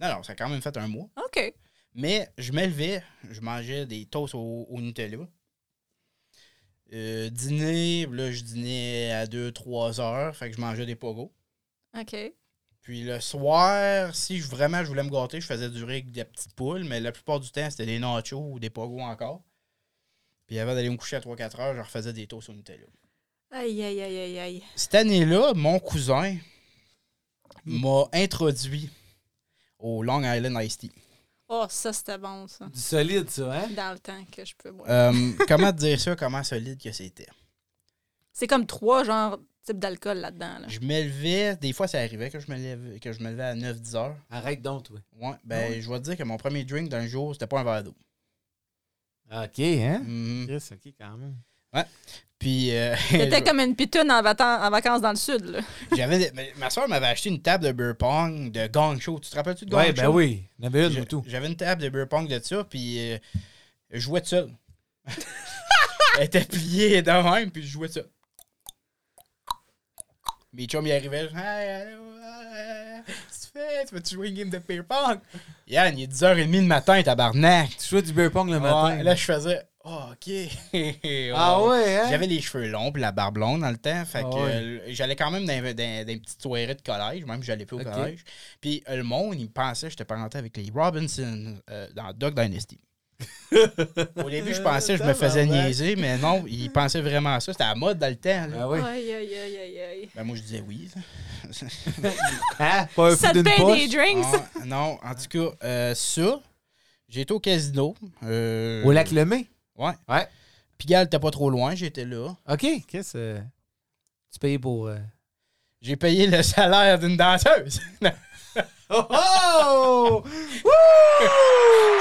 Non, non, ça a quand même fait un mois.
OK.
Mais je m'élevais, je mangeais des toasts au, au Nutella. Euh, dîner, là, je dînais à 2-3 heures, fait que je mangeais des pogos.
OK.
Puis le soir, si je, vraiment je voulais me gâter, je faisais durer avec des petites poules, mais la plupart du temps, c'était des nachos ou des pogos encore. Puis avant d'aller me coucher à 3-4 heures, je refaisais des toasts au Nutella.
Aïe, aïe, aïe, aïe, aïe.
Cette année-là, mon cousin m'a introduit au Long Island Iced Tea.
Oh, ça, c'était bon, ça.
Du solide, ça, hein?
Dans le temps que je peux boire.
Euh, comment te dire ça, comment solide que c'était?
C'est comme trois genres types d'alcool là-dedans. Là.
Je me levais, des fois ça arrivait que je me levais, que je me levais à 9-10 heures.
Arrête donc, toi.
Ouais, ben je vais te dire que mon premier drink d'un jour, c'était pas un verre d'eau.
OK, hein?
Mhm.
Yes, OK, quand même.
Puis euh,
C'était comme une pitoune en, vatan- en vacances dans le sud. Là.
j'avais des- ma- ma soeur m'avait acheté une table de beer pong de Gong Show. Tu te rappelles-tu de Gong
Ouais,
Show?
ben oui. Il y en avait une,
J'a-
ou tout.
J'avais une table de beer pong de ça, puis euh, je jouais tout seul. Elle était pliée de même, puis je jouais tout seul. Mes chums y arrivaient, je Hey, allô, euh, qu'est-ce que tu fais? Tu veux-tu jouer une game de beer pong? Yann, il est 10h30 le matin, tabarnak.
Tu jouais du beer pong le
Ouais,
matin.
là, je faisais, Ah, ok. Ouais.
ah ouais, hein?
J'avais les cheveux longs, puis la barbe longue dans le temps. Fait
Ah
que
ouais.
euh, j'allais quand même dans, dans, dans des petites soirées de collège, même j'allais plus au
Ok.
collège. Puis euh, le monde, il pensait que j'étais parenté avec les Robinson euh, dans Dog Dynasty. au début, je pensais que je me faisais
Tabarnak.
niaiser, mais non, ils pensaient vraiment à ça. C'était à la mode dans le temps. là.
Ah oui.
Aïe, aïe, aïe, aïe, aïe.
Ben, moi, je disais oui. là.
Hein? Pas un
Ça
fou
te
d'une
paye
poche?
des drinks? ça?
Ah, non, en tout cas, euh, ça, j'ai été au casino. Euh,
Au lac Lemay.
Ouais.
Ouais.
Pigalle, t'es pas trop loin, j'étais là.
OK. Qu'est-ce que... Tu payes pour... euh,
J'ai payé le salaire d'une danseuse.
Oh! oh! Wouh!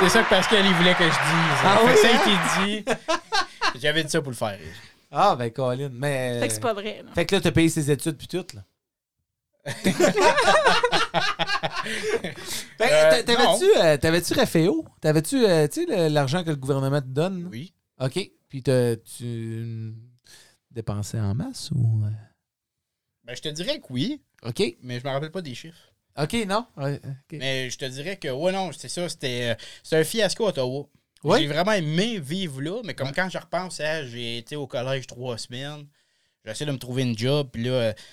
C'est ça que Pascal, il voulait que je dise.
Ah
Fait
oui,
que ça qu'il dit. J'avais dit ça pour le faire. rire.
Ah, ben Colin, mais...
Fait que c'est pas vrai. Là.
Fait que là, t'as payé ses études puis tout, là. Fait
Euh,
que Ben, t'a- t'avais-tu, euh, t'avais-tu Raféo? T'avais-tu, euh, tu sais, le- l'argent que le gouvernement te donne?
Oui.
OK. Puis t'as- tu dépensais en masse ou... euh?
Ben, je te dirais que oui,
OK.
mais je me rappelle pas des chiffres.
OK, non? Ouais, OK.
Mais je te dirais que, ouais, non, c'est ça, c'était euh, c'est un fiasco à Ottawa.
Ouais.
J'ai vraiment aimé vivre là, mais comme quand je repense à j'ai été au collège trois semaines, j'essaie de me trouver une job, puis là, euh, tu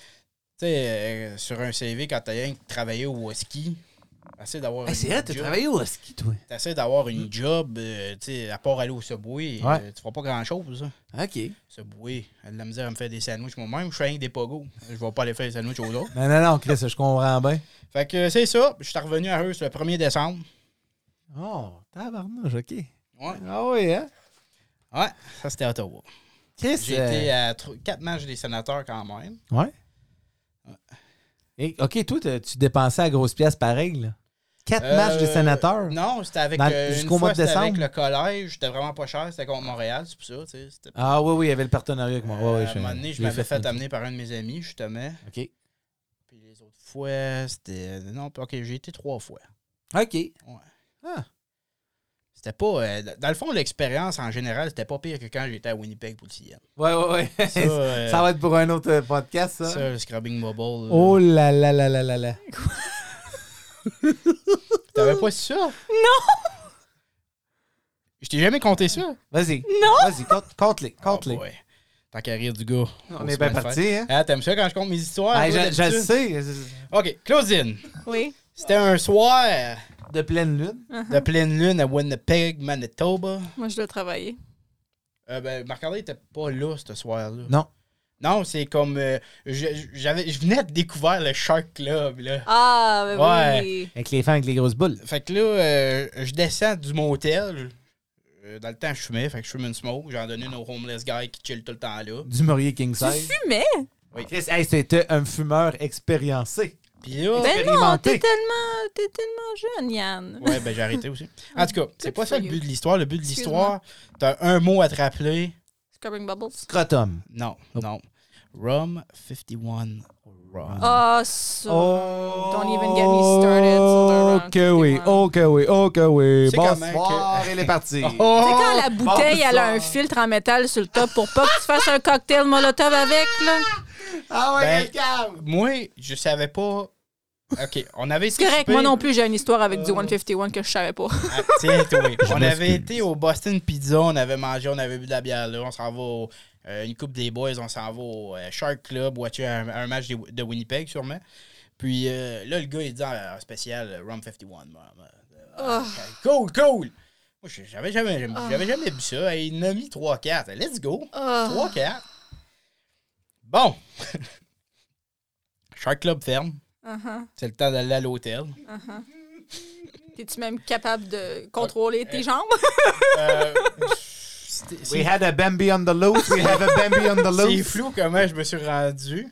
sais, euh, sur un CV, quand t'as rien que travaillé au ski, essaie d'avoir
Hey,
une
c'est vrai, t'as
job.
travaillé au ski, toi.
T'essaies d'avoir une job, euh, tu sais, à part aller au Subway,
Ouais.
euh, tu feras pas grand-chose. hein.
OK.
Subway, elle a de la misère à me faire des sandwichs moi-même, je fais rien que des pogos. Je vais pas aller faire des sandwichs aux autres.
Non, non, non, Chris, je comprends bien.
Fait que euh, c'est ça, je suis revenu à eux le 1er décembre.
Oh, tabarnouche, OK.
Ouais,
Ah oui, hein?
ouais ça c'était à Ottawa.
Chris,
J'ai
euh,
été à tro- quatre matchs des sénateurs quand même.
Ouais. Euh. Et- OK, toi, t'as- tu dépensais à grosse pièce pareil, là. Quatre
Euh,
matchs des sénateurs.
Non, c'était avec
Dans-
euh, une
jusqu'au mois
fois,
de
c'était avec
décembre?
le collège. C'était vraiment pas cher. C'était contre Montréal, c'est pour ça. tu sais, c'était- Euh,
Ah oui, oui, il y avait le partenariat avec moi. Ouais, ouais,
à un moment donné, je
l'ai
m'avais fait
noter.
amener par un de mes amis, justement.
OK.
Puis les autres fois, c'était. euh, Non, puis, ok, j'ai été trois fois.
OK. Ah.
C'était pas. euh, dans le fond, l'expérience en général, c'était pas pire que quand j'étais à Winnipeg pour le CN.
Ouais, ouais, ouais.
Ça,
Ça,
euh,
va être pour un autre euh, podcast, ça.
ça, le Scrubbing Mobile. là.
Oh là là là là là là.
T'avais pas ça? Non! Je t'ai jamais compté ça.
Vas-y.
Non!
Vas-y, compte- compte-les. Compte-les.
Ah, boy. Tant qu'à rire du gars.
On
se
est bien
fait
parti,
faire.
hein?
Ah, t'aimes ça quand je compte mes histoires?
Ah,
toi,
je, je le
d'habitude?
sais.
Ok, Claudine.
Oui.
C'était un soir
De pleine lune.
de pleine lune à Winnipeg, Manitoba.
Moi, je dois travailler.
Euh, ben, Marc-André était pas là ce soir-là.
Non.
Non, c'est comme. euh, je- j'avais, je venais de découvrir le Shark Club, là.
Ah, ben
Ouais.
oui.
Avec les femmes, avec les grosses boules.
Fait que là, euh, je descends du motel. Euh, dans le temps, je fumais. Fait que je fume une smoke. J'en donnais une au homeless guy qui chill tout le temps là.
Du Morier King
Tu
size.
fumais?
Oui.
Chris, hey, c'était un fumeur expériencé.
Puis là.
Ben non,
Expérimenté.
t'es tellement, t'es tellement jeune, Yann.
Ouais, ben j'ai arrêté aussi. En tout cas, c'est pas ça le but de l'histoire. Le but de
Excuse-moi.
l'histoire, t'as un mot à te rappeler.
Scrubbing Bubbles.
Scrotum.
Non, non. Rum 51 Rum.
Ah, ça.
Oh,
Don't even get me started sur le round
Ok Oh, oui, Oh.
51.
ok oui, ok oui. Oh,
C'est quand même
Bonsoir, il est parti.
Tu sais, quand la bouteille, elle a
bonsoir.
un filtre en métal sur le top pour pas que tu fasses un cocktail molotov avec, là.
Ah
Ben,
ouais, calme.
Moi, je savais pas. Ok, on avait été.
C'est correct,
souper-
moi non plus, j'ai une histoire avec
Euh.
du 151 que je savais pas.
Ah, tiens, toi. on avait
m'excuse.
été au Boston Pizza, on avait mangé, on avait bu de la bière là, on s'en va au, euh, une coupe des boys, on s'en va au euh, Shark Club, watcher un, un match des- de, Winnipeg sûrement. Puis euh, là, le gars, il dit en spécial euh, Rum 51. moi, moi, euh, Cool, cool! Moi, je- j'avais jamais, j'avais jamais bu ça. Et il en a mis 3-4. Let's go! 3-4. Bon! Shark Club ferme.
Uh-huh.
C'est le temps d'aller à l'hôtel.
T'es-tu même capable de contrôler tes jambes?
Euh, c'était- c'est-
We had a Bambi on the loose, we have a Bambi on the
C'est
loose.
flou comment je me suis rendu.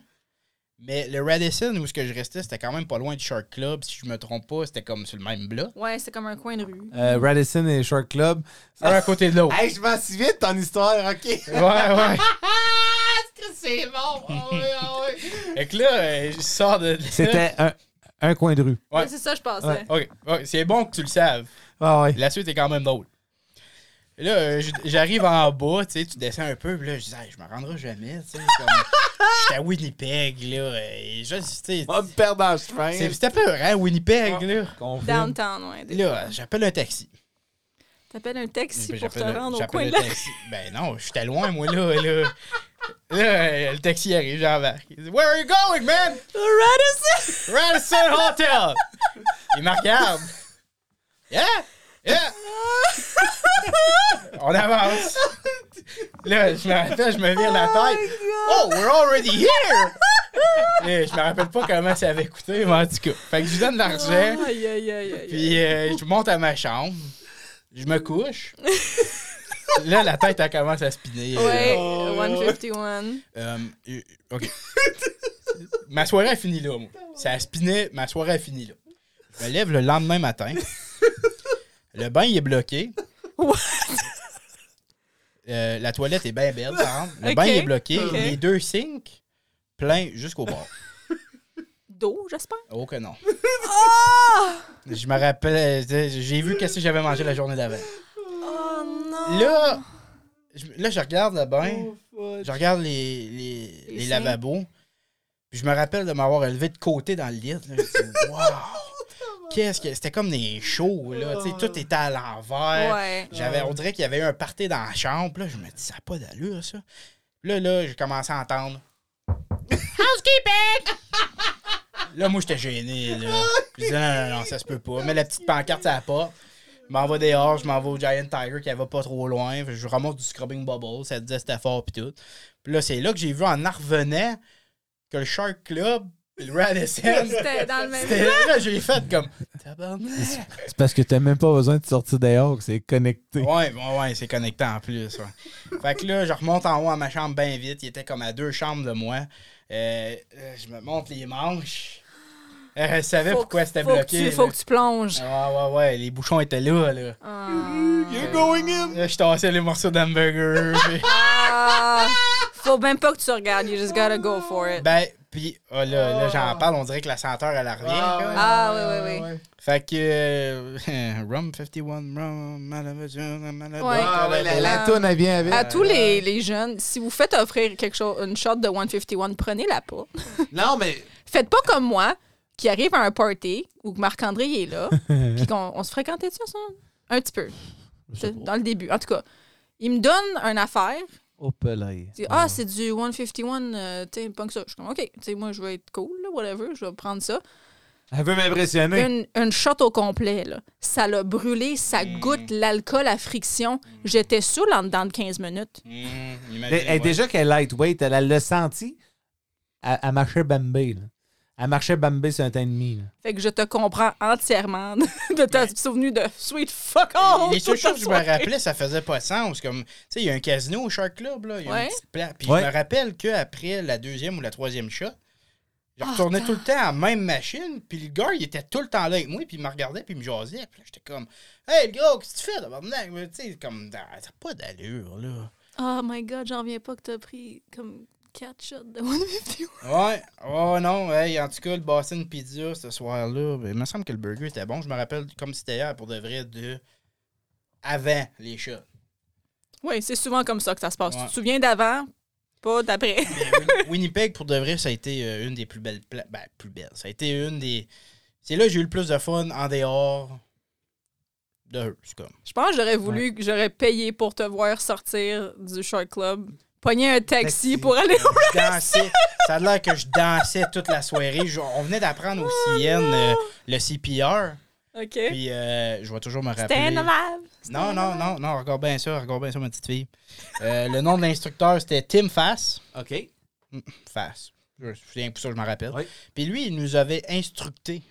Mais le Radisson, où ce que je restais, c'était quand même pas loin du Shark Club. Si je me trompe pas, c'était comme sur le même bloc.
Ouais, c'est comme un coin de rue.
Euh, Radisson et Shark Club.
Un à côté de l'autre.
Hey, je m'en souviens de ton histoire, ok.
Ouais, ouais.
C'est bon. Ah
Fait que là, euh, je sors de. de-
C'était un, un coin de rue.
Ouais.
Ouais, C'est ça, je pensais.
Ouais.
Ok, ouais, c'est bon que tu le saves.
Ah ouais.
La suite est quand même drôle. Et Là, euh, j- j'arrive en bas, tu sais, tu descends un peu, puis là, je dis, Hey, je me rendrai jamais, tu sais. comme, J'étais à Winnipeg, là. Et je, tu sais,
On me perd dans le chemin.
c'est- c'était peu, hein, Winnipeg, là.
Confirme.
Downtown, ouais.
Là, j'appelle un taxi.
T'appelles un taxi pour te
J'appelle le-
rendre au
j'appelle
coin
le
de la
taxi. Ben non, j'étais loin, moi, là. Là, Là, euh, le taxi arrive, j'embarque. Il dit, Where are you going, man?
Radisson!
Radisson Hotel! Il me regarde. Yeah! Yeah! On avance. Là, je me rappelle, je me vire la tête. Oh, we're already here! Là, je me rappelle pas comment ça avait coûté, mais en tout cas. Fait que je lui donne l'argent.
Aïe, aïe, aïe, aïe.
Puis euh, je monte à ma chambre. Je me couche. Là, la tête, elle commence à spinner. Euh,
Ouais,
Oh.
151.
euh, euh, OK. ma soirée a fini là, moi. Ça a spiné, ma soirée a fini là. Je me lève le lendemain matin. Le bain, il est bloqué.
What?
Euh, la toilette est bien belle, par exemple. Le bain,
Ok.
il est bloqué.
Ok.
Les deux sinks, pleins jusqu'au bord.
D'eau, j'espère?
Oh que non.
Oh!
Je me rappelle, euh, j'ai vu qu'est-ce que j'avais mangé la journée d'avant.
Oh non!
Là, je, là, je regarde le bain,
Oh, fuck.
je regarde les, les,
Les
les
seins.
lavabos, puis je me rappelle de m'avoir élevé de côté dans le lit. là. Je dis, wow! Qu'est-ce que. C'était comme des shows, là. tu sais, tout était à l'envers.
Ouais.
J'avais, on dirait qu'il y avait eu un party dans la chambre. Là, je me dis, ça n'a pas d'allure, ça. Là, là, j'ai commencé à entendre. Housekeeping! là, moi, j'étais gêné, là. Je disais, non, non, non, ça se peut pas. Mais la petite pancarte, ça va pas. Je m'en vais dehors, je m'en vais au Giant Tiger qui va pas trop loin. Je remonte du Scrubbing Bubble, ça disait c'était fort pis tout. Puis là, c'est là que j'ai vu en en revenant que le Shark Club Le Radisson.
C'était dans le même.
C'était là, j'ai fait comme. Tabarnak.
C'est parce que t'as même pas besoin de sortir dehors, c'est connecté.
Ouais, ouais, ouais, c'est connecté en plus. ouais. Fait que là, je remonte en haut à ma chambre bien vite. Il était comme à deux chambres de moi. Euh, euh, je me monte les manches. Euh, Elle savait pourquoi c'était
faut
bloqué.
Que tu,
là.
faut que tu plonges.
Ah, ouais, ouais, les bouchons étaient là, là. Ah.
You're going in!
Là, je tassais les morceaux d'hamburger. puis-
Ah, faut même pas que tu regardes. You just gotta go for it.
ben, puis oh, là, là j'en parle, on dirait que la senteur, elle revient. là.
Ah, oui, oui, oui.
Fait que. euh, rum 51, rum, malade, malade.
Ouais.
Ah, ouais, la, la
Euh,
toune, elle vient avec.
À tous les, les jeunes, si vous faites offrir quelque chose, une shot de 151, prenez-la pas.
Non, mais.
Faites pas comme moi, qui arrive à un party où Marc-André il est là, puis qu'on on se fréquentait-tu ça? Un petit peu. Dans le début. En tout cas, il me donne une affaire.
Oh, pelaye.
Il dit, ah, c'est du 151, euh, tu sais, pas que ça. Je suis comme, OK, tu sais, moi, je vais être cool, là, whatever, je vais prendre ça.
Elle veut m'impressionner.
Une, une shot au complet, là. Ça l'a brûlé, ça
Hmm.
goûte l'alcool à friction. J'étais saoul en dedans de 15 minutes.
Hum,
Elle-
imaginez,
elle-
ouais.
Déjà qu'elle est lightweight, elle elle l'a senti. Elle, elle marchait Bambé. Là. Elle marchait Bambé sur un teint de mie. là.
Fait que je te comprends entièrement de ta souvenu de Sweet Fuck All.
Les seules
toute la
choses que je me
soirée.
rappelais, ça faisait pas sens. Comme, tu sais, il y a un casino au Shark Club, là. Il y a
Ouais.
une petite place. Puis
Ouais.
je me rappelle qu'après la deuxième ou la troisième shot, je retournais tout le temps à la même machine. Puis le gars, il était tout le temps là avec moi. Puis il me regardait, puis il me jasait. Puis là, j'étais comme, hey, le gars, qu'est-ce que tu fais, tabarnak? Mais Tu sais, comme, Ah, ça a pas d'allure, là.
Oh my god, j'en reviens pas que t'as pris comme 4 shots de 151.
Ouais, oh non, hey, en tout cas, le Boston Pizza ce soir-là, ben, il me semble que le burger était bon. Je me rappelle comme c'était hier pour de vrai de avant les shots.
Oui, c'est souvent comme ça que ça se passe.
Ouais.
Tu te souviens d'avant, pas d'après.
Mais Win- Winnipeg, pour de vrai, ça a été euh, une des plus belles places. Ben, plus belle. Ça a été une des. C'est là que j'ai eu le plus de fun en dehors de Hearst, comme.
Je pense que j'aurais voulu que j'aurais payé pour te voir sortir du Shark Club, pogner
Ben,
un taxi
Taxi.
pour aller au
Je dansais. ça a l'air que je dansais toute la soirée. Je- on venait d'apprendre au CN euh, le CPR.
OK.
Puis euh, je vais toujours me rappeler.
Stand alive.
Non, non, non, non, regarde bien ça, regarde bien ça, ma petite fille. Euh, le nom de l'instructeur, c'était Tim Fass.
OK.
Fass. Je me souviens pour ça, je m'en rappelle.
Oui.
Puis lui, il nous avait instructé.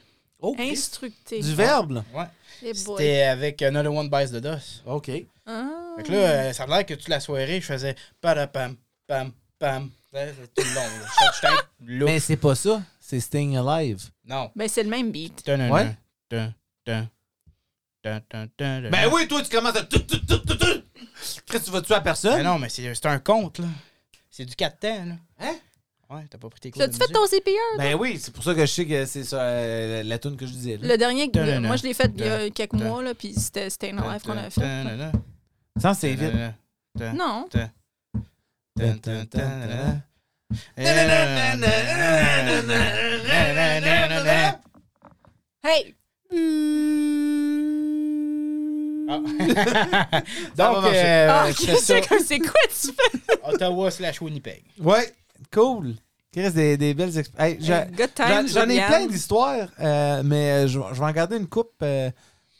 Oh, Christ.
Instructé.
Du verbe, là.
Ouais.
Les boys.
C'était avec euh, Another One Bites the Dust.
OK.
Ah.
Fait que là, euh, ça a l'air que toute la soirée, je faisais parapam, pam, pam. Ouais, c'est Tout le long. là. J'étais- j'étais là.
Mais c'est pas ça. C'est Sting Alive.
Non.
Ben, c'est le même beat.
Dun, dun,
Ouais.
dun, dun, dun, dun, dun, dun.
Ben oui, toi, tu commences à. tout, tout, tout, tout, tout. Ben Chris, tu vas tuer à
Mais
personne?
non, mais c'est c'est un conte, là. C'est du 4 temps, là.
Hein?
Ouais, t'as pas pris tes cours.
T'as-tu
de
fait
musique? Hein?
ton CPR?
Ben oui, c'est pour ça que je sais que c'est ça, euh, la tune que je disais. Là.
Le dernier,
Dun, dun,
moi, je l'ai fait il y a
dun,
quelques
dun.
mois, là, puis c'était Stand Alive qu'on avait
Dun,
fait.
dun, dun,
Ça, c'est
dun,
vite.
dun, dun,
Non.
dun, dun, dun, dun.
Hey!
Ah.
va
Donc,
marcher.
euh,
Ah,
c'est ça.
c'est comme, c'est quoi tu fais?
Ottawa slash Winnipeg.
Ouais, cool. Chris, des, des belles expériences.
Good
J'en
time,
j'en ai
Julianne.
plein d'histoires, euh, mais euh, je, je vais en garder une coupe euh,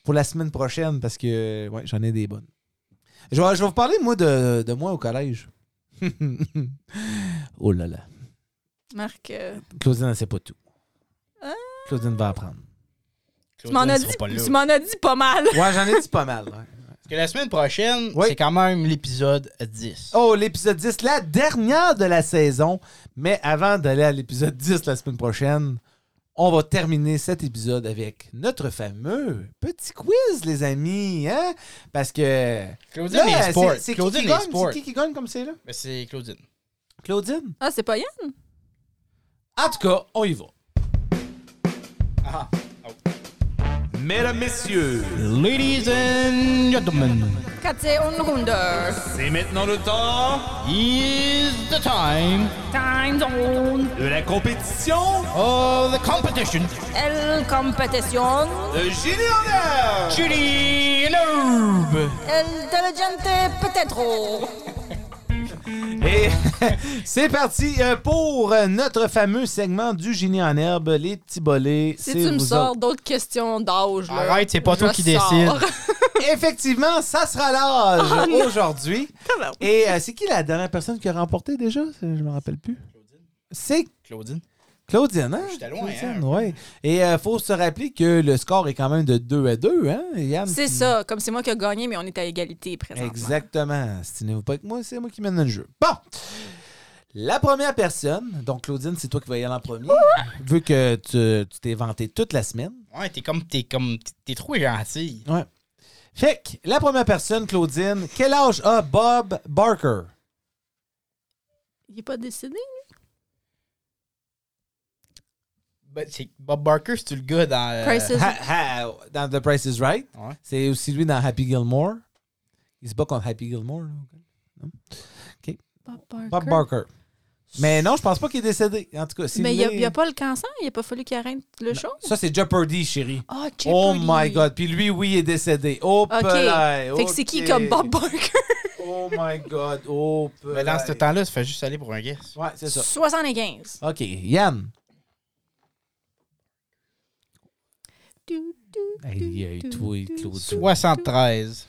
pour la semaine prochaine parce que euh, ouais, j'en ai des bonnes. Je vais, je vais vous parler, moi, de, de moi au collège. oh là là.
Marc, euh,
Claudine, elle sait pas tout.
Ah.
Claudine va apprendre.
tu m'en as
Claudine
dit,
sera pas là.
tu m'en as dit pas mal.
Ouais, j'en ai dit pas mal. hein. ouais.
Parce que la semaine prochaine,
Oui.
c'est quand même l'épisode 10.
Oh, l'épisode 10, la dernière de la saison. Mais avant d'aller à l'épisode 10 la semaine prochaine, on va terminer cet épisode avec notre fameux petit quiz, les amis. Hein? Parce que.
Claudine
Là,
est sport.
c'est- c'est qui qui
Claudine est
gagne?
sport.
C'est qui qui gagne comme c'est là?
Ben, C'est Claudine.
Claudine?
Ah, c'est pas Yann?
En tout cas, on y va.
Ah.
Mesdames, messieurs,
Ladies and gentlemen,
Quand c'est une ronde.
c'est maintenant le temps
is the time
Time zone.
de la compétition
of the competition.
Elle compétition.
de Génie en l'air.
Judy Noob.
Elle intelligente peut-être.
Et c'est parti euh, pour euh, notre fameux segment du génie en herbe, les petits bolets.
Si
c'est
tu me
vous
sors
autres.
d'autres questions d'âge, là,
Arrête, c'est pas
je
toi qui
sors.
décide.
Effectivement, ça sera l'âge
Oh
aujourd'hui. Et euh, c'est qui la dernière personne qui a remporté déjà? C'est- Je me rappelle plus. C'est
Claudine.
Claudiane, hein?
J'étais loin,
Claudiane,
hein,
ouais. Et il faut se rappeler que le score est quand même de 2 à 2, hein, Yann?
C'est ça, comme c'est moi qui ai gagné, mais on est à égalité présentement.
Exactement. Stinez-vous pas avec moi, c'est moi qui mène le jeu. Bon! La première personne, donc Claudine, c'est toi qui vas y aller en premier, vu que tu tu t'es vanté toute la semaine.
Ouais, t'es comme. T'es comme. t'es- T'es trop gentil.
Ouais. Fait que, la première personne, Claudine, quel âge a Bob Barker?
Il n'est pas décédé?
Ben, c'est- Bob Barker, c'est-tu le gars dans. euh,
Crisis.
Ha- ha- dans The Price is Right.
Ouais.
C'est aussi lui dans Happy Gilmore. Il se bat contre Happy Gilmore. là.
Bob Barker.
Bob Barker. Mais non, je pense pas qu'il est décédé. En tout cas, s'il
Mais il
l'est-
n'y a, pas le cancer? Il n'a pas fallu qu'il arrête le show?
Ça, c'est Jeopardy, chérie.
Oh,
Oh
Jeopardy.
my God. Puis lui, oui, il est décédé. Oh,
OK.
pelaye.
Fait que c'est qui
OK.
comme Bob Barker?
Oh my God. Oh,
Mais Ben, dans ce
pelaye.
temps-là, ça fait juste aller pour un guess.
Ouais, c'est ça.
75.
OK, Yann.
Du, du,
Aïe, aïe,
du,
toi,
du.
Claude.
73.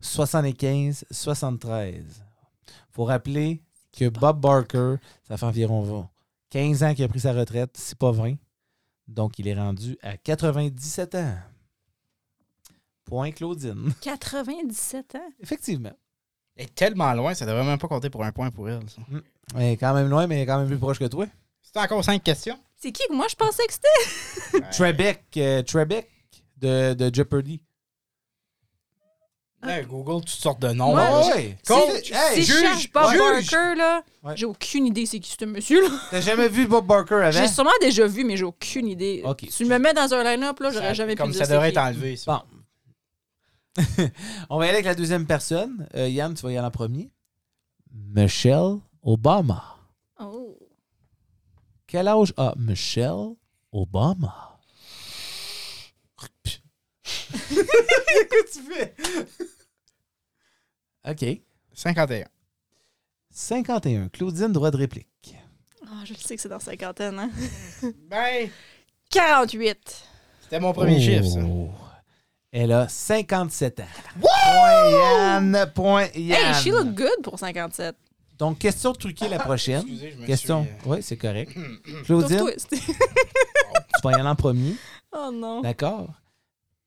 75, 73. Faut rappeler que Bob Barker, ça fait environ 20, 15 ans qu'il a pris sa retraite, c'est pas 20. Donc, il est rendu à 97 ans. Point Claudine.
97 ans.
Effectivement.
Elle est tellement loin, ça devrait même pas compter pour un point pour elle. ça.
Elle est quand même loin, mais elle est quand même plus proche que toi.
C'est encore cinq questions?
C'est qui que moi je pensais que c'était?
Trebek, euh, Trebek de, de Jeopardy.
Ouais, Ben, Google, toutes sortes de noms.
Ah. Ouais,
Ah ouais.
ouais.
Con-
Si-
Hey,
si je cherche Bob
juge.
Barker, là,
Ouais.
j'ai aucune idée c'est qui ce monsieur-là.
T'as jamais vu Bob Barker avant?
J'ai sûrement déjà vu, mais j'ai aucune idée.
Ok.
Tu me mets dans un line-up, là,
Ça-
j'aurais jamais pu
Comme
dire
ça
c'est
devrait
qui.
être enlevé, ça.
Bon. On va y aller avec la deuxième personne. Euh, Yann, tu vas y aller en premier. Michelle Obama.
Oh.
Quel âge a Michelle Obama? Qu'est-ce que tu fais? OK.
51.
51. Claudine, droit de réplique.
Ah, je le sais que c'est dans cinquantaine, hein?
Ben,
48.
c'était mon premier
Oh.
chiffre, ça.
Elle a 57 ans. Point Yann, point Yann.
Hey, she look good pour 57.
Donc, question truquée la prochaine.
Excusez, je me
Question.
suis, euh,
Oui, c'est correct.
Sauf
Claudine,
twist.
tu vas y aller en premier.
oh non.
D'accord.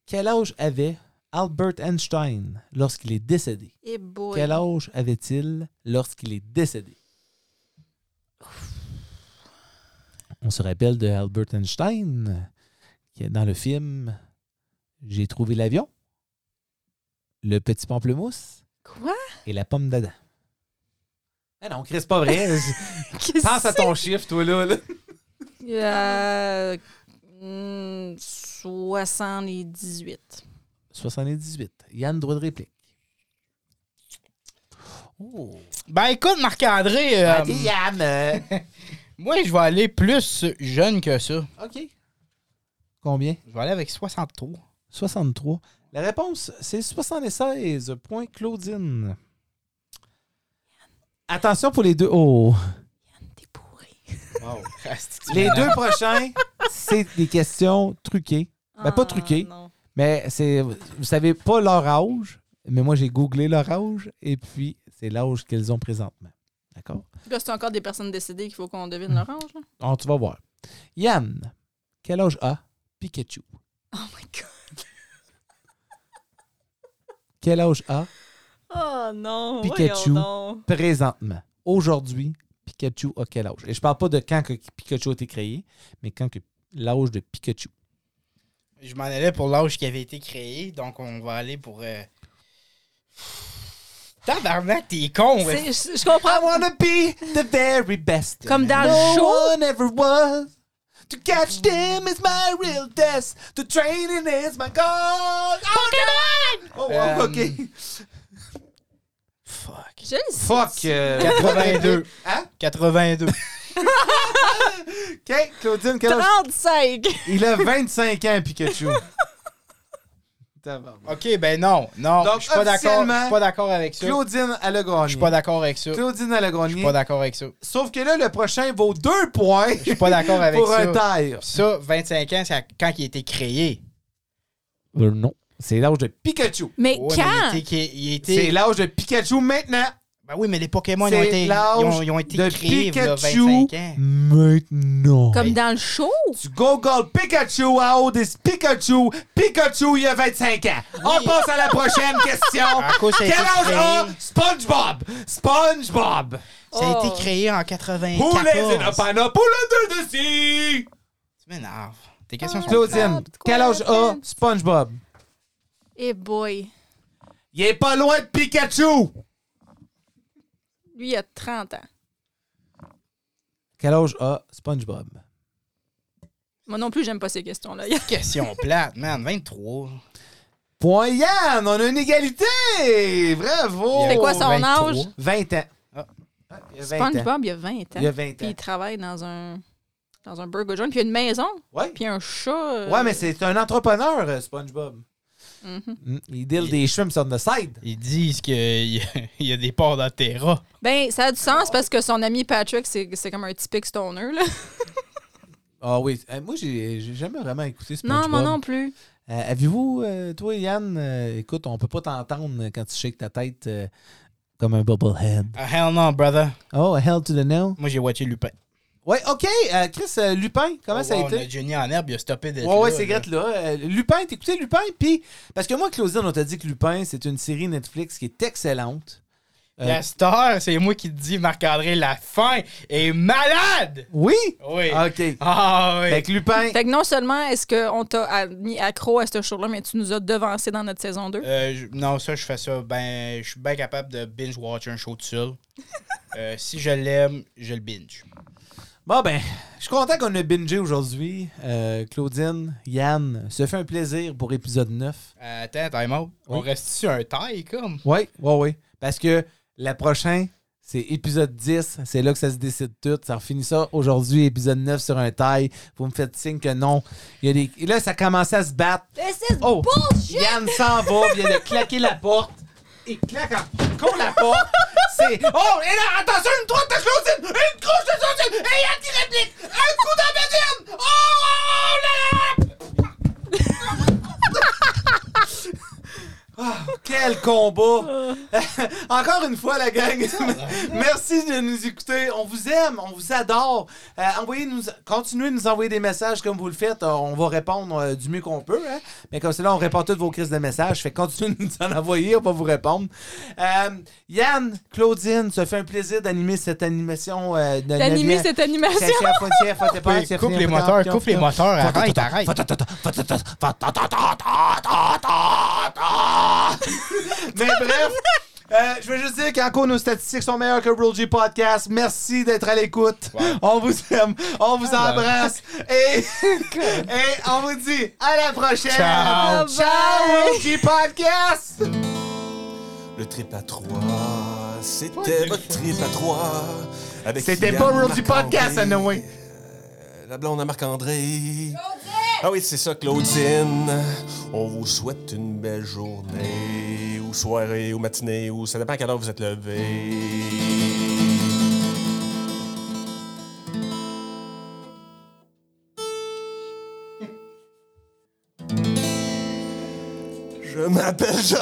Quel âge avait Albert Einstein lorsqu'il est décédé?
Et boy.
Quel âge avait-il lorsqu'il est décédé? On se rappelle de Albert Einstein qui est dans le film J'ai trouvé l'avion, le petit pamplemousse
Quoi?
et la pomme d'Adam. Ah non, Chris, pas vrai.
Qu'est-ce
Pense à
que
ton chiffre, toi, là. là.
c'est? Euh, hmm, 78.
78. Yann, droit de réplique. Oh.
Ben, écoute, Marc-André,
Ben,
euh,
Allez, Yann! euh,
moi, je vais aller plus jeune que ça.
OK. Combien?
Je vais aller avec 63.
63. La réponse, c'est 76. Point Claudine. Attention pour les deux. Oh!
T'es pourri.
Les deux prochains, c'est des questions truquées. Ben, pas
Ah,
truqué.
non.
Mais c'est. Vous savez pas leur âge, mais moi j'ai googlé leur âge et puis c'est l'âge qu'ils ont présentement. D'accord?
Là, c'est encore des personnes décédées qu'il faut qu'on devine leur âge. là.
Alors, tu vas voir. Yann, quel âge a Pikachu?
Oh my god.
Quel âge a
Oh non.
Pikachu.
voyons donc.
présentement, aujourd'hui, Pikachu a quel âge? Et je parle pas de quand que Pikachu a été créé, mais quand que l'âge de Pikachu.
Je m'en allais pour l'âge qui avait été créé, donc on va aller pour. Euh... Tabarnak, t'es con, ouais.
C'est- Je je comprends.
I wanna be the very best.
Comme dans le
no
show.
one ever was. To catch them is my real test. To training is my goal. Pokémon! Oh, wow,
Euh,
OK.
Fuck.
Je le sais.
Fuck. euh,
82.
Hein?
82.
OK, Claudine, quel âge?
35.
Il a 25 ans, Pikachu. Tabarnak.
ok, ben non, non.
Donc,
je suis pas d'accord.
officiellement,
Je suis pas d'accord avec ça.
Claudine, elle a gagné.
Je suis pas d'accord avec ça. Je
Claudine, elle a gagné.
suis pas d'accord avec ça.
Sauf que là, le prochain vaut deux points
Je suis pas d'accord avec
pour un
ça.
tire.
Ça, 25 ans, c'est à- quand il a été créé.
Euh,
non, c'est l'âge de Pikachu.
Mais
Ouais, mais
quand?
il a été, créé- il a été-
C'est l'âge de Pikachu maintenant.
Ben oui, mais les Pokémon, ils ont
C'est
été, ils
l'âge
ont, ils ont été
de
créés il y a
Pikachu
25 ans.
maintenant.
Comme dans le show.
Tu googles Pikachu, how old is Pikachu? Pikachu, il y a 25 ans. On passe à la prochaine question.
À quoi ça a
Quel
été
âge
créé?
a SpongeBob? SpongeBob!
Ça a
Oh.
été créé en
Who lives in a
94.
pineapple under the sea?
Tu m'énerves. Tes questions sont...
Claudine,
God,
quel âge a
Claudine.
SpongeBob?
Eh boy.
Il est pas loin de Pikachu!
Lui, il a 30 ans.
Quel âge a SpongeBob?
Moi non plus, j'aime pas ces questions-là.
Question plate, man. 23.
Point Yann, on a une égalité! Bravo!
C'est quoi son
23.
âge?
20 ans.
Ah.
Ah, il a 20 ans.
SpongeBob, il a 20 ans.
Il a 20
Puis
ans.
il travaille dans un dans un burger joint, puis il a une maison,
Ouais.
puis un chat. euh,
Ouais, mais c'est un entrepreneur, euh, SpongeBob.
mhm.
Mm, Il deal des shrimps on the side.
Ils disent qu'il y, a- il y a des ports dans Terra.
Ben, ça a du sens parce que son ami Patrick, c'est c'est comme un typique stoner, là.
Ah oui, Euh, moi j'ai j'ai jamais vraiment écouté SpongeBob.
Non, moi non plus.
Euh, Avez-vous, euh, toi Yann, euh, écoute, on peut pas t'entendre quand tu shakes ta tête euh, comme un bubblehead.
Ah, hell no, brother.
Oh, hell to the no.
Moi, j'ai watché Lupin.
Ouais, ok, euh, Chris, euh, Lupin, comment
Oh,
ça a
wow,
été?
le Johnny en herbe, il a stoppé d'être
Ouais, ouais,
là,
c'est
là.
grave là. Euh, Lupin, t'écoutais Lupin, puis parce que moi, Claudine, on t'a dit que Lupin, c'est une série Netflix qui est excellente. Euh,
Puis à cette heure, c'est moi qui te dis, Marc-André, la fin est malade!
Oui?
Oui.
Ok. Ben, Fait
Ah oui.
que Lupin,
Fait que non seulement est-ce qu'on t'a à- mis accro à ce show-là, mais tu nous as devancé dans notre saison 2.
Euh, je- non, ça, je fais ça. Ben, je suis bien capable de binge-watch un show tout seul. Euh, si je l'aime, je le binge.
Bon, ben, je suis content qu'on ait bingé aujourd'hui. Euh, Claudine, Yann, se fait un plaisir pour épisode 9.
Euh, attends, time out. On
Oui.
reste sur un taille, comme?
Oui, oui, oui. Parce que la prochaine, c'est épisode 10. C'est là que ça se décide tout. Ça finit ça aujourd'hui, épisode 9 sur un taille. Vous me faites signe que non. Il y a des... Et là, ça commençait à se battre. Oh! Yann s'en va, vient de claquer la porte. Il claque en con la porte. C'est. Oh! Et là, attention, une droite de Claudine! Une gauche de Claudine! Et Yann qui réplique! Un coup de Bédine! Oh! oh, oh, là, là, là! Ah, quel combat! Encore une fois, la gang, merci de nous écouter. On vous aime, on vous adore. Euh, envoyez-nous, continuez de nous envoyer des messages comme vous le faites. Euh, on va répondre euh, du mieux qu'on peut. hein. Mais comme cela, on répond toutes vos crises de messages. Fait que continuez de nous en envoyer, on va vous répondre. Euh, Yann, Claudine, ça fait un plaisir d'animer cette animation. euh, de
D'animer
neuvième-
cette animation.
Chef, chef, chef, chef,
Coupe,
chef, chef,
coupe
chef,
les
chef,
moteurs,
chef,
coupe les
chef.
moteurs, arrête, arrête.
Mais bref, euh, je veux juste dire qu'encore nos statistiques sont meilleures que Rule G Podcast. Merci d'être à l'écoute. On vous aime, on vous
Ah, ben.
embrasse et, et on vous dit à la prochaine.
Ciao.
Ciao Rule G Podcast.
Le trip à trois, c'était votre trip à trois. avec
C'était
Yann,
pas Rule du
Marc-André,
Podcast, Anoué.
euh, La blonde à Marc-André. Ah oui, c'est ça, Claudine. On vous souhaite une belle journée, ou soirée, ou matinée, ou ça dépend à quelle heure vous êtes levé. Je m'appelle Jean.